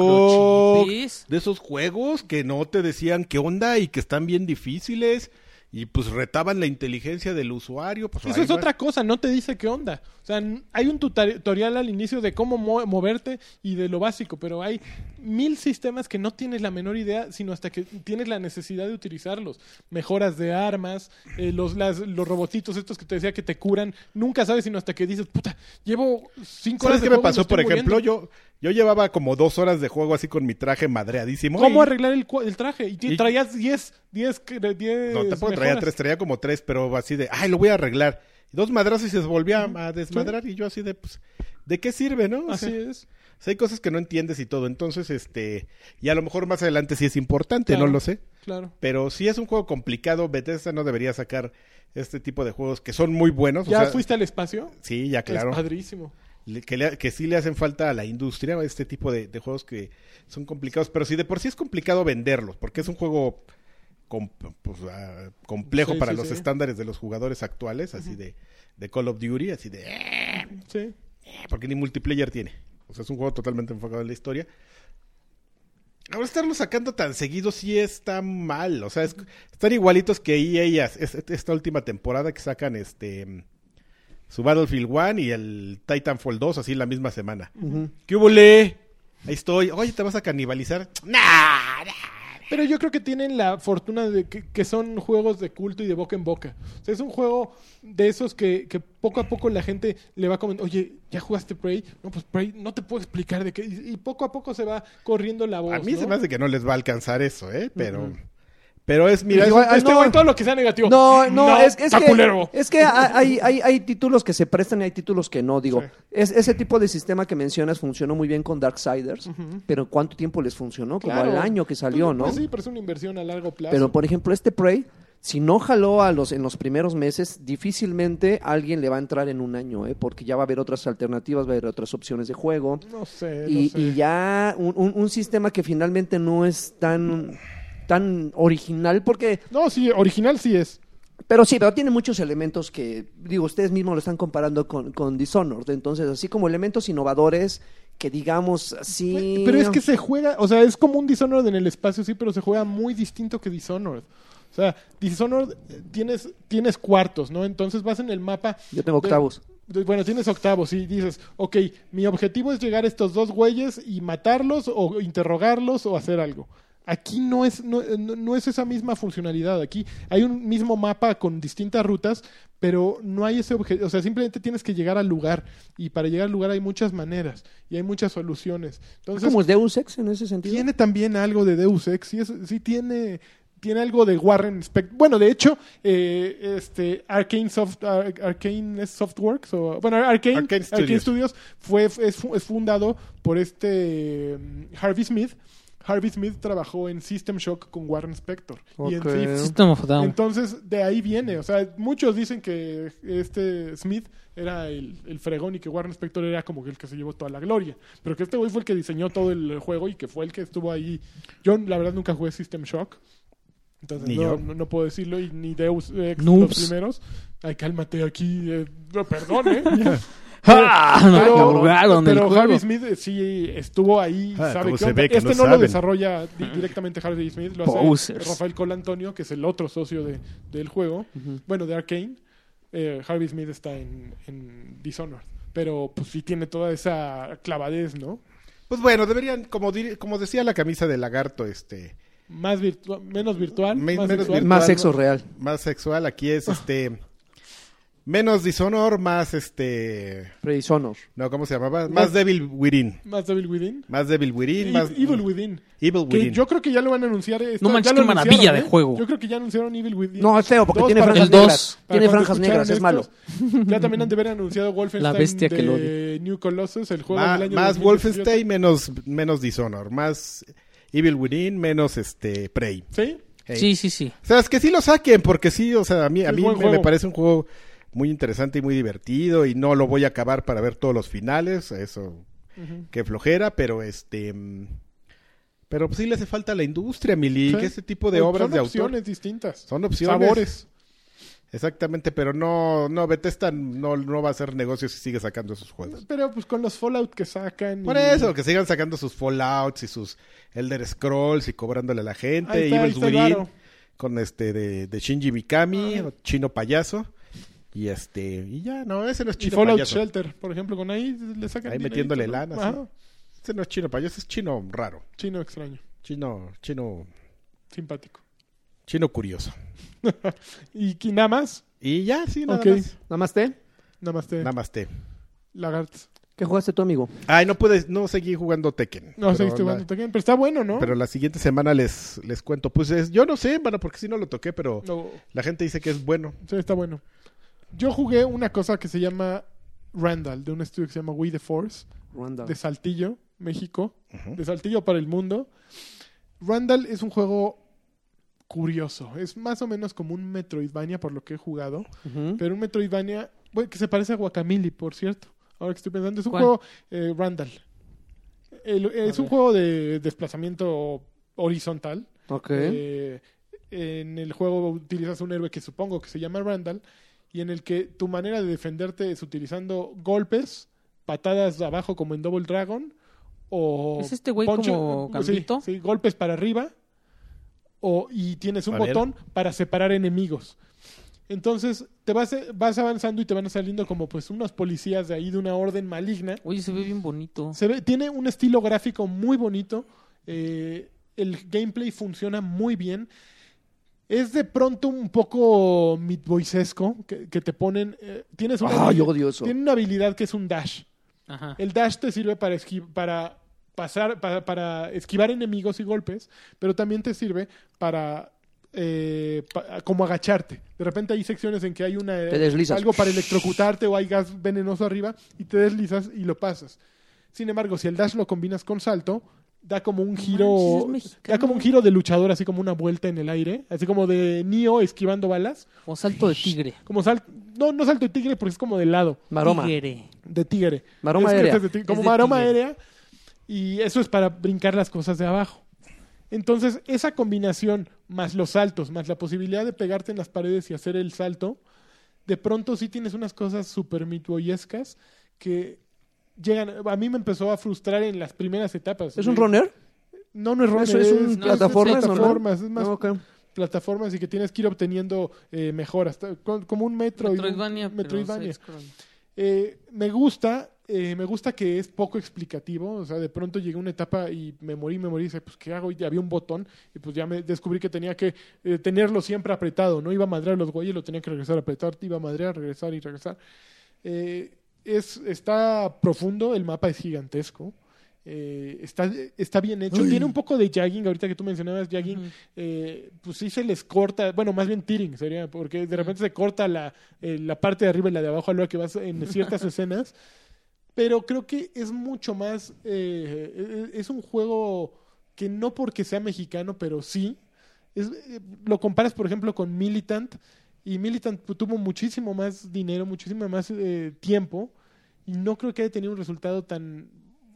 S4: Bioshock,
S3: Microchips.
S4: de esos juegos que no te decían qué onda y que están bien difíciles. Y pues retaban la inteligencia del usuario. Pues,
S5: Eso
S4: ahí
S5: es
S4: va.
S5: otra cosa, no te dice qué onda. O sea, n- hay un tuta- tutorial al inicio de cómo mo- moverte y de lo básico, pero hay mil sistemas que no tienes la menor idea, sino hasta que tienes la necesidad de utilizarlos. Mejoras de armas, eh, los, las- los robotitos estos que te decía que te curan, nunca sabes sino hasta que dices, puta, llevo cinco horas
S4: ¿Sabes
S5: de
S4: qué me
S5: juego y
S4: pasó?
S5: estoy
S4: Por ejemplo,
S5: muriendo.
S4: yo, yo llevaba como dos horas de juego así con mi traje madreadísimo.
S5: ¿Cómo
S4: y-
S5: arreglar el, cua- el traje? Y, te-
S4: Y-
S5: traías 10, 10, que- 10
S4: No, tampoco traía
S5: mejoras.
S4: tres, traía como tres, pero así de, ay, lo voy a arreglar. Y dos madrazos y se volvía a desmadrar. Y yo así de, pues, ¿de qué sirve, no? O sea,
S5: Así es.
S4: o sea, hay cosas que no entiendes y todo. Entonces, este, y a lo mejor más adelante sí es importante,
S5: Claro.
S4: no lo sé.
S5: Claro.
S4: Pero si es un juego complicado, Bethesda no debería sacar este tipo de juegos que son muy buenos. Pues, o
S5: ¿Ya
S4: sea,
S5: fuiste al espacio?
S4: Sí, ya claro.
S5: Es padrísimo.
S4: le- que, le- que sí le hacen falta a la industria este tipo de, de juegos que son complicados, pero sí de por sí es complicado venderlos, porque es un juego com- pues, ah, complejo
S5: Sí,
S4: para
S5: sí,
S4: los
S5: sí.
S4: estándares de los jugadores actuales, así de, de Call of Duty, así de... "Eh,
S5: Sí.
S4: eh", porque ni multiplayer tiene. O sea, es un juego totalmente enfocado en la historia. Ahora estarlo sacando tan seguido sí está mal. O sea, es- están igualitos que EA as- es- esta última temporada que sacan este su Battlefield 1 y el Titanfall 2 así la misma semana. ¿Qué hubo, le? Ahí estoy. Oye, ¿te vas a canibalizar? Nah, nah.
S5: Pero yo creo que tienen la fortuna de que, que son juegos de culto y de boca en boca. O sea, es un juego de esos que, que poco a poco la gente le va comentando, oye, ¿ya jugaste Prey? No, pues Prey no te puedo explicar de qué. Y, y poco a poco se va corriendo la voz.
S4: A mí
S5: ¿no?
S4: se me hace que no les va a alcanzar eso, ¿eh? Pero, pero es,
S5: Mira,
S4: mira,
S5: eso-
S4: es-
S2: ay,
S5: este
S2: no.
S5: güey, todo lo que sea negativo.
S2: No, no, es, es
S5: está
S2: que,
S5: culero.
S2: es que hay, hay, hay títulos que se prestan y hay títulos que no. Digo,
S5: Sí.
S2: es, ese tipo de sistema que mencionas funcionó muy bien con Darksiders, pero ¿cuánto tiempo les funcionó? Como
S5: Claro.
S2: al año que salió, ¿no?
S5: Pues sí, pero es una inversión a largo plazo.
S2: Pero por ejemplo, este Prey, si no jaló a los en los primeros meses, difícilmente alguien le va a entrar en un año, ¿eh? porque ya va a haber otras alternativas, va a haber otras opciones de juego.
S5: No sé, no
S2: Y,
S5: sé.
S2: y ya un, un- un sistema que finalmente no es tan, tan original, porque
S5: No, sí, original sí es.
S2: pero sí, pero tiene muchos elementos que, digo, ustedes mismos lo están comparando con, con Dishonored. Entonces, así como elementos innovadores que digamos así...
S5: Pues, Pero es que se juega, o sea, es como un Dishonored en el espacio, sí, pero se juega muy distinto que Dishonored. O sea, Dishonored eh, tienes, tienes cuartos, ¿no? Entonces vas en el mapa.
S2: Yo tengo octavos.
S5: de- pues Bueno, tienes octavos y dices, ok, mi objetivo es llegar a estos dos güeyes y matarlos o interrogarlos o hacer algo. Aquí no es, no, eh, no- no es esa misma funcionalidad. Aquí hay un mismo mapa con distintas rutas, pero no hay ese objetivo. O sea, simplemente tienes que llegar al lugar. Y para llegar al lugar hay muchas maneras y hay muchas soluciones.
S2: Es
S5: Entonces,
S2: como Deus Ex en ese sentido.
S5: tiene también algo de Deus Ex, sí, es- sí tiene, tiene algo de Warren Spector. Bueno, de hecho, eh, este Arcane Soft, Ar- Arcane es Softworks o bueno, Arcane,
S4: Arcane
S5: Arcane
S4: Studios.
S5: Studios, fue es, fu- es fundado por este mm, Harvey Smith. Harvey Smith trabajó en System Shock con Warren Spector y en
S2: Ok.
S5: Thieves.
S3: System of a Down.
S5: Entonces, de ahí viene. O sea, muchos dicen que este Smith era el, el fregón y que Warren Spector era como que el que se llevó toda la gloria. Pero que este güey fue el que diseñó todo el juego y que fue el que estuvo ahí. Yo, la verdad, nunca jugué System Shock. Entonces,
S4: Ni
S5: no,
S4: yo.
S5: no, no puedo decirlo. Y ni Deus Ex,
S3: Noobs.
S5: los primeros. Ay, cálmate aquí. eh, no, perdón, ¿eh?
S3: ¡Ah! No,
S5: pero,
S3: acabaron el
S5: pero
S3: juego.
S5: Harvey Smith eh, sí estuvo ahí,
S4: Ah,
S5: sabe
S4: como
S5: qué
S4: se
S5: onda.
S4: ve que
S5: Este
S4: no
S5: no, lo
S4: saben.
S5: desarrolla di- directamente Harvey Smith, lo hace
S3: Posers.
S5: Rafael Colantonio, que es el otro socio de- del juego, bueno, de Arkane. Eh, Harvey Smith está en, en Dishonored, pero pues sí tiene toda esa clavadez, ¿no?
S4: Pues bueno, deberían, como, dir- como decía la camisa de lagarto, este,
S5: Más virtu- menos virtual,
S4: Me-
S5: más
S4: menos
S5: virtual.
S4: virtual.
S2: Más sexo real.
S4: más sexual, aquí es este, menos dishonor, más este,
S2: Freddy Sonor.
S4: no, ¿cómo se llamaba?
S5: Más-
S4: Más débil within.
S5: más Devil Within.
S4: Más débil within,
S5: E-
S4: más...
S5: Evil Within.
S4: Evil
S5: Que
S4: within.
S5: yo creo que ya lo van a anunciar. esto-
S3: No manches,
S5: ya lo
S3: qué
S5: anunciaron,
S3: maravilla de
S5: ¿eh?
S3: juego.
S5: Yo creo que ya anunciaron Evil Within.
S2: No, es feo, porque
S5: Dos
S2: tiene
S5: para
S2: franjas
S3: el dos.
S2: negras.
S5: Para
S2: Tiene
S5: cuando
S2: franjas negras, es
S5: escucharon
S2: malo.
S5: estos, <laughs> Ya también han de haber anunciado
S3: La
S5: Wolfenstein
S3: bestia que
S5: de
S3: lo
S5: New Colossus, el juego
S4: Ma-
S5: del año
S4: más
S5: 2018.
S4: Wolfenstein, menos, menos Dishonor, más Evil Within, menos este Prey.
S5: ¿Sí?
S4: Hey.
S3: Sí, sí, sí.
S4: O sea, es que sí lo saquen, porque sí, o sea, a mí, a
S5: Es
S4: mí
S5: buen
S4: me, me
S5: juego.
S4: parece un juego muy interesante y muy divertido y no lo voy a acabar para ver todos los finales, eso qué flojera, pero este... mm, Pero pues, sí le hace falta a la industria, Mili,
S5: Sí.
S4: que ese tipo de
S5: Son-
S4: obras
S5: son
S4: de
S5: opciones
S4: autor...
S5: distintas.
S4: Son opciones.
S5: Sabores.
S4: Exactamente, pero no, no, Bethesda no, no va a hacer negocios si sigue sacando esos juegos.
S5: Pero pues con los Fallout que sacan.
S4: Por
S5: y-
S4: eso, que sigan sacando sus Fallouts y sus Elder Scrolls y cobrándole a la gente.
S5: Ahí está, ahí
S4: Evil
S5: está el
S4: Within,
S5: varo.
S4: con este de, de Shinji Mikami,
S5: Ah,
S4: o chino payaso. Y este, y ya, no, ese no es
S5: Y
S4: chino
S5: Fallout
S4: payaso.
S5: Shelter, por ejemplo, con ahí le sacan.
S4: Ahí
S5: dinerito,
S4: metiéndole
S5: ¿no?
S4: lana,
S5: Ajá.
S4: sí. Ese no es chino payaso, es chino raro.
S5: Chino extraño,
S4: Chino, chino,
S5: simpático.
S4: chino curioso.
S5: Y que nada más,
S4: Y ya, sí, nada
S5: Ok.
S4: más.
S2: Namaste.
S5: nada más te.
S4: Namaste.
S5: Lagarts.
S2: ¿Qué jugaste tú, amigo?
S4: Ay, no pude, no seguí jugando Tekken.
S5: No,
S4: Pero
S5: seguiste
S4: la-
S5: jugando Tekken, pero está bueno, ¿no?
S4: Pero la siguiente semana les, les cuento. Pues es- yo no sé, bueno, porque si no lo toqué, pero
S5: No,
S4: la gente dice que es bueno.
S5: sí, está bueno. Yo jugué una cosa que se llama Randall, de un estudio que se llama We the Force.
S2: Ruanda.
S5: de Saltillo, México, de Saltillo para el mundo. Randall es un juego curioso, es más o menos como un Metroidvania por lo que he jugado,
S2: Ujú.
S5: pero un Metroidvania bueno, que se parece a Guacamili, por cierto. Ahora que estoy pensando, es un
S3: ¿Cuál?
S5: juego eh, Randall. El- es un juego de desplazamiento horizontal.
S2: Ok.
S5: Eh, en el juego utilizas un héroe que supongo que se llama Randall y en el que tu manera de defenderte es utilizando golpes, patadas de abajo como en Double Dragon o
S3: ¿Es este güey
S5: punch-
S3: como
S5: sí,
S3: Gambito?
S5: sí, golpes para arriba o y tienes un
S4: A ver.
S5: botón para separar enemigos. Entonces te vas, vas avanzando y te van saliendo como pues unos policías de ahí de una orden maligna
S3: Oye, se ve bien bonito.
S5: se ve- tiene un estilo gráfico muy bonito. eh, el gameplay funciona muy bien. Es de pronto un poco midvoicesco que, que te ponen. eh, tienes una,
S2: Ay,
S5: habili-
S2: odio eso.
S5: tiene una habilidad que es un dash.
S3: Ajá.
S5: El dash te sirve para, esqui- para pasar, para, para esquivar enemigos y golpes, pero también te sirve para eh, pa- como agacharte. De repente hay secciones en que hay una
S2: Te deslizas.
S5: algo para electrocutarte o hay gas venenoso arriba y te deslizas y lo pasas. Sin embargo, si el dash lo combinas con salto, da como un giro,
S3: manches, es
S5: da como un
S3: mexicano.
S5: giro de luchador, así como una vuelta en el aire, así como de Neo esquivando balas,
S3: O salto de tigre.
S5: como sal, no no salto de tigre porque es como de lado.
S2: Maroma.
S3: Tigre.
S5: De tigre.
S2: Maroma
S5: Es que
S2: aérea.
S5: este es de tigre, como
S3: Es de
S5: maroma
S3: tigre.
S5: aérea. Y eso es para brincar las cosas de abajo. Entonces, esa combinación, más los saltos, más la posibilidad de pegarte en las paredes y hacer el salto, de pronto sí tienes unas cosas súper mitboyescas que llegan. A mí me empezó a frustrar en las primeras etapas.
S2: ¿Es un runner?
S5: No, no es runner.
S2: ¿Eso es un
S5: es-
S2: plataforma?
S5: Es,
S3: plataformas,
S5: plataformas, es más
S2: No, ok. <laughs>
S5: plataformas y que tienes que ir obteniendo eh, mejoras. Como un metro.
S3: Metroidvania. pero
S5: Metroidvania.
S3: side-scroll.
S5: Eh, me gusta, eh, me gusta que es poco explicativo. O sea, de pronto llegué a una etapa y me morí, me morí. Y dije, pues, ¿qué hago? Y ya había un botón. Y pues ya me descubrí que tenía que eh, tenerlo siempre apretado. No iba a madrear los güeyes, lo tenía que regresar a apretar. Iba a madrear, regresar y regresar. Eh, es, está profundo, el mapa es gigantesco. eh, está, está bien hecho. Tiene un poco de jagging, ahorita que tú mencionabas jagging, eh, pues sí se les corta, bueno, más bien tearing sería, porque de repente se corta la, eh, la parte de arriba y la de abajo a lo que vas en ciertas escenas. Pero creo que es mucho más, eh, es un juego que no porque sea mexicano, pero sí, es, eh, lo comparas, por ejemplo, con Militant, y Militant pu- tuvo muchísimo más dinero, muchísimo más eh, tiempo, y no creo que haya tenido un resultado tan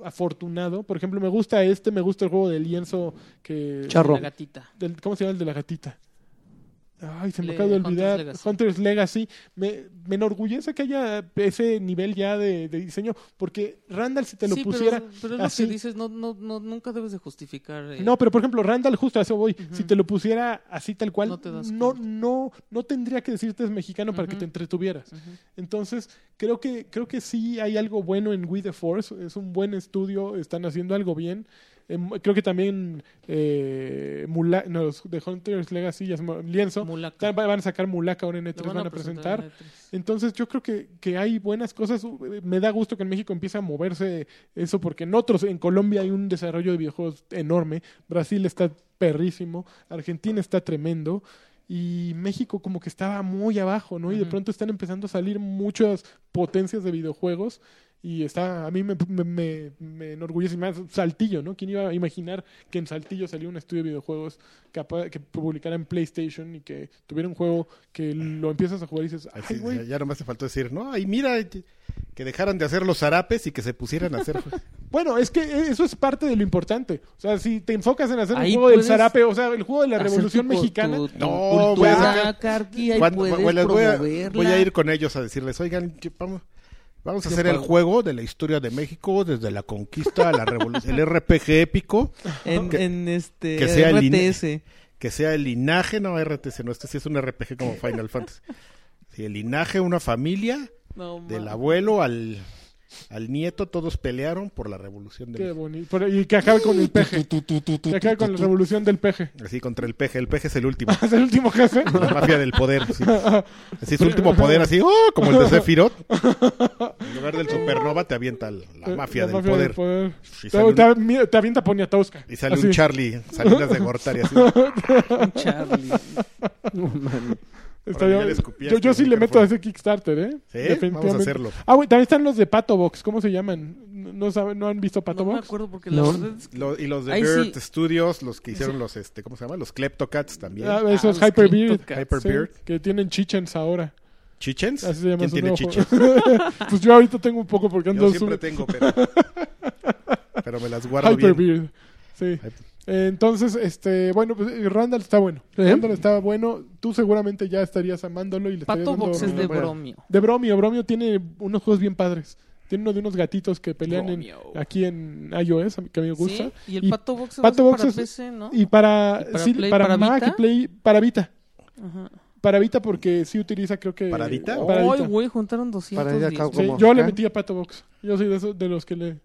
S5: afortunado. Por ejemplo, me gusta este, me gusta el juego del lienzo que...
S2: Charro.
S3: La gatita.
S5: del- ¿Cómo se llama el de la gatita? Ay, se me
S3: Le-
S5: acaba de
S3: Hunter's
S5: olvidar. Hunter's
S3: Legacy.
S5: Legacy. Me, me enorgullece que haya ese nivel ya de, de diseño, porque Randall, si te lo
S3: Sí, pero-
S5: pusiera...
S3: Pero, es lo
S5: así-
S3: que dices, no, no, no, nunca debes de justificar. eh,
S5: No, pero por ejemplo, Randall, justo a eso voy. Si te lo pusiera así tal cual,
S3: No
S5: no,
S3: te das
S5: no,
S3: cuenta.
S5: no, tendría que decirte es mexicano para que
S3: Ujú.
S5: te entretuvieras.
S3: Ujú.
S5: Entonces, creo que, creo que sí hay algo bueno en We the Force. Es un buen estudio, están haciendo algo bien. Em, creo que también eh, Mula- no, los de Hunter's Legacy, ya se me- Lienzo,
S3: Mulaka.
S5: tal- van a sacar Mulaka ahora en
S3: Lo
S5: E3, van a presentar.
S3: en E3.
S5: Entonces yo creo que, que hay buenas cosas. Uh, eh, Me da gusto que en México empiece a moverse eso, porque en otros, en Colombia hay un desarrollo de videojuegos enorme, Brasil está perrísimo, Argentina está tremendo. Y México como que estaba muy abajo, ¿no? Y de
S3: Ujú.
S5: pronto están empezando a salir muchas potencias de videojuegos y está, a mí me, me, me- me enorgullece más Saltillo, ¿no? ¿Quién iba a imaginar que en Saltillo salió un estudio de videojuegos capaz, que publicara en PlayStation y que tuviera un juego que lo empiezas a jugar y dices,
S4: Así,
S5: ay, güey,
S4: ya, ya nomás te faltó decir, no, ay, mira, que dejaran de hacer los zarapes y que se pusieran a hacer.
S5: Bueno, es que eso es parte de lo importante. O sea, si te enfocas en hacer
S3: Ahí
S5: el juego del
S3: puedes
S5: zarape, o sea, el juego de la
S3: Hacer
S5: Revolución
S3: tu cu-
S5: Mexicana,
S3: tu- tu
S4: No,
S3: cultura,
S4: güey.
S3: Karki, ahí
S4: Cuando-
S3: puedes
S4: bueno, les voy, a,
S3: promoverla.
S4: voy a ir con ellos a decirles, oigan, yo- vamos, vamos a
S3: Yo
S4: hacer el
S3: pago.
S4: juego de la historia de México desde la conquista a la revolución, el RPG épico,
S3: en,
S4: que-
S3: en este
S4: que sea el INE.
S3: RTS.
S4: que sea el linaje, no RTS, no, este sí es un RPG como Final Fantasy. Sí, el linaje, una familia,
S3: No,
S4: del
S3: ma-
S4: abuelo al, al nieto, todos pelearon por la revolución de
S5: qué
S4: México.
S5: bonito. Pero- Y que acabe con el peje. Que acabe con la Revolución del peje. <laughs>
S4: Así contra el peje, el peje es el último.
S5: Es el último jefe.
S4: La mafia del poder.
S5: <laughs>
S4: sí. Así su último poder, así, ¡oh! Como el de Sephiroth. En lugar del supernova, te avienta la la mafia,
S5: Eh, La
S4: del, poder.
S5: Te,
S4: Y sale,
S5: te
S4: un,
S5: avie- te avienta Poniatowska.
S4: y sale
S5: Así.
S4: un Charlie, salidas de Gortari,
S5: <laughs>
S4: así.
S3: Charlie.
S2: No, man.
S5: Está
S4: Órale,
S5: bien.
S4: ya le escupí a
S5: yo, yo
S4: este
S5: sí le meto
S4: micrófono.
S5: a ese Kickstarter, ¿eh?
S4: Sí,
S5: Definitivamente.
S4: vamos a hacerlo.
S5: Ah, güey, también están los de Pato Box. ¿Cómo se llaman? ¿No, no saben, no han visto Pato
S3: No me
S5: Box?
S3: acuerdo porque la
S2: No.
S3: verdad es que
S4: Lo- y los de
S3: Ahí
S4: Bird
S3: sí.
S4: Studios, los que hicieron los, este, ¿cómo se llama? Los Kleptocats también.
S5: Ah, esos
S3: Ah, los
S5: Hyper Beard.
S3: Cryptocats.
S4: Hyper
S5: Sí,
S4: Beard.
S5: que tienen chichens ahora.
S4: ¿Chichens?
S5: Así se llama
S4: ¿Quién
S5: su
S4: tiene
S5: nuevo
S4: chichens?
S5: juego. <laughs> pues yo ahorita tengo un poco porque ando
S4: Yo
S5: su- <laughs>
S4: siempre tengo, pero... Pero me las guardo bien. pues,
S5: Hyperbeard. Sí.
S4: Hype-
S5: Entonces, este, bueno, pues, eh, Randall está bueno. Randall está bueno. Tú seguramente ya estarías amándolo y le estarías
S3: Pato
S5: dando
S3: Box es de
S5: bromeo.
S3: bromio.
S5: De Bromio. Bromio tiene unos juegos bien padres. Tiene uno de unos gatitos que pelean en-
S3: Bromio.
S5: aquí en iOS, a mí- que a mí me gusta.
S3: Sí, Y el Pato Box,
S5: Pato
S3: es
S5: Box
S3: para
S5: es-
S3: PC, ¿no?
S5: Y para,
S3: ¿Y para
S5: sí,
S3: Play-
S5: para,
S3: para
S5: Mac
S3: Vita?
S5: y Play, para Vita.
S3: Ajá.
S5: Para Vita porque sí utiliza, creo que...
S4: ¿Para Vita?
S5: Para
S3: Ay,
S5: Vita.
S3: güey, juntaron
S2: Para ir a cabo
S3: 210.
S5: Sí,
S2: como
S5: yo le
S2: acá.
S5: metí a Pato Box. Yo soy de, esos, de los que le...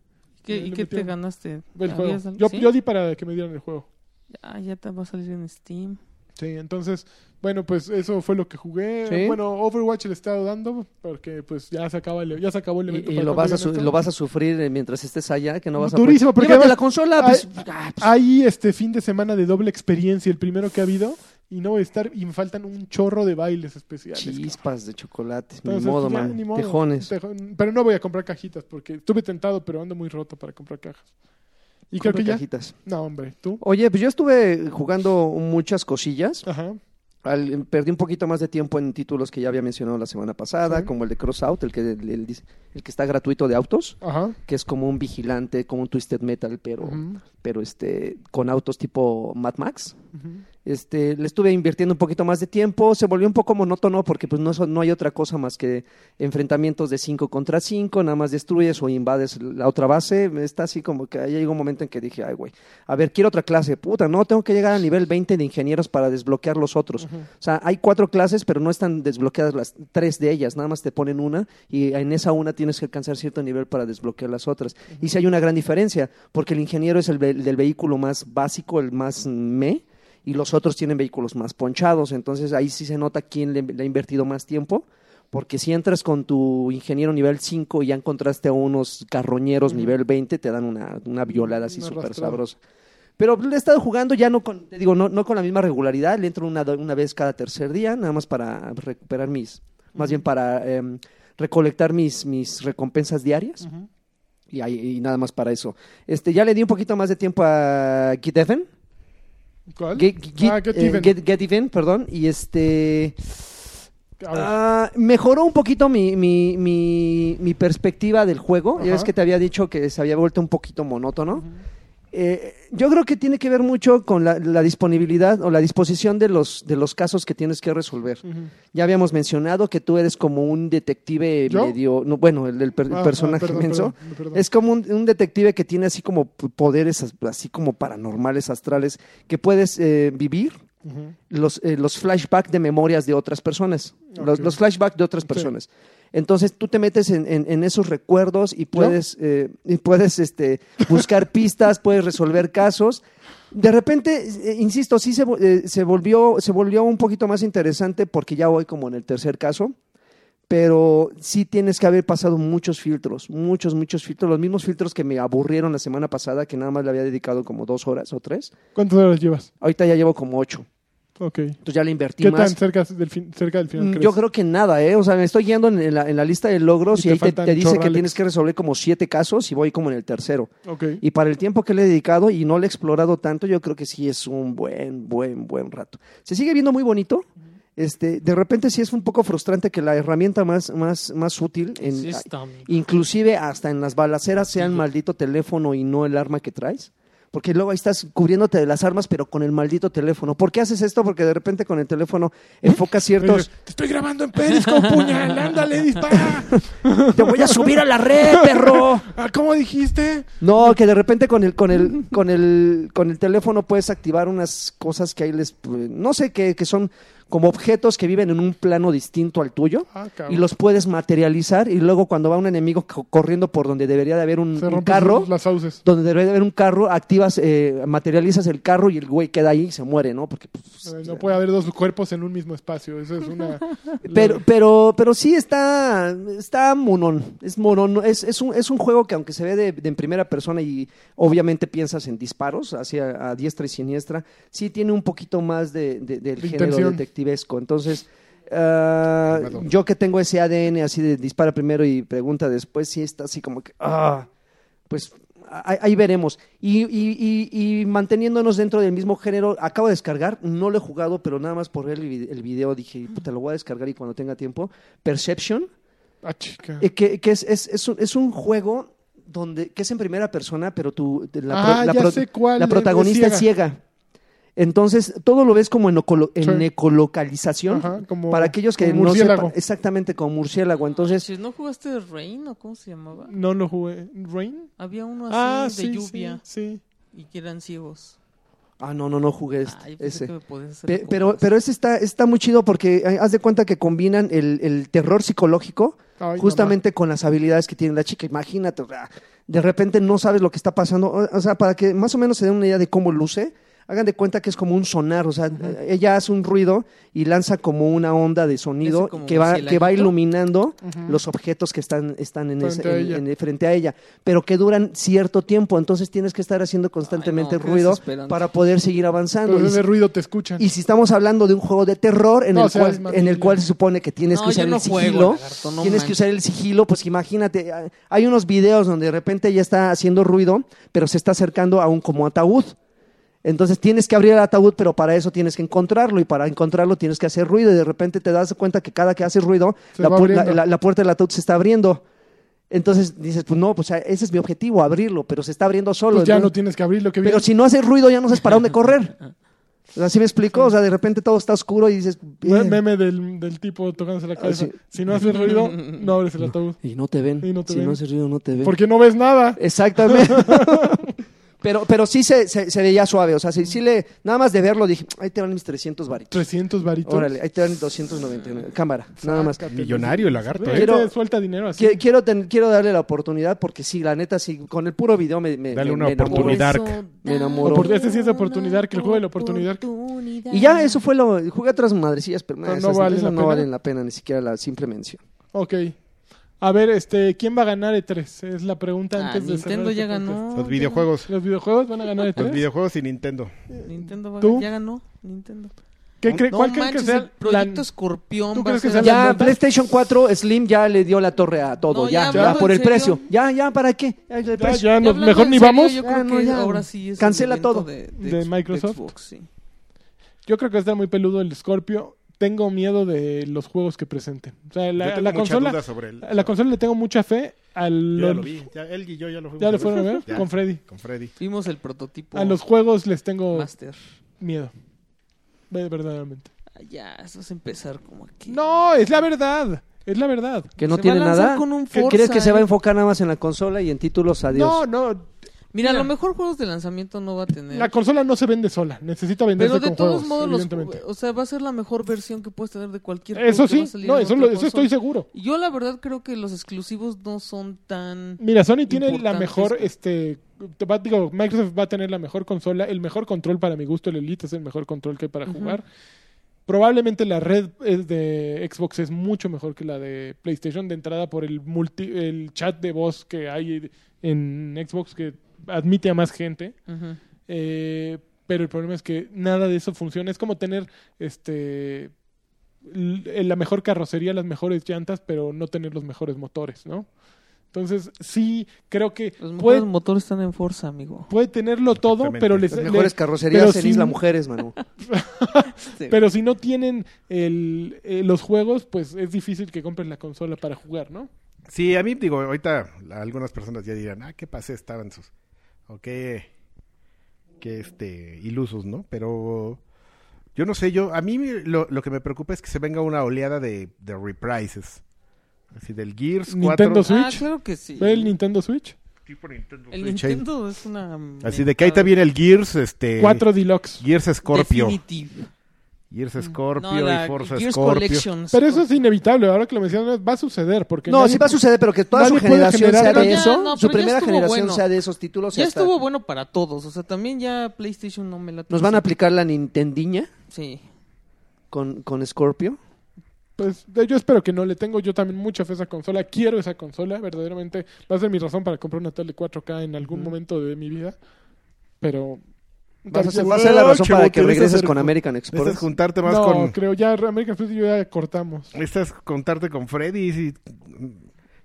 S3: ¿Qué-
S5: le
S3: ¿Y qué te
S5: metieron.
S3: ganaste?
S2: Ah,
S5: El juego.
S3: ¿Habías al-
S5: Yo,
S3: sí?
S5: yo di para que me dieran el juego.
S3: Ah, ya te va a salir en Steam.
S5: Sí, entonces, bueno, pues eso fue lo que jugué.
S2: Sí.
S5: Bueno, Overwatch le estaba dando porque pues ya se acaba el, ya se acabó el evento.
S2: Y, y
S5: para
S2: lo, vas
S5: cuando
S2: a
S5: vean
S2: su-
S5: esto.
S2: lo vas a sufrir eh, mientras estés allá, que no vas a...
S5: Durísimo, porque
S2: Llévate
S5: además-
S2: la consola, pues,
S5: Ay,
S2: ah, pues,
S5: Hay este fin de semana de doble experiencia, el primero que ha habido y no voy a estar y me faltan un chorro de bailes especiales.
S2: pues, chispas de chocolate, ni
S5: Entonces,
S2: modo,
S5: pues, ya,
S2: man,
S5: ni modo.
S2: tejones.
S5: Tejón- Pero no voy a comprar cajitas porque estuve tentado, pero ando muy roto para comprar cajas. Y creo
S2: Compra
S5: que ya.
S2: cajitas.
S5: No, hombre, tú.
S2: Oye, pues yo estuve jugando muchas cosillas.
S5: Ajá.
S2: Al- perdí un poquito más de tiempo en títulos que ya había mencionado la semana pasada,
S5: Sí.
S2: como el de Crossout, el que, el, el- el que está gratuito de autos,
S5: Ajá.
S2: que es como un vigilante, como un Twisted Metal, pero,
S5: Ujú,
S2: pero este, con autos tipo Mad Max.
S5: ujú.
S2: Este, le estuve invirtiendo un poquito más de tiempo, se volvió un poco monótono porque pues no, es- no hay otra cosa más que enfrentamientos de 5 contra 5, nada más destruyes o invades la otra base, está así como que ahí llegó un momento en que dije, ay güey, a ver, quiero otra clase, puta, no, tengo que llegar a nivel 20 de ingenieros para desbloquear los otros. O sea, hay cuatro clases, pero no están desbloqueadas las tres de ellas, nada más te ponen una y en esa una tienes que alcanzar cierto nivel para desbloquear las otras. Y si hay una gran diferencia, porque el ingeniero es el ve- del vehículo más básico, el más me, y los otros tienen vehículos más ponchados, entonces ahí sí se nota quién le, le ha invertido más tiempo. Porque si entras con tu ingeniero nivel 5 y ya encontraste a unos carroñeros nivel 20, te dan una, una violada así
S5: Una
S2: súper
S5: arrastrada.
S2: sabrosa. Pero le he estado jugando ya no con, te digo, no, no con la misma regularidad, le entro una, una vez cada tercer día, nada más para recuperar mis, más bien para em, recolectar mis, mis recompensas diarias. Y, ahí- y nada más para eso. Este, ya le di un poquito más de tiempo a Get Even.
S5: ¿Cuál?
S2: Get, Get-
S5: Ah, Get
S2: eh,
S5: Even.
S2: Get- Get Even, perdón. Y este.
S5: A ver.
S2: Ah, mejoró un poquito mi, mi, mi, mi perspectiva del juego. Ya ves
S5: Ajá.
S2: que te había dicho que se había vuelto un poquito monótono. Eh, yo creo que tiene que ver mucho con la, la disponibilidad o la disposición de los, de los casos que tienes que resolver.
S5: Ujú.
S2: Ya habíamos mencionado que tú eres como un detective
S5: ¿Yo?
S2: medio. no, bueno, el, del per- el
S5: Ah, ah,
S2: personaje
S5: perdón,
S2: menso.
S5: perdón, perdón.
S2: Es como un, un detective que tiene así como p- poderes, as- así como paranormales, astrales, que puedes eh, vivir
S5: Ujú.
S2: los, eh, los flashbacks de memorias de otras personas. Los,
S5: Ok.
S2: los flashbacks de otras
S5: Sí.
S2: personas. Entonces tú te metes en, en- en esos recuerdos y puedes, eh, y puedes este, buscar pistas, puedes resolver casos. De repente, eh, insisto, sí se, vo- eh, se, volvió, se volvió un poquito más interesante porque ya voy como en el tercer caso pero sí tienes que haber pasado muchos filtros, muchos, muchos filtros, los mismos filtros que me aburrieron la semana pasada, que nada más le había dedicado como dos horas o tres.
S5: ¿Cuántas horas llevas?
S2: Ahorita ya llevo como ocho,
S5: Ok.
S2: entonces ya le invertí
S5: ¿Qué tan
S2: más.
S5: cerca del, fin- cerca del final
S2: Mm,
S5: crees?
S2: Yo creo que nada, ¿eh? O sea, me estoy guiando en en la, en la lista de
S5: Y
S2: logros y,
S5: te
S2: ahí te,
S5: faltan
S2: te dice que
S5: chorrales.
S2: tienes que resolver como siete casos y voy como en el tercero.
S5: Ok.
S2: Y para el tiempo que le he dedicado y no le he explorado tanto, yo creo que sí es un buen, buen, buen rato. Se sigue viendo muy bonito. Este, de repente sí es un poco frustrante que la herramienta más, más, más útil, en,
S3: Sí, está, amigo.
S2: inclusive hasta en las balaceras, sea el maldito teléfono y no el arma que traes. Porque luego ahí estás cubriéndote de las armas, pero con el maldito teléfono. ¿Por qué haces esto? Porque de repente con el teléfono enfocas
S5: <laughs>
S2: ciertos...
S5: Te estoy grabando en Periscope, puñal.
S2: <laughs>
S5: Ándale, dispara.
S2: ¡Te voy a subir a la red, perro!
S5: Ah, ¿Cómo dijiste?
S2: No, que de repente con el, con el, con el, con el teléfono puedes activar unas cosas que ahí les, no sé, que, que son como objetos que viven en un plano distinto al tuyo
S5: Ah, cabrón.
S2: y los puedes materializar y luego cuando va un enemigo co- corriendo por donde debería de haber un,
S5: Se
S2: un
S5: rompen
S2: carro,
S5: las sauces.
S2: donde debería de haber un carro, activas, eh, materializas el carro y el güey queda ahí y se muere, ¿no? Porque pues,
S5: Eh, No puede haber dos cuerpos en un mismo espacio. Eso es
S2: <laughs>
S5: una.
S2: Pero, pero, pero sí está, está monón. Es monón. Es, es, un, es un juego que aunque se ve de, de en primera persona y obviamente piensas en disparos hacia a diestra y siniestra, sí tiene un poquito más de, de- del
S5: De
S2: género
S5: intención.
S2: detectivesco. Entonces, ah,
S4: Claro.
S2: yo que tengo ese ADN así de dispara primero y pregunta después, sí está así como que, ah, pues ahí, ahí veremos. Y, y- y- y manteniéndonos dentro del mismo género, acabo de descargar, no lo he jugado, pero nada más por ver el, vi- el video dije, puta, lo voy a descargar y cuando tenga tiempo. Perception,
S5: Ah, chica.
S2: eh, que, que es, es- es un, es un juego donde que es en primera persona, pero tú, de la,
S5: Ah,
S2: la
S5: ya sé cuál,
S2: la
S5: es
S2: protagonista es ciega. Entonces, todo lo ves como en, ocolo- en
S5: Sí.
S2: ecolocalización.
S5: Ajá, como-
S2: para aquellos que
S5: como
S2: no sepan
S5: murciélago.
S2: exactamente como murciélago. Entonces,
S3: Manches, ¿no jugaste Rain o cómo se llamaba?
S5: No lo jugué. ¿Rain?
S3: Había uno así
S5: Mm. Ah,
S3: de
S5: sí, sí,
S3: lluvia
S5: Sí,
S3: y que eran ciegos.
S2: ah, no, no, no jugué este-
S3: Ay, pensé
S2: ese.
S3: que me podías hacer
S2: Pe-
S3: cosas.
S2: pero, pero ese está, está muy chido porque eh, haz de cuenta que combinan el, el terror psicológico
S5: Ay,
S2: justamente con las habilidades que tiene la chica. Imagínate, o sea, de repente no sabes lo que está pasando. O, o sea, para que más o menos se den una idea de cómo luce, hagan de cuenta que es como un sonar. O sea, eh, ella hace un ruido y lanza como una onda de sonido
S3: Ese como
S2: que va, que va
S3: murcielaguito.
S2: iluminando los objetos que están, están en
S5: Frente
S2: ese-
S5: a
S2: en-
S5: ella.
S2: en- frente a ella, pero que duran cierto tiempo. Entonces tienes que estar haciendo constantemente
S3: qué
S2: ruido
S3: desesperante.
S2: para poder seguir avanzando.
S5: Entonces
S2: Y-
S5: de ruido te escuchan.
S2: y si estamos hablando de un juego de terror en,
S5: No
S2: el,
S5: seas
S2: cual,
S5: mamila.
S2: en el cual se supone que tienes
S3: No,
S2: que usar
S3: yo no
S2: el
S3: juego,
S2: sigilo,
S3: lagarto, no
S2: tienes que
S3: manches.
S2: usar el sigilo, pues imagínate, ah, hay unos videos donde de repente ella está haciendo ruido, pero se está acercando a un como ataúd. Entonces tienes que abrir el ataúd, pero para eso tienes que encontrarlo y para encontrarlo tienes que hacer ruido y de repente te das cuenta que cada que haces ruido,
S5: Se
S2: la,
S5: va
S2: pu- la-
S5: abriendo.
S2: la- la puerta del ataúd se está abriendo. Entonces dices, pues no, pues ah, ese es mi objetivo, abrirlo, pero se está abriendo solo.
S5: Pues ya
S2: entonces-
S5: no tienes que abrirlo. Que <laughs>
S2: pero si no haces ruido ya no sabes para dónde correr. O sea, ¿sí me explico? O sea, de repente todo está oscuro y dices...
S5: Buen
S2: "Eh".
S5: meme del, del tipo tocándose la cabeza.
S2: Ah, sí.
S5: Si no haces
S2: <laughs>
S5: ruido, no abres el ataúd.
S2: Y no te ven.
S5: Y no te
S2: si
S5: ven.
S2: no haces ruido, no te ven.
S5: Porque no ves nada. <laughs>
S2: Exactamente. <laughs> pero, pero sí se, se, se veía suave. O sea, sí, sí le... Nada más de verlo dije, ahí te van mis 300 varitos.
S5: 300 varitos.
S2: Órale, ahí te van
S5: Ah,
S2: 299. Cámara, nada más.
S5: Sácatelos.
S4: Millonario el lagarto,
S5: Güey,
S4: ¿eh?
S5: te
S2: Quiero-
S5: suelta dinero así.
S2: Qui- Quiero, ten- quiero darle la oportunidad porque sí, la neta, sí, con el puro video me, me,
S4: Dale
S2: me-
S4: una
S2: me enamoré.
S4: oportunidad.
S2: Me enamoró.
S5: Opor- este sí es oportunidad, que el juego de la oportunidad.
S2: Y ya, eso fue lo... Jugué otras madrecillas, pero
S5: Pero
S2: esas-
S5: no
S2: esas no,
S5: vale la pena.
S2: valen la pena, ni siquiera la simple mención.
S5: Ok. A ver, este, ¿quién va a ganar E3? Es la pregunta
S3: Ah,
S5: antes de cerrar
S3: Nintendo
S5: este
S3: ya
S5: podcast.
S3: ganó.
S4: Los
S3: ya
S4: videojuegos.
S5: ¿Los videojuegos van a ganar E E3?
S4: Los videojuegos y Nintendo.
S3: ganó. Nintendo va a-
S5: ¿Tú?
S3: ya ganó. Nintendo.
S5: ¿Qué cre-
S3: No
S5: <laughs> ¿Cuál creen que
S3: manches,
S5: sea
S3: el proyecto
S5: la-
S3: Escorpión.
S5: ¿Tú
S3: va
S5: crees
S3: a
S5: que
S3: ser-
S5: sea
S2: Ya,
S5: notas?
S2: PlayStation 4 Slim ya le dio la torre a todo,
S3: No, ya,
S2: ya, ya,
S5: hablando
S2: por
S3: en
S2: el
S3: serio.
S2: precio. Ya, ya, ¿para qué? Ya, pues, el
S5: Ya,
S2: precio.
S5: ya
S3: Ya
S5: nos-
S3: hablando
S5: mejor
S3: en
S5: ni
S3: serio,
S5: vamos.
S3: Yo
S2: Ya,
S3: creo
S2: no,
S3: que
S2: ya.
S3: ahora sí es el
S2: Cancela
S3: momento
S2: todo.
S3: De,
S5: De Microsoft.
S3: Xbox, sí.
S5: Yo creo que va a estar muy peludo el Scorpio. Tengo miedo de los juegos que presenten. O sea,
S4: Yo
S5: la,
S4: tengo
S5: la
S4: mucha
S5: consola,
S4: duda sobre él.
S5: a la consola le tengo mucha fe. Al,
S4: Yo ya lo vi. Ya, él y yo ya lo fuimos
S5: ¿Ya
S4: a
S5: lo
S4: ver.
S5: fueron a ver?
S4: <laughs> Ya,
S5: Con Freddy.
S4: Con Freddy.
S3: Vimos el prototipo
S5: A los juegos les tengo
S3: Master.
S5: miedo. Ve- Verdaderamente.
S3: Ah, Ya, eso es empezar como aquí.
S5: No, es la verdad. Es la verdad.
S2: Que no
S3: Se va
S2: tiene
S3: a lanzar
S2: nada.
S3: con un
S2: ¿Qué ¿Crees
S3: Forza,
S2: que se va a
S3: eh?
S2: enfocar nada más en la consola y en títulos? Adiós.
S5: No, no.
S3: Mira, a
S5: Mira.
S3: lo mejor juegos de lanzamiento no va a tener.
S5: La consola no se vende sola. Necesita venderse
S3: Eh. Pero de
S5: con
S3: todos
S5: juegos,
S3: modos, los
S5: evidentemente.
S3: ju- o sea, va a ser la mejor versión que puedes tener de cualquier juego
S5: Eso
S3: que va
S5: sí.
S3: a salir
S5: No,
S3: en
S5: eso,
S3: otra
S5: lo- eso estoy
S3: consola.
S5: seguro.
S3: Yo la verdad creo que los exclusivos no son tan...
S5: Mira, Sony tiene la
S3: Importantes.
S5: mejor, este, te va- digo, Microsoft va a tener la mejor consola, el mejor control para mi gusto, el Elite es el mejor control que hay para jugar. Probablemente la red es de Xbox es mucho mejor que la de PlayStation de entrada por el multi, el chat de voz que hay en Xbox que admite a más gente.
S3: Ujú.
S5: Eh, pero el problema es que nada de eso funciona. Es como tener este l- eh, la mejor carrocería, las mejores llantas, pero no tener los mejores motores, ¿no? Entonces, sí, creo que
S3: Los mejores
S5: puede,
S3: motores están en Forza, amigo.
S5: puede tenerlo todo, pero, les,
S2: Las
S5: le-
S2: mejores
S5: pero
S2: carrocerías en
S5: sin-
S2: Isla Mujeres,
S5: <laughs>
S2: mano.
S5: pero si no tienen el- eh, los juegos, pues es difícil que compres la consola para jugar, ¿no?
S4: Sí, a mí, digo, ahorita la- algunas personas ya dirán, ah, qué pasé estaban sus. O qué. qué, este. ilusos, ¿no? Pero. Yo no sé, yo. A mí me- lo, lo que me preocupa es que se venga una oleada de, de reprises. Así del Gears 4.
S5: Nintendo Switch.
S3: Ah, claro que sí.
S5: ¿Ve el Nintendo Switch?
S4: tipo Nintendo
S3: El
S4: Switch,
S3: Nintendo es una...
S4: ahí. Así de que ahí te viene el Gears, este.
S2: Eh,
S5: 4 Deluxe.
S4: Gears Scorpio.
S3: Definitive.
S4: Gears Scorpio
S3: No, la
S4: y Forza
S3: Gears
S4: Scorpio.
S3: Collection.
S5: Pero eso es inevitable, ahora que lo mencionas, va a suceder. Porque
S2: No,
S5: nadie-
S2: sí va a suceder, pero que toda su
S5: nadie puede
S2: generación
S5: generar-
S2: sea de
S5: Pero ya,
S2: eso,
S3: no,
S2: su
S3: pero ya
S2: primera
S3: estuvo
S2: generación
S3: bueno.
S2: sea de esos títulos. y
S3: Ya
S2: hasta-
S3: estuvo bueno para todos. O sea, también ya PlayStation no me la...
S2: Nos van a aplicar la Nintendiña
S3: Sí.
S2: con, con Scorpio.
S5: Pues de- yo espero que no le tengo yo también mucha fe a esa consola. Quiero esa consola, verdaderamente. Va a ser mi razón para comprar una tele 4K en algún momento de mi vida. Pero.
S2: Vas a ser,
S5: Ay,
S2: va a ser la razón
S4: chavo,
S2: para que
S4: te vas a
S2: regreses
S4: hacer-
S2: con American
S4: Necesitas
S2: Express.
S4: juntarte más
S5: no,
S4: con.
S5: creo, ya American Express y yo ya cortamos.
S4: Necesitas contarte con Freddy y.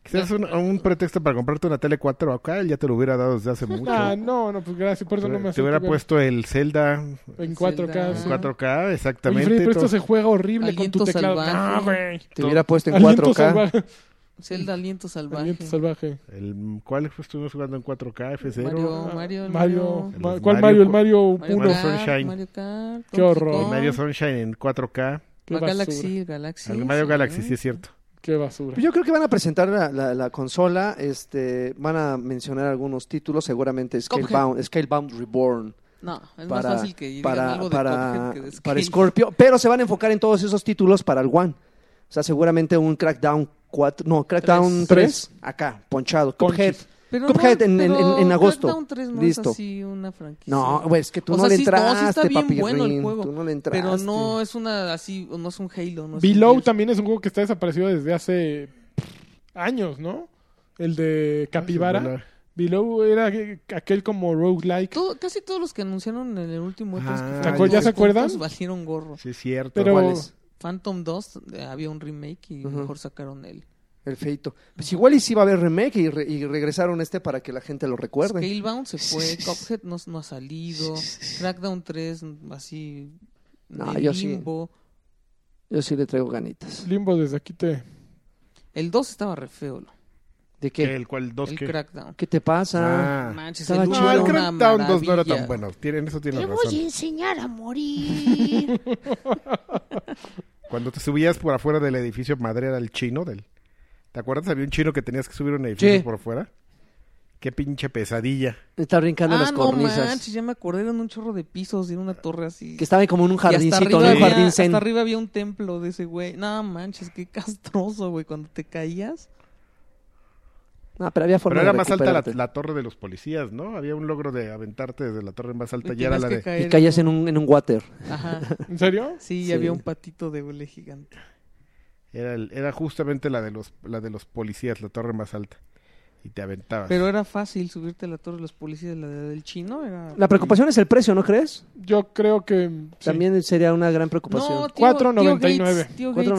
S4: Quizás un, un pretexto para comprarte una tele 4 acá, él ya te lo hubiera dado desde hace mucho.
S5: <laughs> Ah, no, no, pues gracias, por eso no me
S4: te hubiera
S5: acepto,
S4: puesto el Zelda
S5: En
S3: Zelda.
S5: 4K.
S4: en
S5: sí.
S4: 4K,
S5: Oye,
S4: exactamente.
S5: Freddy, pero esto
S4: todo.
S5: se juega horrible con tu
S3: Aliento
S5: teclado.
S3: salvaje.
S5: No, güey.
S2: Te hubiera puesto en
S5: Aliento
S2: 4K.
S5: salvaje.
S3: Zelda Aliento Salvaje.
S5: Aliento salvaje.
S4: El- ¿Cuál fue- estuvimos jugando en 4K? F0.
S3: Mario, Mario, el
S5: Mario.
S4: Mario.
S5: Ma-
S4: El
S5: ¿Cuál Mario?
S4: Mario
S5: El Mario
S3: Mario
S5: 1.
S4: Uno.
S3: Kart,
S4: Sunshine.
S3: Mario Kart,
S5: Qué
S3: Donkey
S5: horror.
S3: Kong,
S4: Mario Sunshine en 4K.
S5: Qué
S3: Mario
S5: basura.
S3: Galaxy, Galaxy.
S4: el Mario
S3: sí.
S4: Galaxy, sí es cierto.
S5: Qué basura.
S2: Pues Yo creo que van a presentar la, la- la consola, este, van a mencionar algunos títulos, seguramente Scalebound, Scalebound Reborn
S3: No, es
S2: para,
S3: más fácil que digan
S2: para,
S3: algo de
S2: para,
S3: Cuphead que de Skate.
S2: para Scorpio, pero se van a enfocar en todos esos títulos para el One. O sea, seguramente un Crackdown 4, no, Crackdown 3,
S3: Tres.
S2: acá, ponchado, Cuphead.
S5: Punches.
S3: Pero
S2: Cuphead en- en-
S3: pero
S2: en agosto.
S3: Crackdown 3 no
S2: Listo.
S3: es así una franquicia.
S2: No, güey, es que tú
S3: O
S2: no
S3: sea,
S2: le
S3: sí, no, sí
S2: entraste,
S3: está bien
S2: papi
S3: bueno el
S2: Rin,
S3: juego,
S2: tú no le entraste.
S3: Pero no es una así, no es un Halo. No es un
S5: Below
S3: Gears.
S5: también es un juego que está desaparecido desde hace años, ¿no? El de
S4: Ah,
S5: Capibara. Below era aquel como roguelike.
S3: Todo- casi todos los que anunciaron en el último E3
S4: Ah,
S3: que
S4: ¿te
S5: acuerdas? ¿Ya se
S3: juntos
S5: acuerdan?
S3: valieron gorro.
S4: Sí es cierto.
S5: Pero-
S2: ¿Cuál es?
S3: Phantom 2 eh, había un remake y
S2: Ujú.
S3: mejor sacaron el
S2: El feito. Pues igual y sí va a haber remake y, re- y regresaron este para que la gente lo recuerde.
S3: Scalebound
S2: <laughs>
S3: se fue, Cuphead no, no ha salido, Crackdown 3 así
S2: No,
S3: en
S2: yo sí.
S3: limbo.
S2: Yo sí le traigo ganitas.
S5: Limbo desde aquí te...
S3: El 2 estaba re feo. lo-
S2: ¿De qué?
S4: El cual dos
S3: el
S4: que...
S3: Crackdown.
S2: ¿Qué te pasa?
S4: Ah.
S3: Manches,
S2: Estaba
S3: el uno
S4: No, el
S3: era una
S4: Crackdown 2 no era
S3: maravilla.
S4: tan bueno. Tienen, eso tiene
S1: Te
S4: razón.
S1: voy a enseñar a morir.
S4: Cuando te subías por afuera del edificio madre era el chino del. ¿Te acuerdas? Había un chino que tenías que subir un edificio
S2: Sí.
S4: por afuera. Qué pinche pesadilla.
S2: Está brincando
S3: Ah,
S2: las
S3: no
S2: cornisas.
S3: manches, ya me acordé, eran un chorro de pisos, era una torre así.
S2: que estaba como en un
S3: Y hasta
S2: jardincito, ¿no?
S3: arriba
S2: un
S3: había-
S2: jardín zen.
S3: Hasta arriba había un templo de ese güey. No manches, qué castroso, güey, cuando te caías.
S2: No, Ah, pero había forma
S4: Pero era
S2: de
S4: más alta la,
S2: recuperarte.
S4: la torre de los policías, ¿no? Había un logro de aventarte desde la torre más alta.
S3: y
S4: Y era
S3: tenías
S4: la
S3: que
S4: de.
S3: caer.
S2: Y caías en un, en un water.
S3: Ajá.
S5: ¿En serio?
S3: Sí,
S2: <laughs>
S3: y
S2: Sí.
S3: había un patito de hule
S4: Ah.
S3: gigante.
S4: Era, el- era justamente la de los la de los policías, la torre más alta. Y te aventabas.
S3: Pero era fácil subirte a la torre de los policías, la del chino era...
S2: La preocupación es el precio, ¿no crees?
S5: Yo creo que. sí.
S2: También sería una gran
S3: No,
S2: preocupación.
S3: tío- tío
S5: 4.99.
S3: Gates- tío Gates es ami-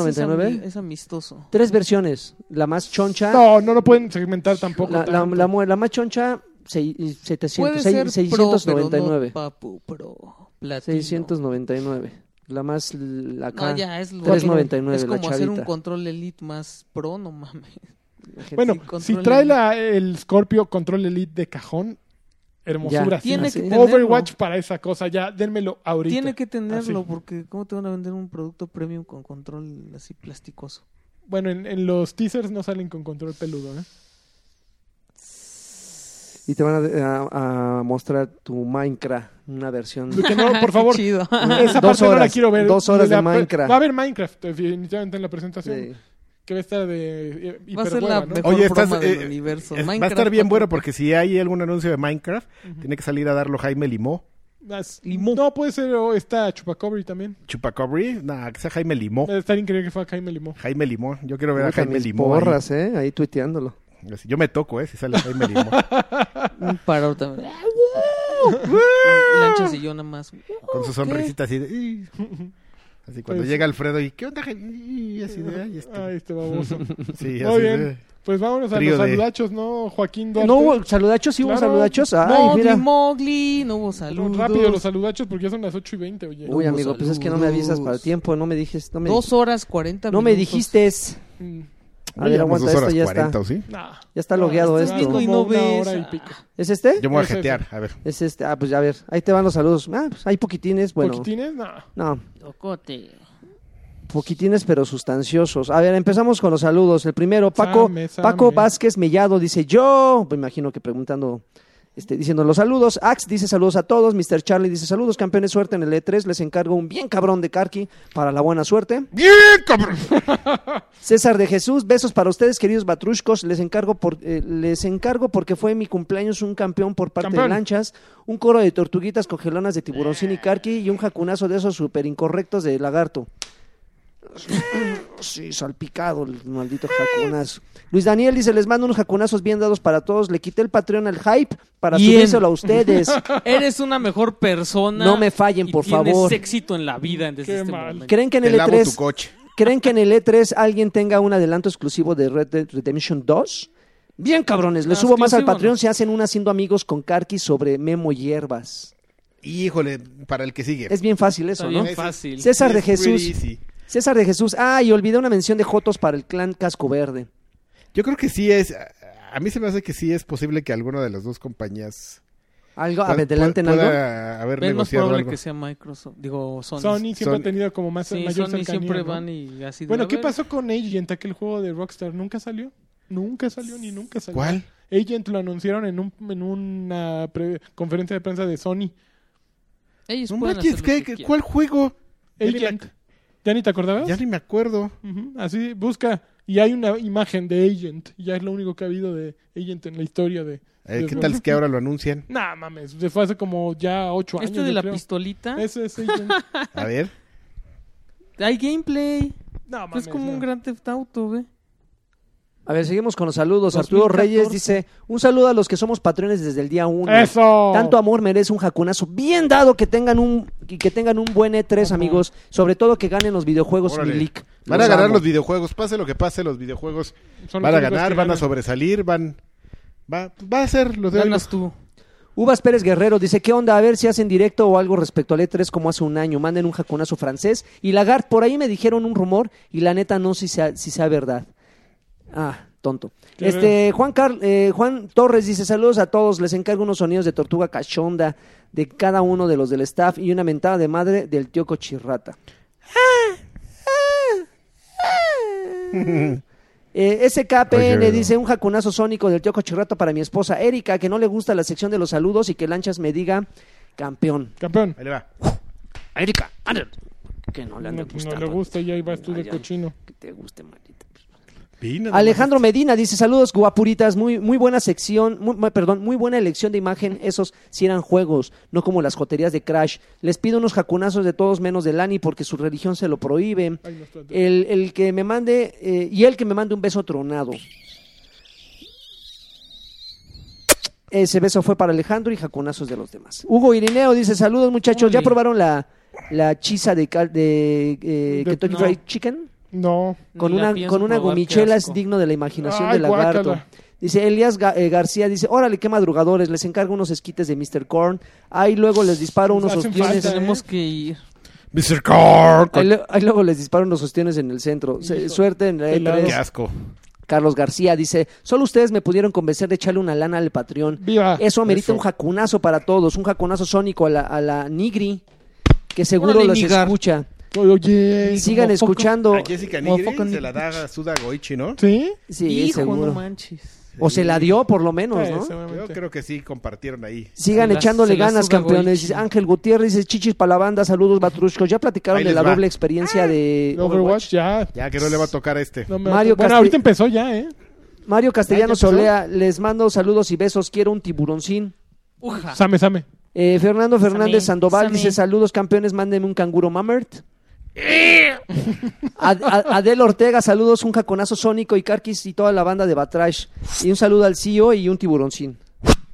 S2: 4.99.
S3: Es amistoso.
S2: Tres versiones. La más choncha.
S5: No, no lo pueden segmentar tampoco.
S2: la, la,
S5: tanto.
S2: la mu- la más choncha, sei-
S3: Puede
S2: 700,
S3: ser
S2: seis- 699.
S3: Pro, pero no papu, pro, platino.
S2: 699. La más l- acá.
S3: No, ya, es lo-
S2: 3.99,
S3: Es como
S2: la
S3: hacer un
S2: chavita.
S3: control elite más pro, no mames.
S5: Bueno,
S3: Sí, control
S5: si trae
S3: Elite.
S5: la, el Scorpio Control Elite de cajón, hermosura.
S2: Ya.
S5: sí.
S3: Tiene
S2: así.
S3: que tenerlo.
S5: Overwatch para esa cosa, ya, dénmelo ahorita.
S3: Tiene que tenerlo,
S5: Así.
S3: porque ¿cómo te van a vender un producto premium con control así plasticoso?
S5: Bueno, en, en los teasers no salen con control
S3: <laughs>
S5: peludo, ¿eh?
S2: Y te van a, a- a mostrar tu Minecraft, una versión.
S5: Lo que no, por
S3: Qué
S5: favor.
S3: chido.
S5: <laughs>
S2: Dos
S5: Esa parte no la
S2: horas,
S5: quiero ver.
S2: dos horas de
S5: La-
S2: Minecraft.
S5: Va a haber Minecraft, definitivamente, en la presentación.
S2: Sí.
S4: <laughs>
S5: Que va a estar de eh,
S3: Va a ser la
S5: hiperhueva, ¿no?
S3: mejor
S4: Oye,
S3: broma
S4: estás,
S3: del
S4: eh,
S3: universo.
S4: Es- va a
S3: Minecraft
S4: estar bien
S3: cuatro.
S4: bueno porque si hay algún anuncio de Minecraft, tiene que salir a darlo Jaime Limó.
S5: Las-
S3: Limón.
S5: No, puede ser o esta Chupacobri también.
S4: Chupacabri, nada, que sea Jaime Limó.
S5: Debe estar increíble que fue a Jaime Limón.
S4: Jaime Limó, yo quiero ver a
S2: Puta,
S4: Jaime
S2: mis
S4: Limó. ahí.
S2: Porras, ¿eh? Ahí tuiteándolo.
S4: Así, Yo me toco, ¿eh? Si sale Jaime Limó.
S3: Un paro también. Lanchas y yo nada más.
S4: Con su sonrisita así de...
S2: <laughs>
S4: "Ih". Así cuando
S5: Pues-
S4: llega Alfredo y... ¿Qué onda, Jaime? Y así de... "Ay, este".
S5: Ay,
S2: <laughs>
S5: este baboso.
S4: Sí,
S5: Muy
S4: así de-
S5: bien. Pues vámonos a
S4: Trío
S5: los
S4: de-
S5: saludachos, ¿no, Joaquín Duarte?
S2: No hubo saludachos, sí hubo
S5: Claro.
S2: saludachos. Ay,
S3: Mowgli,
S2: mira.
S3: Mowgli, no hubo
S5: Pero
S3: saludos.
S5: Rápido los saludachos porque ya son las 8 y 20, oye.
S2: Uy, amigo, pues es que no me avisas
S3: Saludos.
S2: para el tiempo, no me dijiste. No me,
S3: Dos horas cuarenta
S2: no me
S3: minutos.
S2: dijiste.
S5: Mm,
S2: A ver,
S4: Llevamos
S2: aguanta
S4: pues dos
S2: esto,
S4: horas
S2: ya
S4: 40,
S2: está.
S4: ¿o sí?
S5: nah.
S2: Ya está logueado
S5: Estás
S2: esto.
S3: viendo Este y
S5: como
S3: no
S5: una
S3: ves.
S5: hora y
S3: Ah.
S5: pico.
S2: ¿Es este?
S4: Yo me voy a
S5: Ese,
S4: jetear, a ver.
S2: Es este. Ah, pues ya a ver. Ahí te van los saludos. Ah, pues hay poquitines. Bueno,
S5: ¿Poquitines? Nah.
S2: no,
S3: Locote.
S2: poquitines pero sustanciosos. A ver, empezamos con los saludos. El primero, Paco,
S5: Same, same.
S2: Paco Vázquez Mellado dice yo, me imagino que preguntando, este, diciendo los saludos. Ax dice saludos a todos. Mr. Charlie dice saludos, campeones, suerte en el E3. Les encargo un bien cabrón de Karki para la buena suerte.
S4: ¡Bien, <laughs> cabrón!
S2: César de Jesús, besos para ustedes, queridos batrushcos. Les encargo, por, eh, les encargo porque fue mi cumpleaños un campeón por parte
S5: Campeón.
S2: de lanchas, un coro de tortuguitas congelonas de tiburoncín y carqui y un jacunazo de esos súper incorrectos de lagarto. Sí, salpicado el maldito jacunazo. Luis Daniel dice, les mando unos jacunazos bien dados para todos. Le quité el Patreon al hype para
S3: Bien.
S2: subírselo a
S4: <laughs>
S2: ustedes.
S3: Eres una mejor persona.
S2: No me fallen,
S3: y
S2: por
S3: tienes
S2: favor.
S3: éxito en la vida desde
S5: Qué
S3: este
S5: mal.
S3: momento.
S2: ¿Creen que en
S4: Te
S2: el E
S4: lavo
S2: E3
S4: tu coche.
S2: ¿Creen que en el E3 alguien tenga un adelanto exclusivo de Red Dead Redemption 2? Bien, cabrones, les
S3: Ah,
S2: subo más al
S3: exclusivo,
S2: Patreon,
S3: ¿no?
S2: se hacen un haciendo amigos con Karki sobre Memo Hierbas.
S4: Híjole, para el que sigue.
S2: Es bien fácil
S3: Está
S2: eso, ¿no?
S3: bien fácil.
S2: Sí, César de
S4: It's pretty
S2: Jesús.
S4: easy.
S2: César de Jesús, ah, y olvidé una mención de Jotos para el clan Casco Verde.
S4: Yo creo que sí es... A mí se me hace que sí es posible que alguna de las dos compañías...
S2: ¿Algo?
S4: pueda-
S2: ¿Adelante en
S4: pueda
S2: algo?
S4: haber
S3: Es más
S4: negociado
S3: probable
S4: algo.
S3: que sea Microsoft. Digo, Sony.
S5: Sony siempre
S4: Sony-
S5: ha tenido como más,
S3: Sí,
S5: mayor
S3: Sony
S5: cercanía.
S3: siempre
S5: ¿no?
S3: van y así de,
S5: Bueno,
S3: a
S5: ¿qué
S3: ver,
S5: pasó con Agent, aquel juego de Rockstar? ¿Nunca salió? Nunca salió ni nunca salió.
S4: ¿Cuál?
S5: Agent lo anunciaron en, un, en una pre- conferencia de prensa de Sony.
S3: Ellos
S4: No
S3: pueden
S4: manches,
S3: hacer lo
S4: ¿qué-
S3: que
S4: qué-
S3: quieran.
S4: ¿cuál juego? Ya ni me
S5: Agent. ¿Ya ni te acordabas?
S4: Ya ni me acuerdo.
S5: Ujú, Así, busca. Y hay una imagen de Agent. Ya es lo único que ha habido de Agent en la historia de...
S4: Eh,
S5: de
S4: ¿Qué tal es que ahora lo anuncian?
S5: Nah, mames. Se fue hace como ya ocho años.
S3: Este de
S5: yo
S3: la
S5: creo.
S3: pistolita.
S5: Ese es
S3: <laughs>
S5: Agent.
S4: A ver.
S3: Hay gameplay.
S5: No, mames,
S3: es como
S5: no.
S3: un Grand Theft Auto, güey.
S2: A ver, seguimos con los saludos. Arturo
S3: 2014.
S2: Reyes dice, un saludo a los que somos patrones desde el día 1.
S5: ¡Eso!
S2: Tanto amor merece un jacunazo bien dado que tengan un y que tengan un buen E3, amigos. Sobre todo que ganen los videojuegos
S4: Órale.
S2: Milik.
S4: Van a ganar
S2: amo.
S4: los videojuegos, pase lo que pase, los videojuegos
S5: Son
S4: van a
S5: los únicos
S4: ganar,
S5: que
S4: van a
S5: ganan.
S4: sobresalir, van... Va, va a ser lo de hoy.
S3: Ganas
S5: <laughs>
S3: tú.
S2: Uvas Pérez Guerrero dice, ¿qué onda? A ver si hacen directo o algo respecto al E3 como hace un año. Manden un jacunazo francés. Y Lagarde, por ahí me dijeron un rumor y la neta no sé si sea, si sea verdad. Ah, tonto.
S5: Claro.
S2: Este, Juan, Car- eh, Juan Torres dice saludos a todos, les encargo unos sonidos de tortuga cachonda de cada uno de los del staff y una mentada de madre del tío Cochirrata. Eh, SKPN
S4: Oye,
S2: dice un jacunazo sónico del tío Cochirrata para mi esposa Erika, que no le gusta la sección de los saludos y que Lanchas me diga campeón.
S5: Campeón.
S4: Ahí le va.
S2: Erika, ándale. que no le
S5: No, pues,
S2: ande gustando.
S5: no le gusta y ahí vas tú
S2: Ay,
S5: de
S2: ay,
S5: cochino.
S2: Que te guste, maldita.
S4: Pina, ¿no?
S2: Alejandro Medina dice saludos guapuritas, muy muy buena sección, muy- muy- perdón, muy buena elección de imagen, esos si eran juegos, no como las joterías de Crash. Les pido unos jacunazos de todos menos de Lani porque su religión se lo prohíbe.
S5: Ay, no está
S3: Eh,
S5: atento.
S2: El, el que me mande eh, y el que me mande un beso tronado. Ese beso fue para Alejandro y jacunazos de los demás. Hugo Irineo dice saludos muchachos, ¿ya
S3: Uli.
S2: probaron la la chisa de cal- de, eh,
S5: De-
S2: Kentucky
S3: no.
S2: Fried Chicken?
S5: No.
S2: Con
S3: Ni la
S2: una,
S3: pienso
S2: con una
S3: probar, qué
S2: gomichela es
S3: asco.
S2: digno de la imaginación
S5: Ay,
S2: del lagarto.
S5: guácala.
S2: Dice Elías Ga- eh, García, dice, órale, qué madrugadores, les encargo unos esquites de Mr. Corn. Ahí luego les disparo
S5: Nos
S2: unos
S5: hacen
S2: ostiones.
S5: falta, ¿eh?
S3: Tenemos que ir.
S4: Mr. Cork.
S2: Ahí, lu- ahí luego les disparo unos ostiones en el centro. Se-
S5: Hijo,
S2: suerte en la E
S5: qué
S2: E3.
S4: Qué asco.
S2: Carlos García dice, solo ustedes me pudieron convencer de echarle una lana al Patreon.
S5: Viva.
S2: Eso amerita
S4: eso.
S2: un jacunazo para todos, un jacunazo sónico a la, a la Nigri, que seguro
S3: Órale,
S2: los
S3: Nigar.
S2: escucha.
S5: Oye.
S2: Sigan
S3: como poco-
S2: escuchando.
S4: A Jessica
S3: Como
S4: Nigri
S3: fucking-
S4: se la da a Suda Goichi, ¿no?
S5: ¿Sí?
S2: Sí,
S3: Hijo,
S2: seguro.
S3: no manches.
S2: o se la dio, por lo menos,
S5: Sí,
S2: ¿no?
S5: seguramente.
S4: Yo creo que sí, compartieron ahí.
S2: Sigan
S3: Se las-
S2: echándole
S3: se las
S2: ganas,
S3: suda
S2: campeones.
S3: Goichi.
S2: Dice Ángel Gutiérrez dice chichis para la banda, saludos Batrushkos. Ya platicaron
S4: Ahí
S2: de
S4: les
S2: la
S4: va.
S2: doble experiencia de
S5: El
S2: Overwatch.
S5: Overwatch ya.
S4: Ya que no le va a tocar a este.
S5: No me-
S2: Mario
S5: bueno,
S2: Castell-
S5: ahorita empezó ya, ¿eh?
S2: Mario Castellano
S4: ¿Ya empezó?
S2: Solea, les mando saludos y besos. Quiero un tiburoncín.
S3: Uja.
S5: Same, same.
S2: Eh, Fernando Fernández
S3: Sammy,
S2: Sandoval
S3: Sammy.
S2: dice saludos campeones, mándenme un canguro
S3: <laughs>
S2: mamert. Ad- a- Adel Ortega, saludos, un jaconazo sónico y Carquis y toda la banda de Batrash. Y un saludo al CEO y un tiburoncín.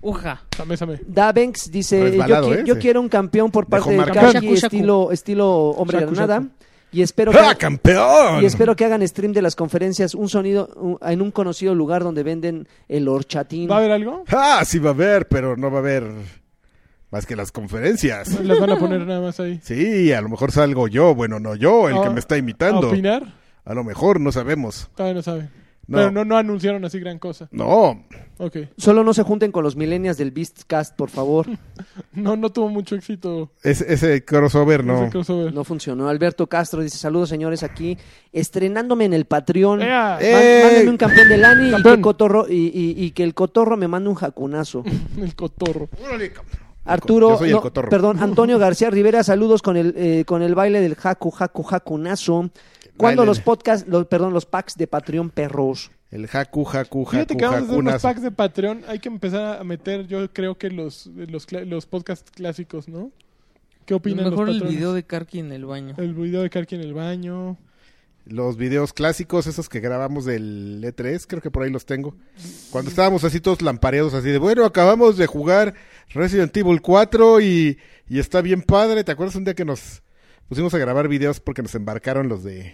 S3: Uja.
S5: Same, same.
S2: Davenks dice, yo,
S4: Resbalado,
S2: qui-
S4: ¿eh?
S2: yo
S4: Sí.
S2: quiero un campeón por parte de
S4: marca.
S2: Kaki,
S3: Shaku, shaku.
S2: estilo, estilo hombre
S5: Shaku,
S2: granada.
S5: shaku.
S2: Y espero que...
S4: ¡Ah, campeón!
S2: Y espero que hagan stream de las conferencias, un sonido un- en un conocido lugar donde venden el horchatín.
S5: ¿Va a haber algo?
S4: Ah, sí va a haber, pero no va a haber más que las conferencias.
S5: Las van a poner nada más ahí.
S4: Sí, a lo mejor salgo yo, bueno, no yo, el que me está
S5: ¿A
S4: imitando.
S5: opinar?
S4: A lo mejor, no sabemos.
S5: Todavía no saben.
S4: No.
S5: Pero no, no anunciaron así gran cosa.
S4: No,
S5: Ok.
S2: Solo no se junten con los millennials del Beastcast, por favor.
S5: No, no tuvo mucho éxito
S4: ese, ese crossover no.
S5: ese crossover. <laughs>
S2: No funcionó. Alberto Castro dice, saludos señores aquí, estrenándome en el Patreon. Man-
S5: ¡Ea!
S4: Eh.
S2: Mándenme un campeón de Lani y que,
S5: Campeón.
S2: el cotorro, y, y- y que el cotorro me mande un
S4: <laughs>
S2: jacunazo.
S5: El cotorro.
S2: Arturo,
S4: Yo soy el
S2: no,
S4: cotorro. <laughs>
S2: perdón, Antonio García Rivera, saludos con el, eh, con el baile del jacu, jacu, jacunazo. Cuando
S4: Baile.
S2: los podcasts, los, perdón, los packs de Patreon perros.
S4: El jacu, jacu,
S5: Fíjate
S4: jacu,
S5: que vamos a hacer unos
S4: jacunas.
S5: packs de Patreon. Hay que empezar a meter, yo creo que los, los, cla- los podcasts clásicos, ¿no? ¿Qué opinan
S3: Mejor
S5: los
S3: el
S5: patrones?
S3: video de Karki en el baño.
S5: El video de Karki en el baño.
S4: Los videos clásicos, esos que grabamos del E3, creo que por ahí los tengo. Cuando estábamos así todos lampareados, así de, bueno, acabamos de jugar Resident Evil 4 y, y está bien padre. ¿Te acuerdas un día que nos pusimos a grabar videos porque nos embarcaron los de...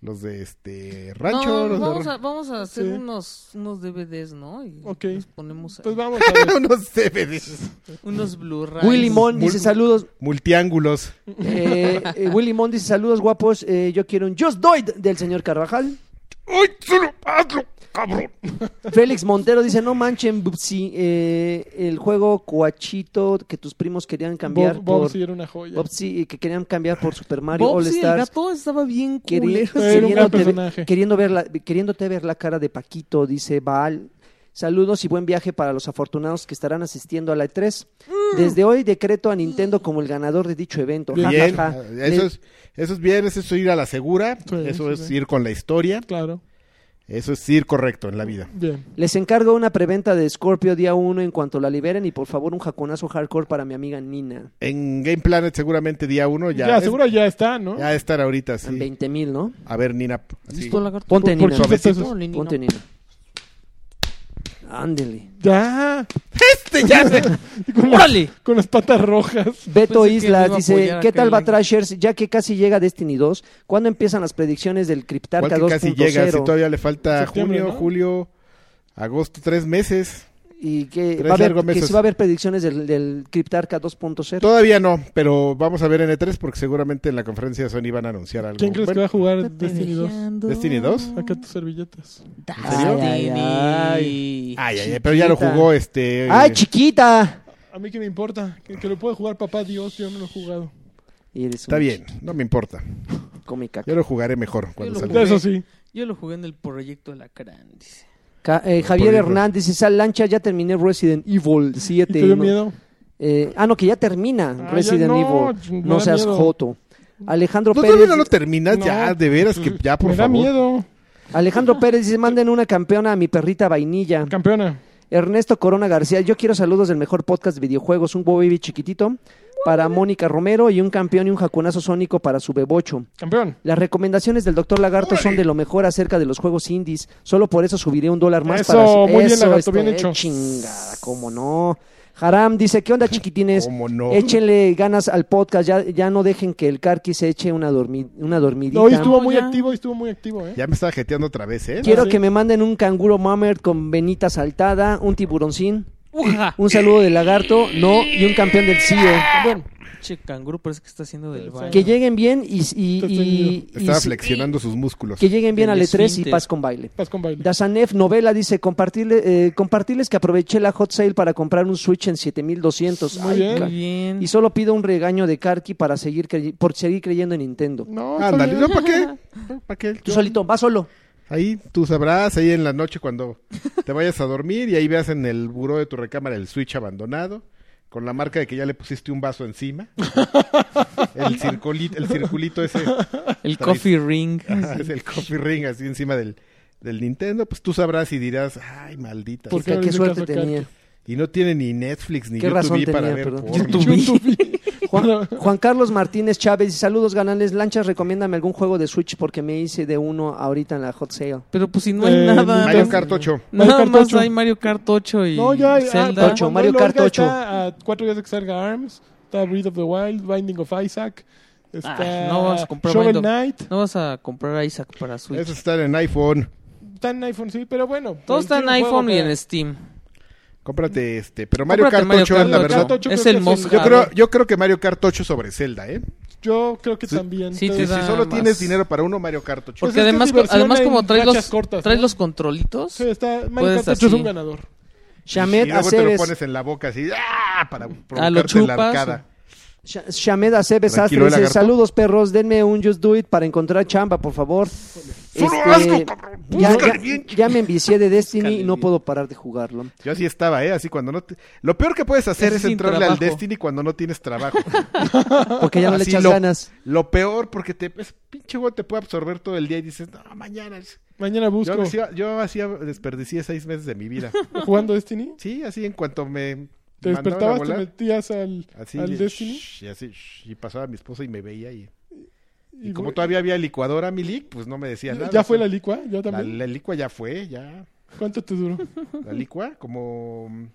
S4: Los de este rancho,
S3: no,
S4: los de
S3: vamos
S4: ra-
S3: a, vamos a hacer
S5: Sí.
S3: unos, unos DVDs, ¿no? Y
S5: Ok.
S3: los ponemos ahí.
S2: <laughs>
S5: Pues vamos a
S4: <laughs>
S5: ver.
S4: unos DVDs,
S3: unos Blu-ray.
S2: Willy Mon
S4: Muy-
S2: dice saludos.
S4: multiángulos.
S2: eh, eh, Willy Mon dice saludos guapos. eh, yo quiero un Just Do It del señor Carvajal.
S4: ¡Ay, solo hazlo, cabrón!
S2: Félix Montero dice, no manchen, Bubsy, eh, el juego cuachito que tus primos querían cambiar
S5: Bob, Bob
S2: por...
S5: sí era una joya.
S2: Bubsy, eh, que querían cambiar por Super Mario
S3: Bob,
S2: All
S3: sí, el
S2: Stars.
S3: gato estaba bien
S2: Queri-
S3: culero.
S5: Era un gran
S2: queriéndote,
S5: personaje.
S2: ver, queriendo ver la, queriéndote ver la cara de Paquito, dice Baal. Saludos y buen viaje para los afortunados que estarán asistiendo a la E3. Desde hoy decreto a Nintendo como el ganador de dicho evento. Ja,
S4: Bien, Ah, Eh,
S2: ja, ja. Le-
S4: eso es, eso es bien, eso es ir a la segura,
S5: Sí,
S4: eso
S5: sí,
S4: es
S5: sí.
S4: ir con la historia,
S5: Claro.
S4: eso es ir correcto en la vida.
S5: Bien.
S2: Les encargo una preventa de Scorpio día 1 en cuanto la liberen y por favor un jaconazo hardcore para mi amiga Nina.
S4: En Game Planet seguramente día uno ya,
S5: Ya,
S4: es-
S5: seguro ya está, ¿no?
S4: ya estar ahorita
S2: En
S4: sí.
S2: 20 mil, ¿no?
S4: A ver Nina, así.
S3: ¿Listo, lagarto?
S2: Ponte
S5: Por- por
S2: Nina.
S5: 15 pesos.
S3: No, Lenny,
S2: Ponte
S3: no.
S2: Nina. Ándele.
S5: Ya.
S4: Este ya
S5: <laughs>
S4: se-
S5: Con las,
S3: ¡Órale!
S5: con las patas rojas.
S2: Beto
S3: Pensé que me
S2: Islas
S3: iba a
S2: dice,
S3: apoyar
S2: ¿qué
S3: acá
S2: tal
S3: el link".
S2: Batrashers? Ya que casi llega Destiny 2, ¿cuándo empiezan las predicciones del
S4: ¿Cuál
S2: Cryptarca
S4: que casi llega, si
S2: 2.0?
S4: todavía le falta
S5: Septiembre,
S4: junio,
S5: ¿no?
S4: julio, agosto, tres meses.
S2: y que,
S4: Tres
S2: va a haber,
S4: largos
S2: que
S4: meses.
S2: sí va a haber predicciones del, del Cryptarca 2.0.
S4: Todavía no, pero vamos a ver en E3 porque seguramente en la conferencia de Sony van a anunciar algo.
S5: ¿Quién crees que
S4: Bueno,
S5: va a jugar Destiny 2?
S4: ¿Destiny 2?
S5: Acá tus servilletas.
S2: serio? Ay, ay,
S4: Ay, ay, ay, pero ya lo
S2: Chiquita.
S4: jugó este.
S2: ¡Ay,
S4: eh,
S2: chiquita!
S5: A mí que me importa. Que, que lo pueda jugar papá Dios, yo no lo he jugado.
S2: Eres
S4: Está
S2: un
S4: bien, no me importa.
S2: come caca.
S4: Yo lo jugaré mejor cuando
S3: lo
S4: salga.
S3: jugué.
S5: Eso sí.
S3: Yo lo jugué en el proyecto de la crán, dice.
S2: Ca- eh, Javier Hernández dice, Sal Lancha, ya terminé Resident
S4: <laughs>
S2: Evil 7.
S5: ¿Y te dio
S2: ¿no?
S5: miedo?
S2: Eh, ah, no, que ya termina
S5: Ah,
S2: Resident
S5: ya no, me
S2: Evil. No
S5: da
S2: seas
S5: miedo.
S2: joto. Alejandro
S4: No,
S2: Pérez.
S4: todavía no lo terminas
S5: No.
S4: ya, de veras que ya, por
S5: me da
S4: favor.
S5: miedo.
S2: Alejandro Pérez dice, manden una campeona a mi perrita vainilla.
S5: Campeona.
S2: Ernesto Corona García, yo quiero saludos del mejor podcast de videojuegos, un Bobaby chiquitito para Mónica Romero y un campeón y un jacunazo sónico para su bebocho.
S5: Campeón.
S2: Las recomendaciones del doctor Lagarto son de lo mejor acerca de los juegos indies. Solo por eso subiré un dólar más
S5: Eso,
S2: para su-
S5: muy bien,
S2: eso
S5: Lagarto,
S2: está-
S5: bien hecho.
S2: Chingada, cómo no. Haram dice, ¿qué onda
S5: <laughs>
S2: chiquitines?
S4: ¿Cómo no?
S2: Échenle ganas al podcast, ya, ya no dejen que el Carqui se eche una, dormi- una dormidita.
S5: Hoy estuvo muy
S3: ya.
S5: activo, hoy estuvo muy activo, ¿eh?
S4: Ya me estaba jeteando otra vez, ¿eh?
S2: Quiero
S5: sí.
S2: que me manden un canguro mummer con venita saltada, un tiburoncín,
S3: ¡Uja!
S2: un saludo del lagarto, no, y un campeón del CIO.
S5: Campeón.
S3: Che, canguro parece que está haciendo del baño.
S2: Que lleguen bien y... y, y- y-
S4: Estaba
S2: y-
S4: flexionando sus músculos.
S2: que lleguen bien al
S3: El
S2: E3 y
S3: esfínter.
S2: paz con baile.
S5: Paz con baile.
S2: Dazanev Novela dice, compartirle, eh, compartirles que aproveché la hot sale para comprar un Switch en 7200.
S5: Muy
S2: Ay,
S5: bien.
S2: ca-
S3: Muy bien.
S2: Y solo pido un regaño de Karki para seguir crey- por seguir creyendo en Nintendo.
S5: No, está
S4: Ándale,
S5: bien.
S4: Ah, ¿no?
S2: <laughs>
S4: ¿Para qué? ¿Para qué?
S2: Tú solito, va solo.
S4: Ahí tú sabrás, ahí en la noche cuando te vayas a dormir y ahí veas en el buró de tu recámara el Switch abandonado, con la marca de que ya le pusiste un
S2: <laughs>
S4: vaso encima. el, circulito, el circulito ese,
S3: El coffee ring.
S4: es el coffee ring así encima del, del Nintendo, pues tú sabrás y dirás, ay, maldita.
S5: ¿Por
S2: Porque
S5: qué no
S2: qué,
S5: le hice
S2: suerte
S5: caso a
S2: tenía.
S4: Y no tiene ni Netflix ni
S2: ¿Qué razón
S4: YouTube
S2: tenía,
S4: para ver
S2: perdón?
S4: porno.
S3: YouTube.
S4: <laughs>
S2: Juan, <laughs> Juan Carlos Martínez Chávez, dice, saludos ganales. Lanchas, recomiéndame algún juego de Switch porque me hice de uno ahorita en la hot sale.
S3: Pero pues si no hay
S5: Eh,
S3: nada.
S4: Mario
S3: más-
S4: Kart 8.
S5: Mario
S3: Nada
S5: Kart
S3: más
S5: 8.
S3: hay Mario Kart 8 y
S5: No,
S4: ah,
S5: ya hay.
S3: Zelda.
S2: Ocho, Mario Kart ocho.
S5: Está a cuatro días de que salga ARMS. Está Breath of the Wild, Binding of Isaac. Está
S3: Ah, no vas a comprar
S5: Shovel
S3: Bind of-
S5: Knight.
S3: No vas a comprar a Isaac para Switch.
S4: Eso está en iPhone.
S5: Está en iPhone, sí, pero bueno.
S3: Todo está en iPhómano y en
S5: este
S3: Steam.
S4: Cómprate este. Pero Mario
S3: Cómprate
S4: Kart 8 es la
S5: Kart
S4: verdad.
S5: 8. yo
S3: Es
S5: creo
S3: el
S5: que es
S3: most
S5: el-
S4: Yo
S3: hard.
S4: creo, yo creo que Mario Kart 8 sobre Zelda, ¿eh?
S5: Yo creo que
S4: Sí.
S5: también.
S3: Sí, te
S4: Si
S5: Entonces,
S3: da-
S4: solo
S3: más.
S4: tienes dinero para uno, Mario Kart 8.
S5: Pues
S3: Porque
S5: es que
S3: además,
S5: es diversión
S3: además
S5: en
S3: como traes los,
S5: rachas cortas,
S3: traes
S5: ¿no?
S3: los controlitos,
S5: sí, está, Mario
S3: Puedes
S5: Kart 8 es
S3: así.
S5: un ganador.
S2: Shamed
S4: y luego te lo
S2: Aceves,
S4: pones en la boca así ¡ah! para provocarte
S3: chupas,
S4: la arcada.
S2: Sha- Shamed Aceves
S4: Tranquilo,
S2: Astre dice,
S4: lagarto.
S2: saludos perros, denme un Just Do It para encontrar chamba, por favor.
S4: Solo
S2: Este,
S4: hazlo, cabrón.
S2: ya,
S4: Búscale
S2: ya-
S4: bien.
S2: ya me envicié de Destiny
S3: Búscale
S2: y no
S3: bien.
S2: puedo parar de jugarlo.
S4: Yo así estaba, ¿eh? Así cuando no te... Lo peor que puedes hacer
S3: Eso
S4: es
S3: sin
S4: entrarle al
S3: trabajo.
S4: Destiny cuando no tienes trabajo.
S2: Porque ya no le
S4: Así
S2: echas
S4: lo-
S2: ganas.
S4: Lo peor porque te ese pinche güey te puede absorber todo el día y dices, no, mañana. es-".
S5: Mañana
S4: Yo,
S5: busco.
S4: hacía- yo hacía, desperdicié seis meses de mi vida.
S5: ¿Jugando Destiny?
S4: Sí, así en cuanto me mandaban a
S5: Te despertabas, te
S4: volar,
S5: metías al,
S4: así,
S5: al
S4: y-
S5: Destiny.
S4: shh, y así, shh, y pasaba mi esposa y me veía y, y
S5: y
S4: como
S5: güey,
S4: todavía había licuadora mi lic, pues no me decía nada.
S5: ¿Ya
S4: o
S5: fue
S4: sea,
S5: la licua? ¿Ya
S4: la,
S5: también?
S4: la licua ya fue,
S5: <laughs>
S4: ya.
S5: ¿Cuánto te duró?
S4: La licua, como...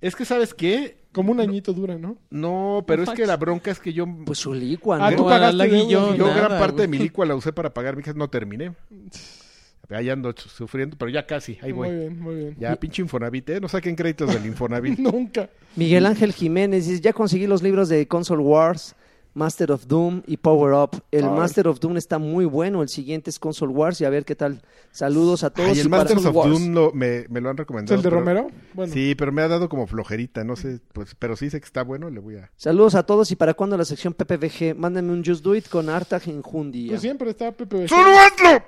S4: Es que, ¿sabes qué?
S5: Como un añito dura, ¿no?
S4: No, pero es que la bronca es que yo...
S2: Pues su licua,
S5: Ah,
S2: ¿no?
S5: tú
S3: No, a la
S5: pagaste deudas,
S3: Guillón,
S4: yo
S5: no,
S4: gran
S3: nada,
S4: parte de mi
S3: güey.
S4: licua la usé para pagar mi casa, no
S5: <laughs>
S4: terminé. Ahí ando su- sufriendo, pero ya casi, ahí
S5: Muy
S4: voy.
S5: bien, muy bien.
S4: Ya, pinche Infonavit, ¿eh? No saquen créditos del Infonavit.
S5: <laughs> Nunca.
S2: Miguel Ángel Jiménez dice, ya conseguí los libros de Console Wars, Master of Doom y Power Up. El
S5: Ay.
S2: Master of Doom está muy bueno, el siguiente es Console Wars y a ver qué tal. Saludos a todos.
S4: Ay, el
S2: y para-
S4: Masters of
S2: Wars.
S4: Doom lo- me, me lo han
S5: ¿Es
S4: recomendado.
S5: el de
S4: pero-
S5: Romero? Bueno,
S4: Sí, pero me ha dado como flojerita, no sé, pues, pero sí sé que está bueno, le voy a...
S2: Saludos a todos y para cuando la sección PPVG, mándenme un Just Do It con harta enjundia.
S5: pues siempre está Pepe Becerra.
S4: ¡Solo hazlo!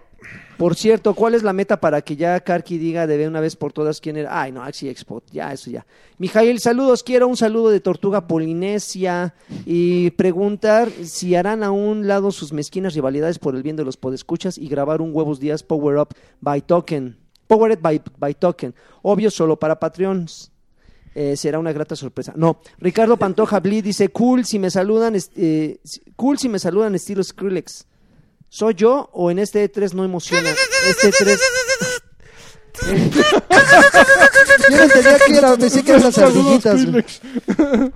S2: Por cierto, ¿cuál es la meta para que ya Karki diga de una vez por todas quién era? Ay, no, Axi Expo, ya, eso ya. Mijail, saludos, quiero un saludo de Tortuga Polinesia y preguntar si harán a un lado sus mezquinas rivalidades por el bien de los podescuchas y grabar un Huevos Días Power Up by Token. Powered by, by Token. Obvio, solo para Patreons. Eh, será una grata sorpresa. No, Ricardo Pantoja Blee dice, cool si me saludan, est- eh, si- cool si me saludan estilo Skrillex. ¿Soy yo o en este E3 no emociona? Este E3... <laughs> yo no entendía que era, pensé que eran las
S5: Saludos,
S2: ardillitas. güey.
S5: Skrillex.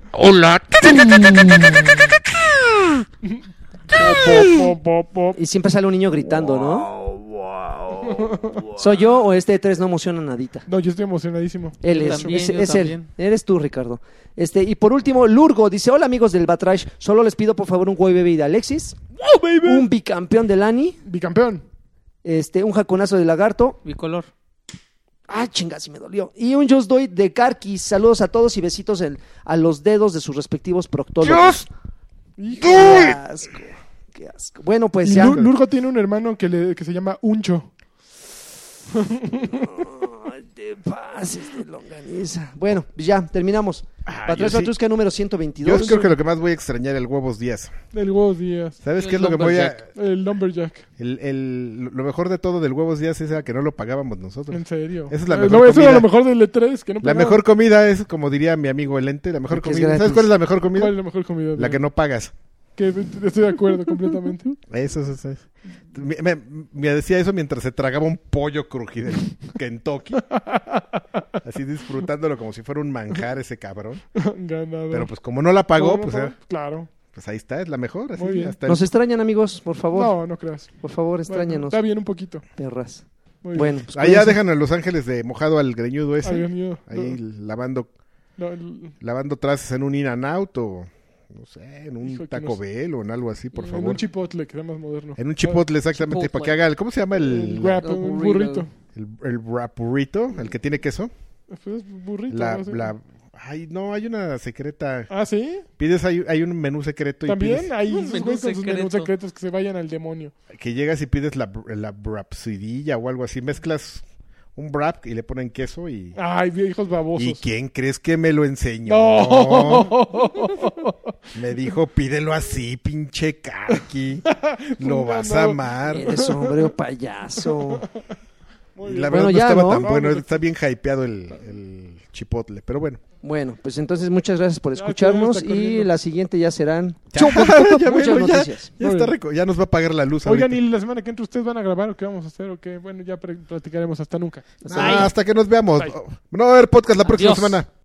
S5: Po, po, po, po.
S2: Y siempre sale un niño gritando, ¿no? ¿Soy yo o este de tres no emociona nadita?
S5: No, yo estoy emocionadísimo.
S2: Él
S3: Yo
S2: es,
S3: también,
S2: es,
S3: yo
S2: es él.
S3: también.
S2: Eres tú, Ricardo. Este, y por último, Lurgo dice: Hola amigos del Batrash, solo les pido por favor un Way Baby de Alexis,
S4: Oh,
S2: un bicampeón de Lani,
S5: Bicampeón.
S2: este, un jaconazo de Lagarto,
S3: Bicolor.
S2: Ah, chinga, sí me dolió. Y un Just Do It de Karkis. Saludos a todos y besitos en- a los dedos de sus respectivos proctólogos. ¡Qué asco! ¡Qué asco! Bueno, pues
S5: Y
S2: ya.
S5: Lu- Lurgo tiene un hermano que, le- que se llama Uncho.
S2: Ay, te pases de longaniza. Bueno, pues ya, terminamos.
S4: Ah,
S2: Patrés
S4: yo sí.
S2: Patrusca número
S4: Yo
S2: 122.
S4: creo que lo que más voy a extrañar el huevos Díaz.
S5: El huevos Díaz.
S4: ¿Sabes
S3: El
S4: qué es lo que voy a...
S3: lumberjack.
S5: El Lumberjack.
S4: el- el- lo mejor de todo del huevos Díaz es a que no lo pagábamos nosotros.
S5: En serio.
S4: Esa es la
S5: Eh,
S4: mejor
S5: no, eso era
S4: comida.
S5: lo mejor del E3. Que no
S4: La
S5: pagaba.
S4: mejor comida es, como diría mi amigo el ente, la mejor
S2: Porque es
S4: comida. ¿Sabes
S2: gratis.
S4: cuál es la mejor comida?
S5: ¿Cuál es la mejor comida?
S4: La que no pagas.
S5: Que estoy de acuerdo completamente.
S4: <laughs> Eso, eso, eso. Me, me- me decía eso mientras se tragaba un pollo crujido en
S5: <laughs>
S4: Kentucky. Así disfrutándolo como si fuera un manjar ese cabrón.
S5: Ganado.
S4: Pero pues como no la pagó, pues, eh,
S5: Claro.
S4: pues ahí está, es la mejor. Así,
S5: Muy bien.
S4: hasta el-
S2: Nos extrañan, amigos, por favor.
S5: No, no creas.
S2: Por favor,
S5: Bueno,
S2: extrañanos,
S5: está bien un poquito.
S2: perras.
S5: Muy
S2: Bueno, pues
S4: Allá
S2: cuídense.
S4: dejan a Los Ángeles de mojado al greñudo
S5: bien. Ay, Dios
S4: ese.
S5: mío.
S4: Ahí lavando,
S5: No, no,
S4: lavando trazas en un in and out o no sé, en un
S5: Hijo, que
S4: taco
S5: nos-
S4: Bell o en algo así, por
S5: en
S4: favor.
S5: un chipotle, que era más moderno.
S4: En un chipotle, exactamente,
S3: Chipotle.
S4: para que haga el, ¿cómo se llama
S5: El
S4: el,
S5: wrap,
S2: El
S5: un
S2: burrito.
S5: burrito.
S4: el, el wrapurrito, el que tiene queso?
S5: Pues es burrito.
S4: La,
S5: no sé.
S4: la, ay, no, hay una secreta.
S5: Ah, ¿sí?
S4: Pides, hay, hay un menú secreto y
S5: También
S4: pides-
S5: hay
S3: Un
S5: esos
S3: menú
S5: güeyes con sus menús
S3: secreto.
S5: secretos que se vayan al demonio.
S4: que llegas y pides la, la wrapsidilla o algo así. Mezclas un wrap y le ponen queso y...
S5: Ay, viejos babosos.
S4: ¿Y quién crees que me lo enseñó?
S5: ¡No!
S4: Me dijo, pídelo así, pinche
S5: <laughs>
S4: carqui. lo
S5: Un
S4: vas a
S5: ganado.
S4: amar.
S2: Eres hombre o
S4: <laughs>
S2: payaso.
S5: <laughs> Muy
S4: Y
S5: bien.
S4: la
S2: Bueno,
S4: verdad no
S2: ya,
S4: estaba
S2: ¿no?
S4: tan bueno.
S5: Vámonos.
S4: Está bien hypeado el, el chipotle, pero bueno.
S2: Bueno, pues entonces muchas gracias por escucharnos
S5: está
S2: y
S5: corriendo.
S2: la siguiente ya serán
S4: <laughs> Ya,
S2: <laughs>
S4: ya,
S2: muchas
S4: velo, ya,
S2: noticias.
S4: ya está rico. Ya nos va a pagar la luz
S5: Oigan,
S4: ahorita.
S5: ¿y la semana que entra ustedes van a grabar o qué vamos a hacer? ¿O qué? Bueno, ya pre- platicaremos hasta nunca.
S4: Ah, hasta que nos veamos.
S5: Bye.
S4: No va a haber podcast la próxima
S3: Adiós.
S4: semana.